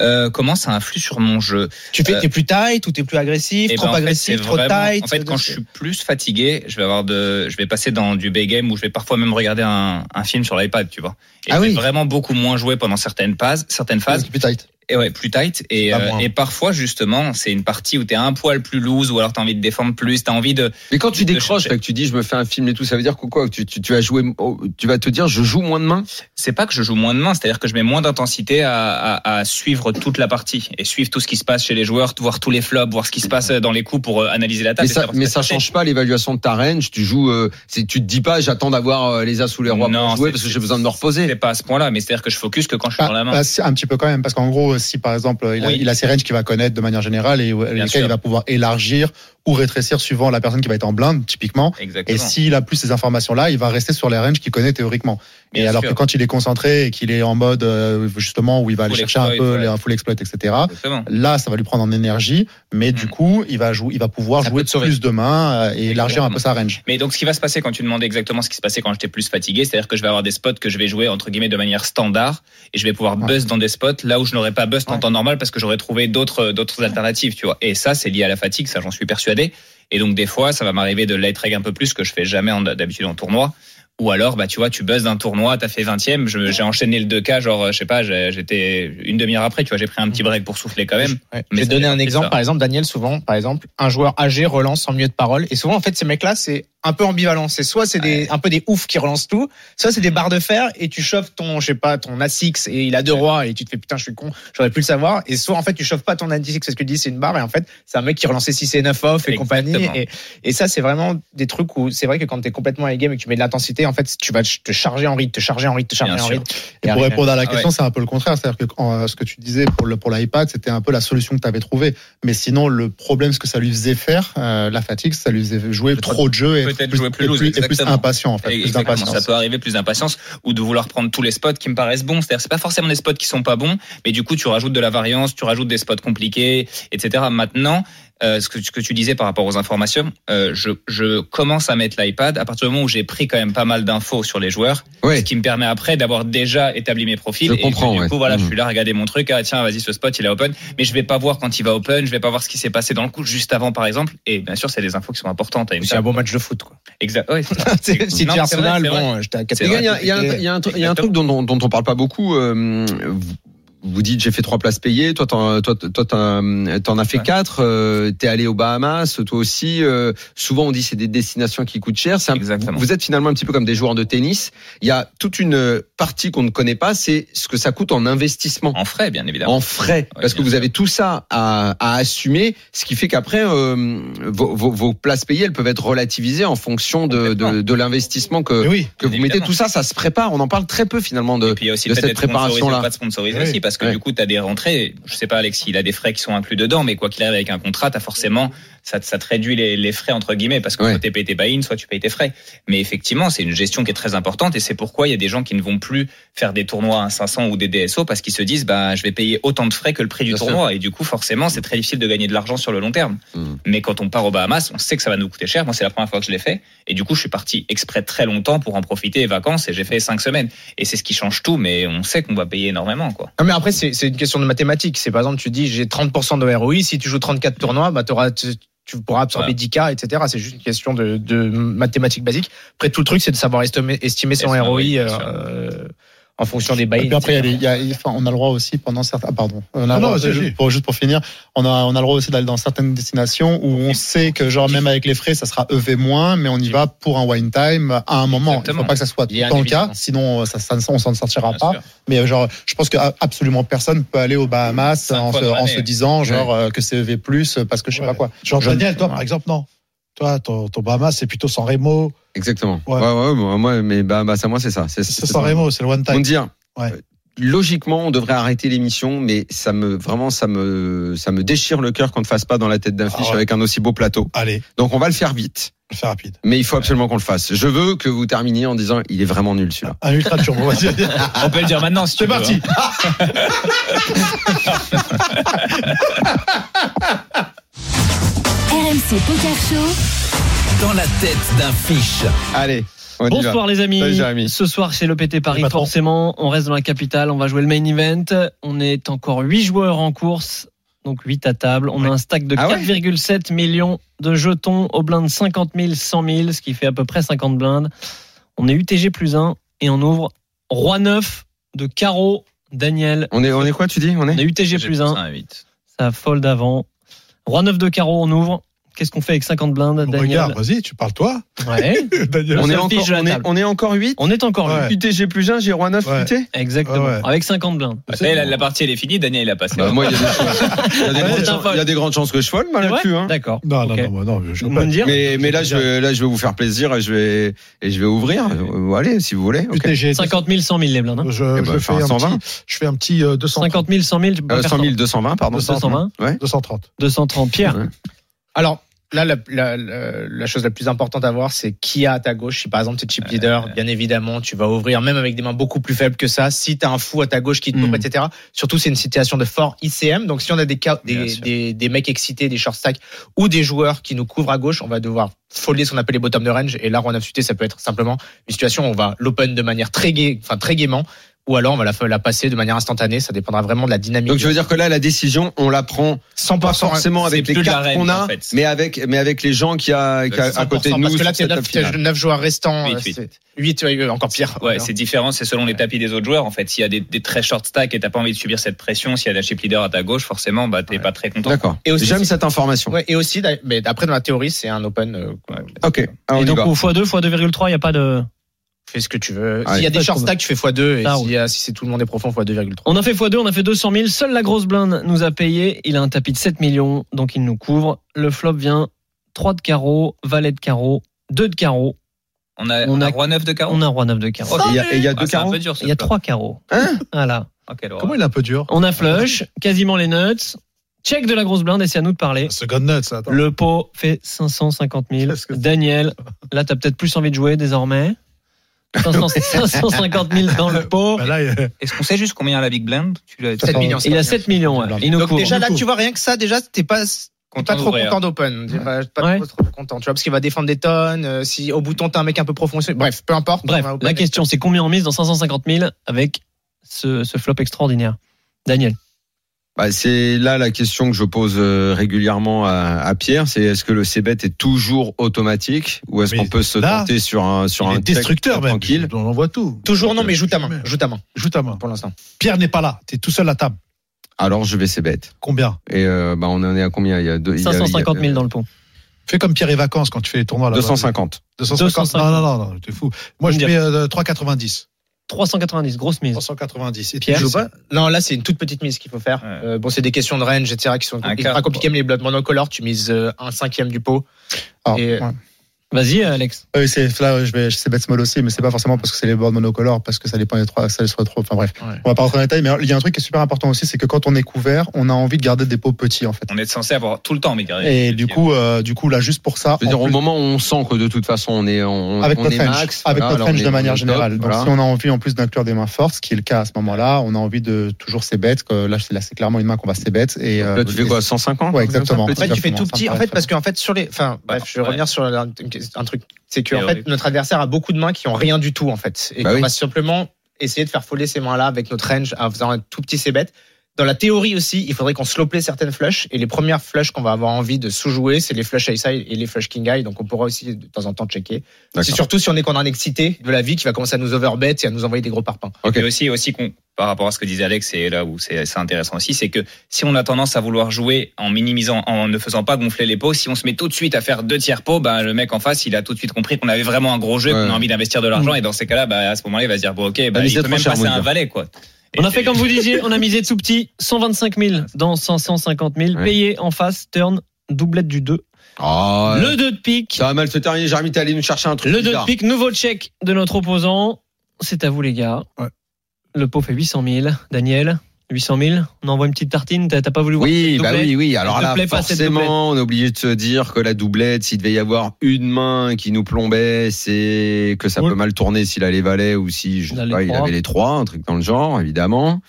Speaker 3: Euh, comment ça influe sur mon jeu
Speaker 4: Tu fais,
Speaker 3: Euh,
Speaker 4: t'es plus tight ou t'es plus agressif,
Speaker 3: Eh ben,
Speaker 4: trop
Speaker 3: en fait,
Speaker 4: agressif,
Speaker 3: c'est
Speaker 4: trop
Speaker 3: vraiment-
Speaker 4: tight euh,
Speaker 3: En fait, quand je
Speaker 4: c'est-
Speaker 3: suis plus fatigué, je vais avoir de, je vais passer dans du big game où je vais parfois même regarder un, un film sur l'iPad, tu vois. Et
Speaker 4: Ah
Speaker 3: je vais
Speaker 4: oui.
Speaker 3: vraiment beaucoup moins jouer pendant certaines phases, certaines phases.
Speaker 6: Plus tight.
Speaker 3: Et ouais, plus tight. Et,
Speaker 4: Pas
Speaker 3: euh,
Speaker 4: moins.
Speaker 3: et parfois, justement, c'est une partie où t'es un poil plus loose ou alors t'as envie de défendre plus, t'as envie de.
Speaker 1: Mais quand tu
Speaker 3: de
Speaker 1: décroches,
Speaker 3: chercher.
Speaker 1: là, que tu dis je me fais un film et tout, ça veut dire que quoi tu, tu, tu vas jouer, oh, tu vas te dire je joue moins demain.
Speaker 3: C'est pas que je joue moins de main, c'est-à-dire que je mets moins d'intensité à, à, à suivre toute la partie et suivre tout ce qui se passe chez les joueurs, voir tous les flops, voir ce qui se passe dans les coups pour euh, analyser la
Speaker 1: Mais
Speaker 3: table. et
Speaker 1: ça,
Speaker 3: savoir ce
Speaker 1: mais
Speaker 3: qui va
Speaker 1: ça
Speaker 3: se passer.
Speaker 1: change pas l'évaluation de ta range. Tu joues, euh, c'est- tu te dis pas j'attends d'avoir euh, les as sous les rois
Speaker 3: Non,
Speaker 1: pour jouer
Speaker 3: c'est-
Speaker 1: parce que
Speaker 3: c'est-
Speaker 1: j'ai besoin de me
Speaker 3: C'est
Speaker 1: reposer.
Speaker 3: pas à ce point-là, mais c'est-à-dire que je focus que quand je suis dans la main.
Speaker 6: Ah, si, un petit peu quand même, parce qu'en gros, euh, si par exemple, il a,
Speaker 3: Oui.
Speaker 6: il a ses ranges qu'il va connaître de manière générale et lesquelles
Speaker 3: sûr.
Speaker 6: il va pouvoir élargir ou rétrécir suivant la personne qui va être en blinde, typiquement. Et
Speaker 3: Exactement.
Speaker 6: s'il a plus ces informations-là, il va rester sur les ranges qu'il connaît théoriquement.
Speaker 3: Bien
Speaker 6: et alors
Speaker 3: sûr.
Speaker 6: que quand il est concentré et qu'il est en mode euh, justement où il va aller
Speaker 3: Full
Speaker 6: chercher un
Speaker 3: exploit,
Speaker 6: peu
Speaker 3: ouais.
Speaker 6: les- un full exploit, etc.
Speaker 3: Exactement.
Speaker 6: Là, ça va lui prendre en énergie, mais du
Speaker 3: Mm.
Speaker 6: coup, il va jouer, il va pouvoir
Speaker 3: Ça peut
Speaker 6: jouer
Speaker 3: te sauver.
Speaker 6: plus demain euh, et élargir un peu sa range.
Speaker 3: Mais donc, ce qui va se passer quand tu demandais exactement ce qui se passait quand j'étais plus fatigué, c'est-à-dire que je vais avoir des spots que je vais jouer entre guillemets de manière standard et je vais pouvoir
Speaker 6: Ouais.
Speaker 3: buzz dans des spots là où je n'aurais pas buzz en temps normal parce que j'aurais trouvé d'autres d'autres alternatives, tu vois. Et ça, c'est lié à la fatigue, ça j'en suis persuadé. Et donc, des fois, ça va m'arriver de late reg un peu plus que je fais jamais en- d'habitude en tournoi. Ou alors, bah, tu vois, tu buzzes d'un tournoi, t'as fait 20ème, je- j'ai enchaîné le 2K, genre, euh, je sais pas, j'ai- j'étais une demi-heure après, tu vois, j'ai pris un petit break pour souffler quand même. Mais
Speaker 4: Ouais. Je vais
Speaker 3: ça
Speaker 4: donner
Speaker 3: dépend
Speaker 4: un
Speaker 3: qui,
Speaker 4: exemple.
Speaker 3: ça.
Speaker 4: Par exemple, Daniel, souvent, par exemple, un joueur âgé relance en milieu de parole. Et souvent, en fait, ces mecs-là, c'est un peu ambivalent. C'est soit c'est des, un peu des oufs qui relancent tout, soit c'est des barres de fer et tu chauffes ton, je sais pas, ton A6 et il a deux rois et tu te fais putain, je suis con, j'aurais pu le savoir. Et soit, en fait, tu chauffes pas ton A6 parce que tu dis c'est une barre et en fait, c'est un mec qui relançait 6 et 9 off et
Speaker 3: Exactement.
Speaker 4: compagnie. Et, et ça, c'est vraiment des trucs où c'est vrai que quand t'es complètement à game et que tu mets de l'intensité, en fait, tu vas te charger en rythme, te charger en rythme, te charger
Speaker 3: Bien
Speaker 4: en
Speaker 3: sûr.
Speaker 4: rythme.
Speaker 6: Et pour
Speaker 4: arriver-
Speaker 6: répondre à la question,
Speaker 4: Ah ouais.
Speaker 6: c'est un peu le contraire. C'est-à-dire que quand, euh, ce que tu disais pour le pour l'iPad, c'était un peu la solution que tu avais trouvée. Mais sinon, le problème, ce que ça lui faisait faire, euh, la fatigue, ça lui faisait jouer trop de jeux et
Speaker 3: peut-être
Speaker 6: être plus,
Speaker 3: jouer plus
Speaker 6: et
Speaker 3: loose,
Speaker 6: et plus
Speaker 3: exactement.
Speaker 6: impatient en fait, plus
Speaker 3: Exactement,
Speaker 6: d'impatience.
Speaker 3: ça peut arriver plus d'impatience ou de vouloir prendre tous les spots qui me paraissent bons. C'est-à-dire, c'est pas forcément des spots qui sont pas bons, mais du coup, tu rajoutes de la variance, tu rajoutes des spots compliqués, etc. Maintenant, euh, ce, que, ce que tu disais par rapport aux informations, euh, je, je commence à mettre l'iPad à partir du moment où j'ai pris quand même pas mal d'infos sur les joueurs,
Speaker 1: Ouais.
Speaker 3: ce qui me permet après d'avoir déjà établi mes profils.
Speaker 1: Je
Speaker 3: et que
Speaker 1: comprends,
Speaker 3: Du
Speaker 1: ouais.
Speaker 3: coup, voilà, je
Speaker 1: Mhm.
Speaker 3: suis là, à regarder mon truc, ah tiens, vas-y, ce spot, il est open, mais je vais pas voir quand il va open, je vais pas voir ce qui s'est passé dans le coup juste avant, par exemple. Et bien sûr, c'est des infos qui sont importantes. à une
Speaker 4: C'est un bon match de foot, quoi.
Speaker 3: Exact. Ouais, c'est ça.
Speaker 4: C'est- si
Speaker 3: Non,
Speaker 4: tu es
Speaker 3: mais c'est vrai,
Speaker 4: Arsenal,
Speaker 3: c'est vrai.
Speaker 4: bon, j'étais à
Speaker 3: C'est
Speaker 1: Les gars,
Speaker 3: vrai,
Speaker 1: Il y a- il y a un- il y a un truc- il y a un truc dont, dont, dont on parle pas beaucoup. euh, vous- vous dites j'ai fait trois places payées, toi t'en toi, toi, t'en- t'en as fait
Speaker 3: Ouais.
Speaker 1: quatre, euh, t'es allé aux Bahamas, toi aussi. euh, souvent on dit c'est des destinations qui coûtent cher. C'est un-
Speaker 3: Exactement.
Speaker 1: Vous êtes finalement un petit peu comme des joueurs de tennis. Il y a toute une partie qu'on ne connaît pas, c'est ce que ça coûte en investissement.
Speaker 3: En frais, bien évidemment.
Speaker 1: en frais, parce que
Speaker 3: bien
Speaker 1: vous
Speaker 3: sûr.
Speaker 1: avez tout ça à, à assumer, ce qui fait qu'après euh, vos, vos- vos places payées, elles peuvent être relativisées en fonction de, de, de l'investissement que,
Speaker 2: Mais oui.
Speaker 1: que vous mettez.
Speaker 3: Évidemment.
Speaker 1: Tout ça, ça se prépare. On en parle très peu finalement de.
Speaker 3: Et puis il y a aussi
Speaker 1: de
Speaker 3: peut-être
Speaker 1: cette
Speaker 3: d'être sponsorisé
Speaker 1: préparation-là.
Speaker 3: ou pas de sponsoriser
Speaker 2: Oui.
Speaker 3: aussi, parce que
Speaker 1: Ouais.
Speaker 3: du coup, tu as des rentrées. Je sais pas, Alexis, il a des frais qui sont inclus dedans, mais quoi qu'il arrive avec un contrat, t'as forcément, ça, te- ça te réduit les, les frais, entre guillemets, parce que
Speaker 1: Ouais.
Speaker 3: soit tu payé tes buy-in, soit tu payes tes frais. Mais effectivement, c'est une gestion qui est très importante, et c'est pourquoi il y a des gens qui ne vont plus faire des tournois à 500 ou des DSO, parce qu'ils se disent, bah, je vais payer autant de frais que le prix du
Speaker 1: Bien sûr.
Speaker 3: tournoi. Et du coup, forcément, c'est très difficile de gagner de l'argent sur le long terme.
Speaker 1: Mhm.
Speaker 3: Mais quand on part aux Bahamas, on sait que ça va nous coûter cher. Moi, c'est la première fois que je l'ai fait. Et du coup, je suis parti exprès très longtemps pour en profiter, les vacances, et j'ai fait cinq semaines. Et c'est ce qui change tout, mais on sait qu'on va payer énormément, quoi.
Speaker 4: Non, mais après, c'est c'est une question de mathématiques. C'est par exemple, tu dis j'ai 30% de ROI, si tu joues 34 tournois, bah, t'auras- tu, tu pourras absorber
Speaker 3: Voilà.
Speaker 4: 10K, etc. C'est juste une question de, de mathématiques basiques. Après, tout le truc, c'est de savoir estimer, estimer son
Speaker 3: Estimer,
Speaker 4: ROI
Speaker 3: oui, bien
Speaker 4: euh,
Speaker 3: sûr.
Speaker 4: euh, en fonction des
Speaker 6: Et
Speaker 4: bails.
Speaker 6: puis après, il y a les- il y a- enfin, on a le droit aussi pendant certains. Ah, pardon. On a
Speaker 2: Ah
Speaker 6: le
Speaker 2: non,
Speaker 6: droit,
Speaker 2: vas-y,
Speaker 6: juste,
Speaker 2: vas-y.
Speaker 6: pour, juste pour finir, on a, on a le droit aussi d'aller dans certaines destinations où on sait que, genre, même avec les frais, ça sera EV moins, mais on y va pour un wine time à un moment. Il
Speaker 3: Exactement.
Speaker 6: faut pas que ça soit tout
Speaker 4: Il y
Speaker 6: le
Speaker 4: a un
Speaker 6: temps le
Speaker 4: évident.
Speaker 6: cas, sinon euh, ça, ça, on s'en sortira
Speaker 3: Bien
Speaker 6: pas.
Speaker 3: sûr.
Speaker 6: Mais euh, genre, je pense que a- absolument personne peut aller aux Bahamas
Speaker 3: Cinq
Speaker 6: en
Speaker 3: fois
Speaker 6: se,
Speaker 3: dans
Speaker 6: en
Speaker 3: l'année.
Speaker 6: se disant, genre, euh, que c'est EV plus parce que je sais
Speaker 2: Ouais.
Speaker 6: pas quoi.
Speaker 2: Genre,
Speaker 6: Je-
Speaker 2: Daniel, toi,
Speaker 6: ouais.
Speaker 2: par exemple, non. Toi, ton, ton Bahamas, c'est plutôt San Remo.
Speaker 1: Exactement. Ouais,
Speaker 2: Ouais.
Speaker 1: ouais, moi, moi, mais bah, bah, ça, moi, c'est ça. C'est
Speaker 2: C'est
Speaker 1: c'est
Speaker 2: San
Speaker 1: ça.
Speaker 2: Remo, c'est le one
Speaker 1: On
Speaker 2: time.
Speaker 1: dire.
Speaker 2: Ouais.
Speaker 1: euh, Logiquement, on devrait arrêter l'émission, mais ça me vraiment ça me ça me déchire le cœur qu'on ne fasse pas dans la tête d'affiche
Speaker 2: Ah ouais.
Speaker 1: avec un aussi beau plateau.
Speaker 2: Allez,
Speaker 1: Donc on va le faire vite,
Speaker 2: on le fait rapide.
Speaker 1: mais il faut absolument qu'on le fasse. Je veux que vous terminiez en disant il est vraiment nul celui-là.
Speaker 2: Un ultra turbo, vas-y.
Speaker 3: On peut le dire maintenant, si tu
Speaker 2: C'est
Speaker 3: veux,
Speaker 2: parti.
Speaker 3: hein.
Speaker 8: RMC Poker Show,
Speaker 7: Dans la tête d'un fiche.
Speaker 1: Allez, on y va.
Speaker 11: Bonsoir les amis.
Speaker 1: Salut, Jérémy.
Speaker 11: Ce soir chez l'OPT Paris,
Speaker 2: Salut, patron.
Speaker 11: forcément, on reste dans la capitale, on va jouer le main event. On est encore 8 joueurs en course, donc 8 à table. On a un stack de
Speaker 1: Ah ouais
Speaker 11: 4,7 millions de jetons au blind 50 000, 100 000, ce qui fait à peu près 50 blindes. On est UTG plus 1 et on ouvre Roi 9 de carreau. Daniel,
Speaker 1: On est on est quoi tu dis On
Speaker 11: on
Speaker 1: est
Speaker 11: est UTG
Speaker 3: J'ai
Speaker 11: plus 1,
Speaker 3: à 8.
Speaker 11: ça fold avant. Roi 9 de carreau, on ouvre. Qu'est-ce qu'on fait avec 50 blindes,
Speaker 2: Regarde,
Speaker 11: Daniel
Speaker 2: vas-y, tu parles toi.
Speaker 11: Ouais.
Speaker 2: Daniel.
Speaker 1: on est
Speaker 11: seule
Speaker 1: encore
Speaker 11: fiche de la
Speaker 1: on est,
Speaker 11: table.
Speaker 1: on est encore 8
Speaker 11: On est encore là.
Speaker 2: Ouais.
Speaker 1: UTG plus 1, j'ai roi 9
Speaker 2: Ouais.
Speaker 1: UT
Speaker 11: Exactement.
Speaker 2: Ouais.
Speaker 11: Avec 50 blindes.
Speaker 3: Après, la, la partie, elle est finie. Daniel, il a passé.
Speaker 1: Bah, moi, il y a des choses- il y a des
Speaker 11: Ouais,
Speaker 1: grandes
Speaker 11: c'est un
Speaker 1: chances-
Speaker 11: fold.
Speaker 1: il y a des grandes chances que je folle,
Speaker 11: C'est
Speaker 1: mal
Speaker 11: vrai
Speaker 1: là-dessus. hein.
Speaker 11: D'accord.
Speaker 2: Non, non,
Speaker 11: Ok.
Speaker 2: non, non, je- je
Speaker 11: Vous me dire
Speaker 1: Mais, mais là, je vais, là, je vais vous faire plaisir et je vais, et je vais ouvrir. Euh, Allez, si vous voulez. ok.
Speaker 2: UTG.
Speaker 11: 50 000, 100 000 les blindes. hein.
Speaker 2: Je,
Speaker 1: Eh
Speaker 2: je
Speaker 1: ben,
Speaker 2: fais
Speaker 1: enfin,
Speaker 2: un
Speaker 1: 120.
Speaker 2: petit, je fais un petit euh, 200,
Speaker 11: 50 000, 100 000, tu peux
Speaker 2: Bah,
Speaker 1: Euh,
Speaker 11: pas faire
Speaker 1: 100 000, 220, pardon.
Speaker 11: 220.
Speaker 1: Ouais.
Speaker 2: 230.
Speaker 11: 230. Pierre,
Speaker 4: Alors là, la, la- la- la chose la plus importante à voir, c'est qui a à ta gauche. Si par exemple, tu es chip leader, bien évidemment, tu vas ouvrir, même avec des mains beaucoup plus faibles que ça. Si tu as un fou à ta gauche qui te
Speaker 1: Hmm.
Speaker 4: coupe,
Speaker 11: Mm.
Speaker 4: etc. Surtout, c'est une situation de fort ICM. Donc, si on a des, ca-
Speaker 3: Bien
Speaker 4: des,
Speaker 3: sûr.
Speaker 4: des- des mecs excités, des short stacks ou des joueurs qui nous couvrent à gauche, on va devoir folder ce qu'on appelle les bottom de range. Et là, on a suité, ça peut être simplement une situation où on va l'open de manière très, gai, enfin, très gaiement. Ou alors on va la, la passer de manière instantanée, ça dépendra vraiment de la dynamique.
Speaker 1: Donc, je veux dire que là, la décision, on la prend
Speaker 4: 100%
Speaker 1: pas forcément
Speaker 3: c'est
Speaker 1: avec les
Speaker 3: plus de la
Speaker 1: cartes
Speaker 3: reine,
Speaker 1: qu'on a,
Speaker 3: en fait.
Speaker 1: mais avec, mais avec les gens qui a, qui a
Speaker 3: Euh,
Speaker 1: à côté de
Speaker 4: 100%,
Speaker 1: nous.
Speaker 4: Parce que là,
Speaker 1: sur
Speaker 4: tu as
Speaker 1: cette table finale.
Speaker 4: 9, joueurs restants.
Speaker 3: Huit,
Speaker 4: 8,
Speaker 3: huit.
Speaker 4: 8. encore pire.
Speaker 3: Ouais,
Speaker 4: Alors,
Speaker 3: c'est différent, c'est selon les tapis des autres joueurs. En fait, s'il y a des, des très short stacks et t'as pas envie de subir cette pression, s'il y a des chip leader à ta gauche, forcément, bah, t'es pas très content.
Speaker 1: D'accord.
Speaker 4: Et aussi,
Speaker 1: J'aime
Speaker 4: c'est-
Speaker 1: cette information.
Speaker 4: ouais, et aussi, d'a- mais après, dans la théorie, c'est un open. euh, quoi.
Speaker 1: Ok. Alors,
Speaker 11: et
Speaker 1: on y
Speaker 11: donc
Speaker 1: va.
Speaker 11: au x2, x2,3, il n'y a pas de.
Speaker 4: Fais ce que tu veux.
Speaker 1: Allez.
Speaker 4: S'il y a des
Speaker 11: Parce
Speaker 4: short
Speaker 11: qu'on a-
Speaker 4: stacks, tu fais x2. Et
Speaker 11: Ah,
Speaker 4: s'il y a- si c'est tout le monde est profond, x2,3.
Speaker 11: On a fait x2, on a fait 200 000. Seule la grosse blinde nous a payé. Il a un tapis de 7 millions, donc il nous couvre. Le flop vient 3 de carreau, valet de carreau, 2 de carreau.
Speaker 3: On a, on a roi 9 de carreau
Speaker 11: On a roi 9 de carreau.
Speaker 1: Et il y a- et il y a deux
Speaker 3: Ah, c'est un
Speaker 1: carreaux
Speaker 3: peu dur, ce
Speaker 11: Il y a
Speaker 3: flop.
Speaker 11: trois carreaux.
Speaker 1: Hein
Speaker 11: Voilà.
Speaker 3: Ah, quelle horreur.
Speaker 2: Comment il est un peu dur
Speaker 11: On a flush, quasiment les nuts. Check de la grosse blinde et c'est à nous de parler.
Speaker 2: Ce gun nuts, là, attends.
Speaker 11: Le pot fait 550 000.
Speaker 2: Qu'est-ce que c'est
Speaker 11: Daniel, là, t'as peut-être plus envie de jouer désormais. 500 550 000 dans le pot.
Speaker 2: Bah là, il est-
Speaker 3: Est-ce qu'on sait juste combien à la Big Blind Tu l'as-
Speaker 4: 7 millions.
Speaker 11: Il a 7 millions, ouais. Il nous
Speaker 4: Donc
Speaker 11: court.
Speaker 4: déjà là,
Speaker 2: Nous
Speaker 4: tu vois rien que ça, déjà t'es pas t'es
Speaker 3: Content
Speaker 4: pas trop
Speaker 3: d'ouvrir.
Speaker 4: content d'open, T'es pas, pas
Speaker 11: Ouais.
Speaker 4: trop, trop content, tu vois, parce qu'il va défendre des tonnes. euh, si au bouton t'as un mec un peu profond, bref, peu importe.
Speaker 11: Bref,
Speaker 4: on va open.
Speaker 11: la question, c'est combien on mise dans 550 000 avec ce, ce flop extraordinaire Daniel.
Speaker 1: Bah, c'est là la question que je pose euh, régulièrement à, à Pierre, c'est est-ce que le c-bet est toujours automatique ou est-ce
Speaker 2: Mais
Speaker 1: qu'on peut se
Speaker 2: là,
Speaker 1: tenter sur un sur
Speaker 2: il
Speaker 1: un
Speaker 2: est
Speaker 1: check
Speaker 2: destructeur, même.
Speaker 1: tranquille
Speaker 2: On en voit tout.
Speaker 4: Toujours non, mais joue ta main, joue ta main
Speaker 2: Joue ta main.
Speaker 4: pour l'instant.
Speaker 2: Pierre n'est pas là. T'es tout seul à table.
Speaker 1: Alors je vais c-bet.
Speaker 2: Combien
Speaker 1: Et euh, bah, on en est à combien Il y a deux- il y a- il y a-
Speaker 11: 550 000 dans le pot.
Speaker 2: Fais comme Pierre et vacances quand tu fais les tournois là.
Speaker 1: 250.
Speaker 2: 250. Non, non, non, non, t'es fou. Moi, je
Speaker 11: Combien
Speaker 2: mets euh, 3,90.
Speaker 11: 390, grosse mise.
Speaker 2: 390. Et tu
Speaker 11: Pierre,
Speaker 2: joues
Speaker 4: Tu vois Non, là c'est une toute petite mise qu'il faut faire.
Speaker 3: Ouais.
Speaker 4: Euh, bon, c'est des questions de range, etc. qui sont
Speaker 3: Un
Speaker 4: hyper
Speaker 3: quart,
Speaker 4: compliquées, mais les blocs monocolores, tu mises euh, un cinquième du pot.
Speaker 6: Alors,
Speaker 4: Et-
Speaker 6: ouais.
Speaker 11: Vas-y, Alex.
Speaker 6: Euh, Oui, c'est là, je vais, c'est bête small aussi, mais c'est pas forcément parce que c'est les bords monocolores, parce que ça dépend des trois, ça les soit trop. Enfin bref,
Speaker 4: Ouais.
Speaker 6: on va pas rentrer dans les détails, mais alors, il y a un truc qui est super important aussi, c'est que quand on est couvert, on a envie de garder des pots petits en fait.
Speaker 3: On est censé avoir tout le temps, mais
Speaker 6: Et du coup, euh, du coup, là, juste pour ça,
Speaker 1: Je veux
Speaker 6: en
Speaker 1: dire, au
Speaker 6: plus-
Speaker 1: moment où on sent que de toute façon on est on,
Speaker 6: avec
Speaker 1: on
Speaker 6: notre
Speaker 1: est
Speaker 6: range,
Speaker 1: max,
Speaker 6: avec
Speaker 1: voilà,
Speaker 6: notre
Speaker 1: alors
Speaker 6: range
Speaker 1: on
Speaker 6: de
Speaker 1: est- on
Speaker 6: manière
Speaker 1: est
Speaker 6: générale.
Speaker 1: top,
Speaker 6: Donc
Speaker 1: voilà.
Speaker 6: si on a envie en plus d'inclure des mains fortes, ce qui est le cas à ce moment-là, on a envie de toujours c'est bête. Que là, c'est là, c'est clairement une main qu'on va c'est bête. Et euh,
Speaker 1: Là, tu fais quoi 150
Speaker 6: Ouais, exactement.
Speaker 4: En fait, tu fais
Speaker 6: Exactement,
Speaker 4: tout
Speaker 6: ça me
Speaker 4: petit. En
Speaker 6: paraît
Speaker 4: fait,
Speaker 6: très
Speaker 4: parce qu'en fait, sur les. Enfin, bref, je vais
Speaker 3: ouais.
Speaker 4: revenir sur la- un truc. C'est que, en
Speaker 3: Théorique.
Speaker 4: fait, notre adversaire a beaucoup de mains qui ont rien du tout, en fait. Et
Speaker 1: Bah
Speaker 4: on
Speaker 1: oui.
Speaker 4: va simplement essayer de faire foller ces mains-là avec notre range en faisant un tout petit c'est bête. Dans la théorie aussi, il faudrait qu'on slope certaines flushs. Et les premières flushs qu'on va avoir envie de sous-jouer, c'est les flushs ace high et les flushs king high. Donc, on pourra aussi de temps en temps checker.
Speaker 1: D'accord.
Speaker 4: C'est surtout si on est qu'on a un excité de la vie qui va commencer à nous overbet et à nous envoyer des gros parpaings.
Speaker 1: Ok.
Speaker 3: Et aussi, aussi qu'on- par rapport à ce que disait Alex, et là où c'est c'est intéressant aussi, c'est que si on a tendance à vouloir jouer en minimisant, en ne faisant pas gonfler les pots, si on se met tout de suite à faire deux tiers pots, bah, le mec en face, il a tout de suite compris qu'on avait vraiment un gros jeu,
Speaker 1: Ouais.
Speaker 3: qu'on a envie d'investir de
Speaker 11: Mm.
Speaker 3: l'argent, et dans ces cas-là, bah, à ce moment-là, il va se dire, bon, ok, bah,
Speaker 1: mise
Speaker 3: il
Speaker 1: est
Speaker 3: peut
Speaker 1: trop
Speaker 3: même
Speaker 1: chère,
Speaker 3: passer
Speaker 1: moi, je
Speaker 3: un
Speaker 1: veux
Speaker 3: valet, quoi.
Speaker 11: On a
Speaker 3: Et-
Speaker 11: fait comme vous disiez, on a misé tout petit, 125 000 dans 550 000,
Speaker 1: Ouais.
Speaker 11: payé en face, turn, doublette du 2.
Speaker 1: Ah,
Speaker 11: Le 2 de pique,
Speaker 1: ça va mal se terminer. Jérémy, t'es allé nous chercher un truc.
Speaker 11: le 2 de
Speaker 1: bizarre.
Speaker 11: pique, nouveau check de notre opposant. C'est à vous les gars.
Speaker 2: Ouais.
Speaker 11: Le pot fait 800 000. Daniel, 800 000. On envoie une petite tartine, t'as t'as pas voulu voir
Speaker 1: Oui,
Speaker 11: cette
Speaker 1: bah
Speaker 11: doublette
Speaker 1: oui, oui. Alors
Speaker 11: te
Speaker 1: là,
Speaker 11: plaît pas, cette
Speaker 1: forcément, on est obligé de se dire que la doublette, s'il devait y avoir une main qui nous plombait, c'est que ça
Speaker 11: Cool.
Speaker 1: peut mal tourner s'il a les valets ou si je
Speaker 11: Il
Speaker 1: sais
Speaker 11: a les
Speaker 1: pas, il
Speaker 11: trois.
Speaker 1: avait les trois, un truc dans le genre, évidemment.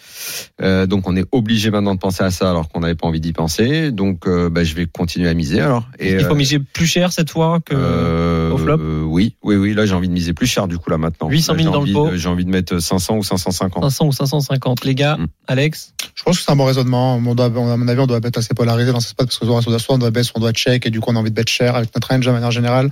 Speaker 1: Euh, donc on est obligé maintenant de penser à ça alors qu'on n'avait pas envie d'y penser. Donc euh, bah, je vais continuer à miser alors. Et,
Speaker 11: Il faut
Speaker 1: euh,
Speaker 11: miser plus cher cette fois que.
Speaker 1: euh,
Speaker 11: au flop
Speaker 1: euh, Oui, oui, oui. Là, j'ai envie de miser plus cher du coup là maintenant.
Speaker 11: 800 000
Speaker 1: Là, j'ai
Speaker 11: dans le
Speaker 1: envie
Speaker 11: pot.
Speaker 1: de- J'ai envie de mettre 500 ou 550.
Speaker 11: 500 ou 550. Les gars,
Speaker 1: Mm.
Speaker 11: Alex,
Speaker 6: Je pense que c'est un bon raisonnement. On doit- on- à mon avis, on doit être assez polarisé dans ce spot parce que soit soit on doit baisse, soit on doit check et du coup on a envie de bet cher avec notre range de manière générale.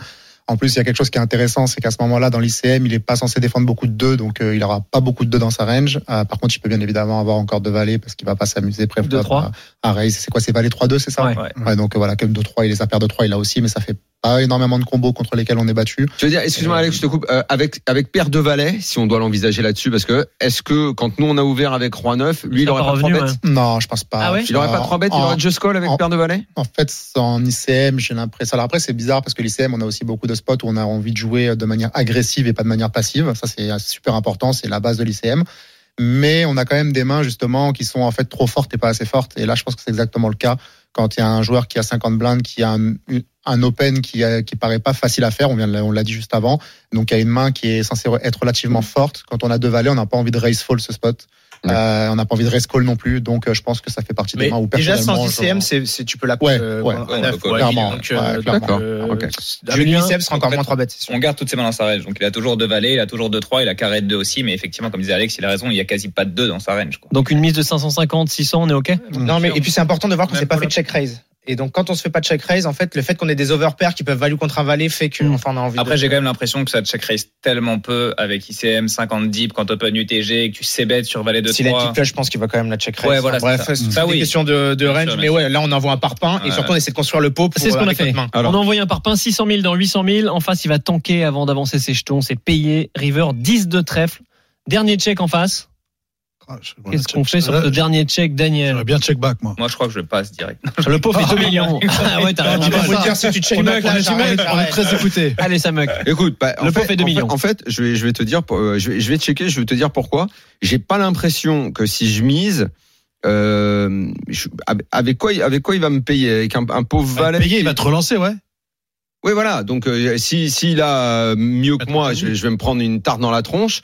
Speaker 6: En plus, il y a quelque chose qui est intéressant, c'est qu'à ce moment-là, dans l'ICM, il est pas censé défendre beaucoup de deux, donc euh, il aura pas beaucoup de deux dans sa range. Euh, par contre, il peut bien évidemment avoir encore deux valets parce qu'il va pas s'amuser pré
Speaker 11: Deux, trois.
Speaker 6: à, à raise. C'est quoi, c'est valets 3-2, c'est ça
Speaker 11: Ouais.
Speaker 6: Ouais, donc euh, voilà, comme 2-3, il les a paires de 3, il a aussi, mais ça fait pas énormément de combos contre lesquels on est battu.
Speaker 1: Je veux dire, excuse-moi Alex, je te coupe. euh, avec avec paire de valets, si on doit l'envisager là-dessus, parce que est-ce que quand nous on a ouvert avec roi 9, lui il
Speaker 11: sera
Speaker 1: aurait
Speaker 11: pas
Speaker 1: pas trois
Speaker 11: revenu, hein.
Speaker 1: bêtes
Speaker 11: ouais.
Speaker 6: Non, je pense pas.
Speaker 11: Ah ouais
Speaker 1: Il aurait pas trois bêtes, il
Speaker 6: En-
Speaker 1: aurait just call avec
Speaker 6: en-
Speaker 1: paire de valets.
Speaker 6: En fait, en ICM, j'ai l'impression. Alors après, c'est bizarre parce que l'ICM, on a aussi beaucoup de spots où on a envie de jouer euh, de manière agressive et pas de manière passive. Ça, c'est super important. C'est la base de l'ICM. Mais on a quand même des mains, justement, qui sont en fait trop fortes et pas assez fortes. Et là, je pense que c'est exactement le cas. Quand il y a un joueur qui a 50 blindes, qui a un, un open qui, a- qui paraît pas facile à faire, on vient de l'a- on l'a dit juste avant. Donc, il y a une main qui est censée être relativement forte. Quand on a deux valets, on n'a pas envie de raise fall ce spot.
Speaker 1: Ouais.
Speaker 6: Euh, on n'a pas envie de raise call non plus. Donc, euh, je pense que ça fait partie des
Speaker 4: Mais
Speaker 6: mains où
Speaker 4: déjà
Speaker 6: personnellement,
Speaker 4: sans
Speaker 6: je-
Speaker 4: ICM, c'est c'est- tu peux la
Speaker 6: Ouais,
Speaker 4: euh,
Speaker 6: ouais,
Speaker 4: un
Speaker 3: ouais,
Speaker 4: neuf,
Speaker 3: donc,
Speaker 4: ouais,
Speaker 6: clairement,
Speaker 4: donc,
Speaker 3: Ah,
Speaker 6: ouais,
Speaker 4: euh,
Speaker 6: clairement.
Speaker 4: donc, euh,
Speaker 1: D'accord, ok.
Speaker 4: Avec
Speaker 3: Julien,
Speaker 4: l'ICM, ce sera encore moins 3 bêtes. c'est sûr.
Speaker 3: On garde toutes ses mains dans sa range. Donc il a toujours deux valets, il a toujours deux trois, il a carré de deux aussi, mais effectivement, comme disait Alex, il a raison, il y a quasi pas de deux dans sa range, quoi.
Speaker 11: donc une mise de 550, 600, on est OK
Speaker 4: Non, mais et puis c'est important de voir qu'on
Speaker 3: Même
Speaker 4: s'est pas
Speaker 3: pour
Speaker 4: fait
Speaker 3: le-
Speaker 4: check raise. Et donc quand on se fait pas check raise, en fait, le fait qu'on ait des overpairs qui peuvent value contre un valet fait que
Speaker 11: Mm.
Speaker 4: enfin on a envie.
Speaker 3: Après,
Speaker 4: de-
Speaker 3: j'ai quand même l'impression que ça check raise tellement peu avec ICM 50 deep quand open UTG et que tu sais bête sur valet de
Speaker 4: S'il a une petite
Speaker 3: 3.
Speaker 4: flush, je pense qu'il va quand même la check raise.
Speaker 3: Ouais, voilà,
Speaker 4: Enfin,
Speaker 3: c'est
Speaker 4: bref,
Speaker 3: ça.
Speaker 4: c'est
Speaker 3: Bah
Speaker 4: une
Speaker 3: oui.
Speaker 4: question de, de
Speaker 3: Bien
Speaker 4: range,
Speaker 3: sûr,
Speaker 4: mais
Speaker 3: bien
Speaker 4: ouais, là on envoie un parpaing et
Speaker 3: Ouais.
Speaker 4: surtout on essaie de construire le pot pour
Speaker 11: C'est ce qu'on a
Speaker 4: avec
Speaker 11: fait.
Speaker 4: notre main.
Speaker 1: Alors.
Speaker 11: On a envoyé un parpaing 600 000 dans 800 000. En face, il va tanker avant d'avancer ses jetons. C'est payé. River, 10 de trèfle. Dernier check en face.
Speaker 1: Ah,
Speaker 11: Qu'est-ce qu'on fait sur ce dernier check, Daniel
Speaker 2: J'aurais bien check back, moi.
Speaker 3: Moi, je crois que je passe direct.
Speaker 11: Le pauvre fait 2 millions. Ah ouais, t'as
Speaker 2: Ah,
Speaker 11: raison.
Speaker 2: dis pas ça. On est- on est- on est très écouté.
Speaker 11: Allez, ça meug.
Speaker 1: Écoute, bah,
Speaker 11: Le
Speaker 1: en, fait,
Speaker 11: pauvre fait deux
Speaker 1: en fait-
Speaker 11: millions.
Speaker 1: en fait, je vais, je vais te dire, euh, je vais, je vais checker, je vais te dire pourquoi. J'ai pas l'impression que si je mise, euh, je- avec quoi, il- avec quoi il va me payer avec un, un pauvre
Speaker 11: Bah,
Speaker 1: valet.
Speaker 2: Payer, il va te relancer, ouais.
Speaker 1: Oui, voilà. Donc, euh, si s'il a euh, mieux que moi, je, je vais me prendre une tarte dans la tronche.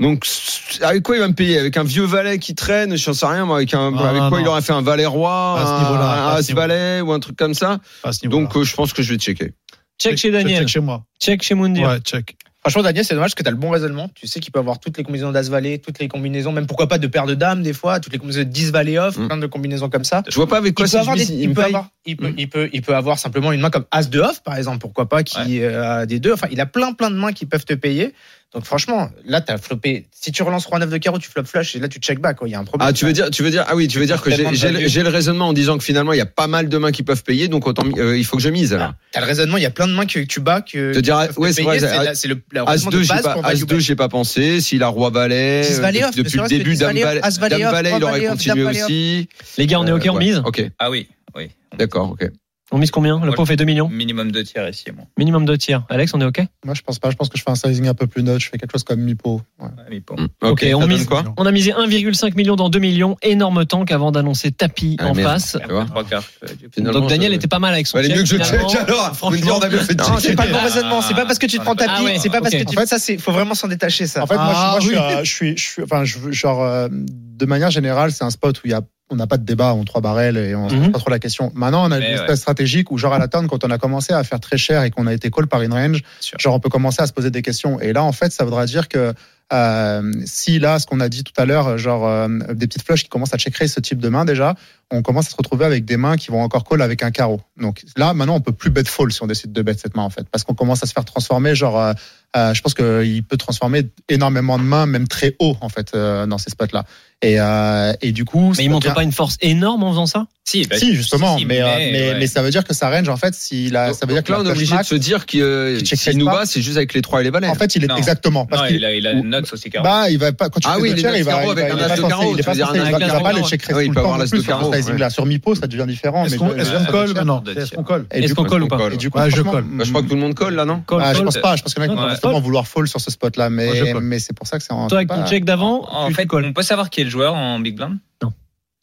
Speaker 1: Donc, s- avec quoi il va me payer Avec un vieux valet qui traîne Je sais rien, moi. Avec, un,
Speaker 2: Ah,
Speaker 1: avec quoi
Speaker 2: non.
Speaker 1: il aurait fait un valet roi,
Speaker 2: Pas à ce niveau-là,
Speaker 1: un-
Speaker 2: pas
Speaker 1: un
Speaker 2: à ce
Speaker 1: as valet ou un truc comme ça.
Speaker 2: Pas à ce niveau-là.
Speaker 1: Donc, euh, je pense que je vais checker.
Speaker 11: Check chez
Speaker 2: Check,
Speaker 11: Daniel.
Speaker 2: check chez moi.
Speaker 11: Check chez Mundir.
Speaker 2: Ouais, check.
Speaker 4: Franchement, Daniel, c'est dommage que tu as le bon raisonnement. Tu sais qu'il peut avoir toutes les combinaisons d'As-Valet, toutes les combinaisons, même pourquoi pas de paire de dames, des fois, toutes les combinaisons de 10 Valet off,
Speaker 1: Mm.
Speaker 4: plein de combinaisons comme ça.
Speaker 1: Je vois pas avec
Speaker 4: Il
Speaker 1: quoi
Speaker 4: peut,
Speaker 1: si je
Speaker 4: avoir
Speaker 1: mise,
Speaker 4: des-
Speaker 1: il
Speaker 4: il
Speaker 1: me
Speaker 4: peut
Speaker 1: paye.
Speaker 4: avoir- il peut-
Speaker 1: Mm.
Speaker 4: il peut- il peut avoir simplement une main comme As de off, par exemple, pourquoi pas, qui euh, a des deux. Enfin, il a plein, plein de mains qui peuvent te payer. Donc, franchement, là, tu as flopé. Si tu relances 3-9 de carreau, tu flop flush et là, tu check back. quoi. Il y a un problème.
Speaker 1: Ah, tu veux dire, tu veux dire, ah oui, tu veux dire que j'ai-
Speaker 4: Tellement de
Speaker 1: j'ai le-
Speaker 4: value.
Speaker 1: j'ai le raisonnement en disant que finalement il y a pas mal de mains qui peuvent payer, donc autant mi- euh, il faut que je mise. alors.
Speaker 4: T'as le raisonnement, il y a plein de mains que tu bats. Que
Speaker 1: Te dire,
Speaker 4: qui peuvent te
Speaker 1: ouais, c'est
Speaker 4: payer.
Speaker 1: vrai,
Speaker 4: C'est
Speaker 1: as-
Speaker 4: la- c'est le le
Speaker 1: As
Speaker 4: raisonnement
Speaker 1: 2,
Speaker 4: de
Speaker 1: j'ai
Speaker 4: base
Speaker 1: pas,
Speaker 4: pour
Speaker 1: As
Speaker 4: value
Speaker 1: 2, j'ai pas pensé. S'il a Roi Valet,
Speaker 4: Dix
Speaker 1: euh,
Speaker 4: valets off,
Speaker 1: depuis
Speaker 4: mais
Speaker 1: le
Speaker 4: c'est vrai,
Speaker 1: début,
Speaker 4: c'est dix
Speaker 1: Dame
Speaker 4: valets off,
Speaker 1: Valet,
Speaker 4: As valets
Speaker 1: Dame
Speaker 4: off,
Speaker 1: Valet,
Speaker 4: trois
Speaker 1: il aurait
Speaker 4: valets off,
Speaker 1: continué
Speaker 4: Dame valet off.
Speaker 1: aussi.
Speaker 11: Les gars, on est OK, on
Speaker 1: Ouais,
Speaker 11: mise
Speaker 1: Ok,
Speaker 3: Ah oui, oui.
Speaker 1: d'accord, ok.
Speaker 11: On mise combien Le
Speaker 3: Moi,
Speaker 11: pauvre fait 2 millions.
Speaker 3: Minimum deux tiers ici, moi.
Speaker 11: Minimum 2 tiers. Alex, on est OK
Speaker 6: Moi, je pense pas. Je pense que je fais un sizing un peu plus neutre. Je fais quelque chose comme Mipo. Ouais.
Speaker 3: Ouais, mais bon.
Speaker 4: Hmm.
Speaker 1: Mm.
Speaker 11: Ok, on
Speaker 1: ça donne
Speaker 11: mise-
Speaker 1: quoi
Speaker 11: On a misé 1,5 million dans 2 millions. Énorme tank avant d'annoncer tapis
Speaker 1: Ah,
Speaker 11: en
Speaker 1: merde.
Speaker 11: face.
Speaker 1: Tu vois
Speaker 3: Trois quarts, euh, du coup.
Speaker 1: Finalement,
Speaker 11: Donc Daniel
Speaker 1: je-
Speaker 11: était pas mal avec son
Speaker 1: Ouais, Elle est
Speaker 11: check,
Speaker 1: mieux que je
Speaker 11: finalement.
Speaker 1: check alors. Vous me dites, on avait fait
Speaker 11: Non,
Speaker 1: checker.
Speaker 4: C'est pas le bon
Speaker 3: Ah,
Speaker 4: raisonnement. C'est pas parce que tu te prends ta
Speaker 11: ah
Speaker 4: pique,
Speaker 11: ouais,
Speaker 4: c'est pas parce
Speaker 11: ok.
Speaker 4: que tu fais ça. C'est faut vraiment s'en détacher ça.
Speaker 6: En fait,
Speaker 2: Ah,
Speaker 6: moi, je, moi, je suis,
Speaker 2: oui.
Speaker 6: euh, je suis, je suis- enfin, je, veux- genre, euh, de manière générale, c'est un spot où il y a, on n'a pas de débat en trois barrels et on se pose
Speaker 11: Mhm.
Speaker 6: pas trop la question. Maintenant, on a
Speaker 3: Mais
Speaker 6: une espèce
Speaker 3: ouais.
Speaker 6: stratégique où, genre, à la turn, quand on a commencé à faire très cher et qu'on a été call par une range,
Speaker 3: Sûr.
Speaker 6: genre, on peut commencer à se poser des questions. Et là, en fait, ça voudra dire que, euh, si là, ce qu'on a dit tout à l'heure, genre, euh, des petites flushs qui commencent à checker ce type de main déjà, on commence à se retrouver avec des mains qui vont encore call avec un carreau. Donc là, maintenant, on peut plus bet fall si on décide de bet cette main, en fait. Parce qu'on commence à se faire transformer, genre, euh, euh, je pense qu'il peut transformer énormément de mains, même très haut, en fait, euh, dans ces spots-là. Et, euh, et du coup. ça
Speaker 11: Mais il montre
Speaker 6: devient-
Speaker 11: pas une force énorme en faisant ça
Speaker 3: Si, bah,
Speaker 6: Si, justement,
Speaker 3: si,
Speaker 6: mais, euh, mais,
Speaker 3: ouais.
Speaker 6: mais ça veut dire que sa range, en fait, s'il a, ça veut
Speaker 1: Donc
Speaker 6: dire
Speaker 1: là,
Speaker 6: que
Speaker 1: on
Speaker 6: la
Speaker 1: est
Speaker 6: flush
Speaker 1: obligé de
Speaker 6: max,
Speaker 1: se dire que euh,
Speaker 6: qui check
Speaker 1: s'il nous
Speaker 6: pas.
Speaker 1: bat, c'est juste avec les 3 et les valets.
Speaker 6: en fait, il est
Speaker 3: Non.
Speaker 6: exactement. Parce
Speaker 3: Non,
Speaker 6: qu'il
Speaker 3: il a, il a
Speaker 6: ou-
Speaker 3: une note aussi, carrément.
Speaker 6: Bah, il va pas quand tu
Speaker 1: Ah
Speaker 6: fais
Speaker 1: oui,
Speaker 6: deux
Speaker 1: les
Speaker 6: tiers,
Speaker 1: deux
Speaker 6: il va,
Speaker 1: carreaux
Speaker 6: il va,
Speaker 1: avec
Speaker 6: il
Speaker 1: un
Speaker 6: va
Speaker 1: as
Speaker 6: pas
Speaker 1: de
Speaker 6: censé-
Speaker 1: carreau,
Speaker 6: il est
Speaker 1: tu veux
Speaker 6: pas
Speaker 1: dire un
Speaker 6: censé-
Speaker 11: as de
Speaker 6: il va- il va
Speaker 11: carreau,
Speaker 6: pas
Speaker 11: ouais.
Speaker 6: les check raise
Speaker 1: Ah oui, il
Speaker 6: tout le
Speaker 1: peut
Speaker 6: temps
Speaker 1: avoir
Speaker 6: non
Speaker 1: l'as de
Speaker 6: plus sur
Speaker 1: carreau,
Speaker 6: ce sizing-là. Sur Mipo, ça devient différent.
Speaker 2: Est-ce
Speaker 6: mais
Speaker 2: qu'on
Speaker 6: de-
Speaker 2: est-ce qu'on
Speaker 6: ça devient-
Speaker 2: colle Ah Non, est-ce qu'on colle
Speaker 6: Et
Speaker 11: Est-ce
Speaker 6: du
Speaker 11: qu'on
Speaker 6: coup-
Speaker 11: colle ou pas
Speaker 6: et du coup,
Speaker 2: Ah, je
Speaker 6: franchement,
Speaker 2: colle.
Speaker 1: Bah, Je crois que tout le monde colle là, non
Speaker 11: Call,
Speaker 6: Ah, je
Speaker 11: call.
Speaker 6: pense pas, je pense que les mecs
Speaker 3: Ouais.
Speaker 6: vont forcément vouloir fall sur ce spot-là,
Speaker 2: Moi, je
Speaker 6: mais,
Speaker 2: colle.
Speaker 6: mais c'est pour ça que c'est en.
Speaker 11: Toi, avec ton
Speaker 6: pas-
Speaker 11: check d'avant,
Speaker 3: En
Speaker 11: tu
Speaker 3: fait,
Speaker 11: colles.
Speaker 3: on peut savoir qui est le joueur en Big Blind
Speaker 11: Non.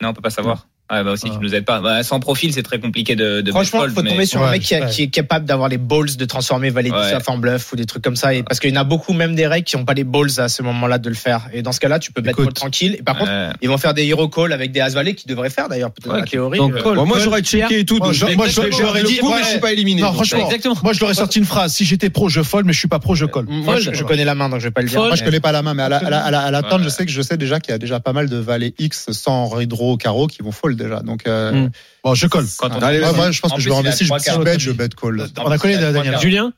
Speaker 3: Non, on peut pas savoir. Ah, bah aussi,
Speaker 2: Ah.
Speaker 3: tu nous aides pas. Bah, sans profil, c'est très compliqué de, de
Speaker 4: Franchement,
Speaker 3: baseball,
Speaker 4: faut
Speaker 3: mais-
Speaker 4: tomber sur
Speaker 2: Ouais,
Speaker 4: un mec qui, a-
Speaker 2: ouais.
Speaker 4: qui est capable d'avoir les balls de transformer valet
Speaker 3: Ouais.
Speaker 4: 10 off en bluff ou des trucs comme ça. Et parce qu'il y en a beaucoup, même des règles, qui n'ont pas les balls à ce moment-là de le faire. Et dans ce cas-là, tu peux mettre
Speaker 2: Écoute.
Speaker 4: call tranquille. Et par contre,
Speaker 3: Ouais.
Speaker 4: ils vont faire des hero call avec des as valet qui devraient faire d'ailleurs, peut-être
Speaker 3: Ouais,
Speaker 4: dans la
Speaker 3: qui-
Speaker 4: théorie.
Speaker 11: Donc,
Speaker 4: Euh,
Speaker 11: call,
Speaker 1: Bon, Moi,
Speaker 11: call.
Speaker 1: j'aurais checké et tout.
Speaker 2: Moi,
Speaker 1: donc
Speaker 2: je-
Speaker 1: je vais-
Speaker 2: moi, je-
Speaker 1: je vais-
Speaker 2: j'aurais
Speaker 1: le
Speaker 2: dit,
Speaker 1: coup,
Speaker 2: ouais.
Speaker 1: mais je suis pas éliminé.
Speaker 2: Non,
Speaker 1: donc,
Speaker 2: franchement,
Speaker 11: Exactement.
Speaker 2: moi je leur ai sorti une phrase. Si j'étais pro, je folle, mais je suis pas pro, je colle.
Speaker 4: Moi, je, je connais la main, donc je vais pas le dire.
Speaker 11: Fold.
Speaker 6: Moi, je
Speaker 4: mais-
Speaker 6: connais pas la main, mais à la, à la, à la, à la turn,
Speaker 3: Ouais.
Speaker 6: je sais que je sais déjà qu'il y a déjà pas mal de valets X sans redraw au carreau qui vont fall déjà. Donc, euh,
Speaker 2: Hmm.
Speaker 11: Mm.
Speaker 2: Bon, je colle.
Speaker 3: Quand on-
Speaker 6: ouais,
Speaker 1: Allez, vas-y.
Speaker 6: moi, je pense
Speaker 3: En
Speaker 6: que je
Speaker 3: plus,
Speaker 6: vais
Speaker 3: il a
Speaker 6: en si je
Speaker 3: trois
Speaker 6: si
Speaker 3: cartes.
Speaker 6: je bet, je bet call.
Speaker 2: On a collé la dernière.
Speaker 11: Julien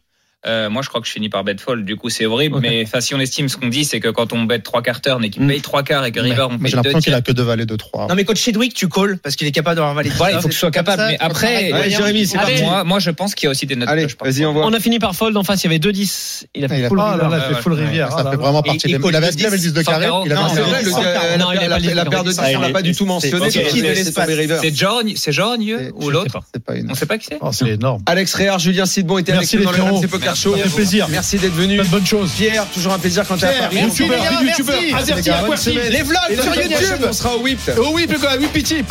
Speaker 3: Euh, moi, je crois que je finis par bet fold. Du coup, c'est horrible.
Speaker 11: Ok.
Speaker 3: Mais enfin, si on estime ce qu'on dit, c'est que quand on bet trois quarts turn et qu'il
Speaker 11: Mm.
Speaker 3: paye trois quarts et que River, on
Speaker 6: Mais
Speaker 3: paye
Speaker 6: j'ai
Speaker 3: deux
Speaker 6: l'impression qu'il
Speaker 3: tiers.
Speaker 6: a que deux valets de 3.
Speaker 4: Non, mais coach Chedwick, tu call parce qu'il est capable d'avoir un valet 10
Speaker 3: Voilà, il
Speaker 4: off,
Speaker 3: faut que
Speaker 4: des
Speaker 3: je sois
Speaker 4: trucs comme
Speaker 3: capable.
Speaker 4: ça,
Speaker 3: mais
Speaker 4: faut travailler.
Speaker 3: après,
Speaker 1: Ouais, Jérémy, c'est
Speaker 3: pour
Speaker 1: parti.
Speaker 3: moi, moi, je pense qu'il y a aussi des notes.
Speaker 1: Allez,
Speaker 3: flush parfois.
Speaker 1: vas-y, envoie.
Speaker 11: On a fini par fold. En face, il y avait 2-10. Il a
Speaker 6: Il
Speaker 11: fait
Speaker 6: a
Speaker 11: full
Speaker 6: fait-
Speaker 2: Ah
Speaker 11: river.
Speaker 2: là là, il
Speaker 3: ouais,
Speaker 2: fait full rivière.
Speaker 6: Ça fait vraiment partie des. Il avait il avait le 10 de carré, il avait
Speaker 3: Non,
Speaker 6: un
Speaker 1: C'est vrai,
Speaker 6: zéro.
Speaker 3: Non,
Speaker 1: le gars,
Speaker 11: non, il a
Speaker 1: la-
Speaker 11: pas
Speaker 1: la-
Speaker 11: les
Speaker 1: la paire de 10,
Speaker 11: carreaux.
Speaker 1: on l'a pas du tout mentionné.
Speaker 4: c'est-
Speaker 1: parce
Speaker 4: c'est-
Speaker 1: que
Speaker 4: c'est-
Speaker 1: tombé River.
Speaker 3: C'est Jorn, c'est Jornieux
Speaker 6: C'est-
Speaker 3: ou l'autre
Speaker 6: C'est pas une.
Speaker 3: On sait pas qui c'est.
Speaker 2: Oh, c'est énorme.
Speaker 1: Alex Réard, Julien Sidbon étaient avec
Speaker 2: Merci
Speaker 1: nous
Speaker 2: les
Speaker 1: dans le
Speaker 2: frérots.
Speaker 1: RMC Poker Show.
Speaker 2: Ça fait plaisir.
Speaker 1: Merci d'être venu.
Speaker 2: Plein de bonnes choses.
Speaker 1: Pierre, toujours un plaisir quand t'es à Paris.
Speaker 4: Merci,
Speaker 2: Youtubeur,
Speaker 4: les gars,
Speaker 2: les youtubeurs,
Speaker 4: merci.
Speaker 2: Azerty,
Speaker 4: Les gars, bonne
Speaker 2: Aquafit.
Speaker 4: semaine. Les
Speaker 1: Et
Speaker 4: vlogs
Speaker 1: la
Speaker 4: sur
Speaker 1: semaine
Speaker 4: YouTube.
Speaker 1: prochaine, On sera au whip.
Speaker 2: Oh oui, le gars, oui, pitié.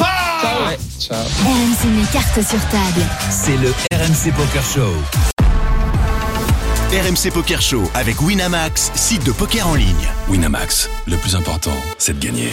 Speaker 2: Ciao.
Speaker 8: RMC met cartes sur table.
Speaker 7: C'est le RMC Poker Show.
Speaker 12: RMC Poker Show avec Winamax, site de poker en ligne.
Speaker 13: Winamax, le plus important, c'est de gagner.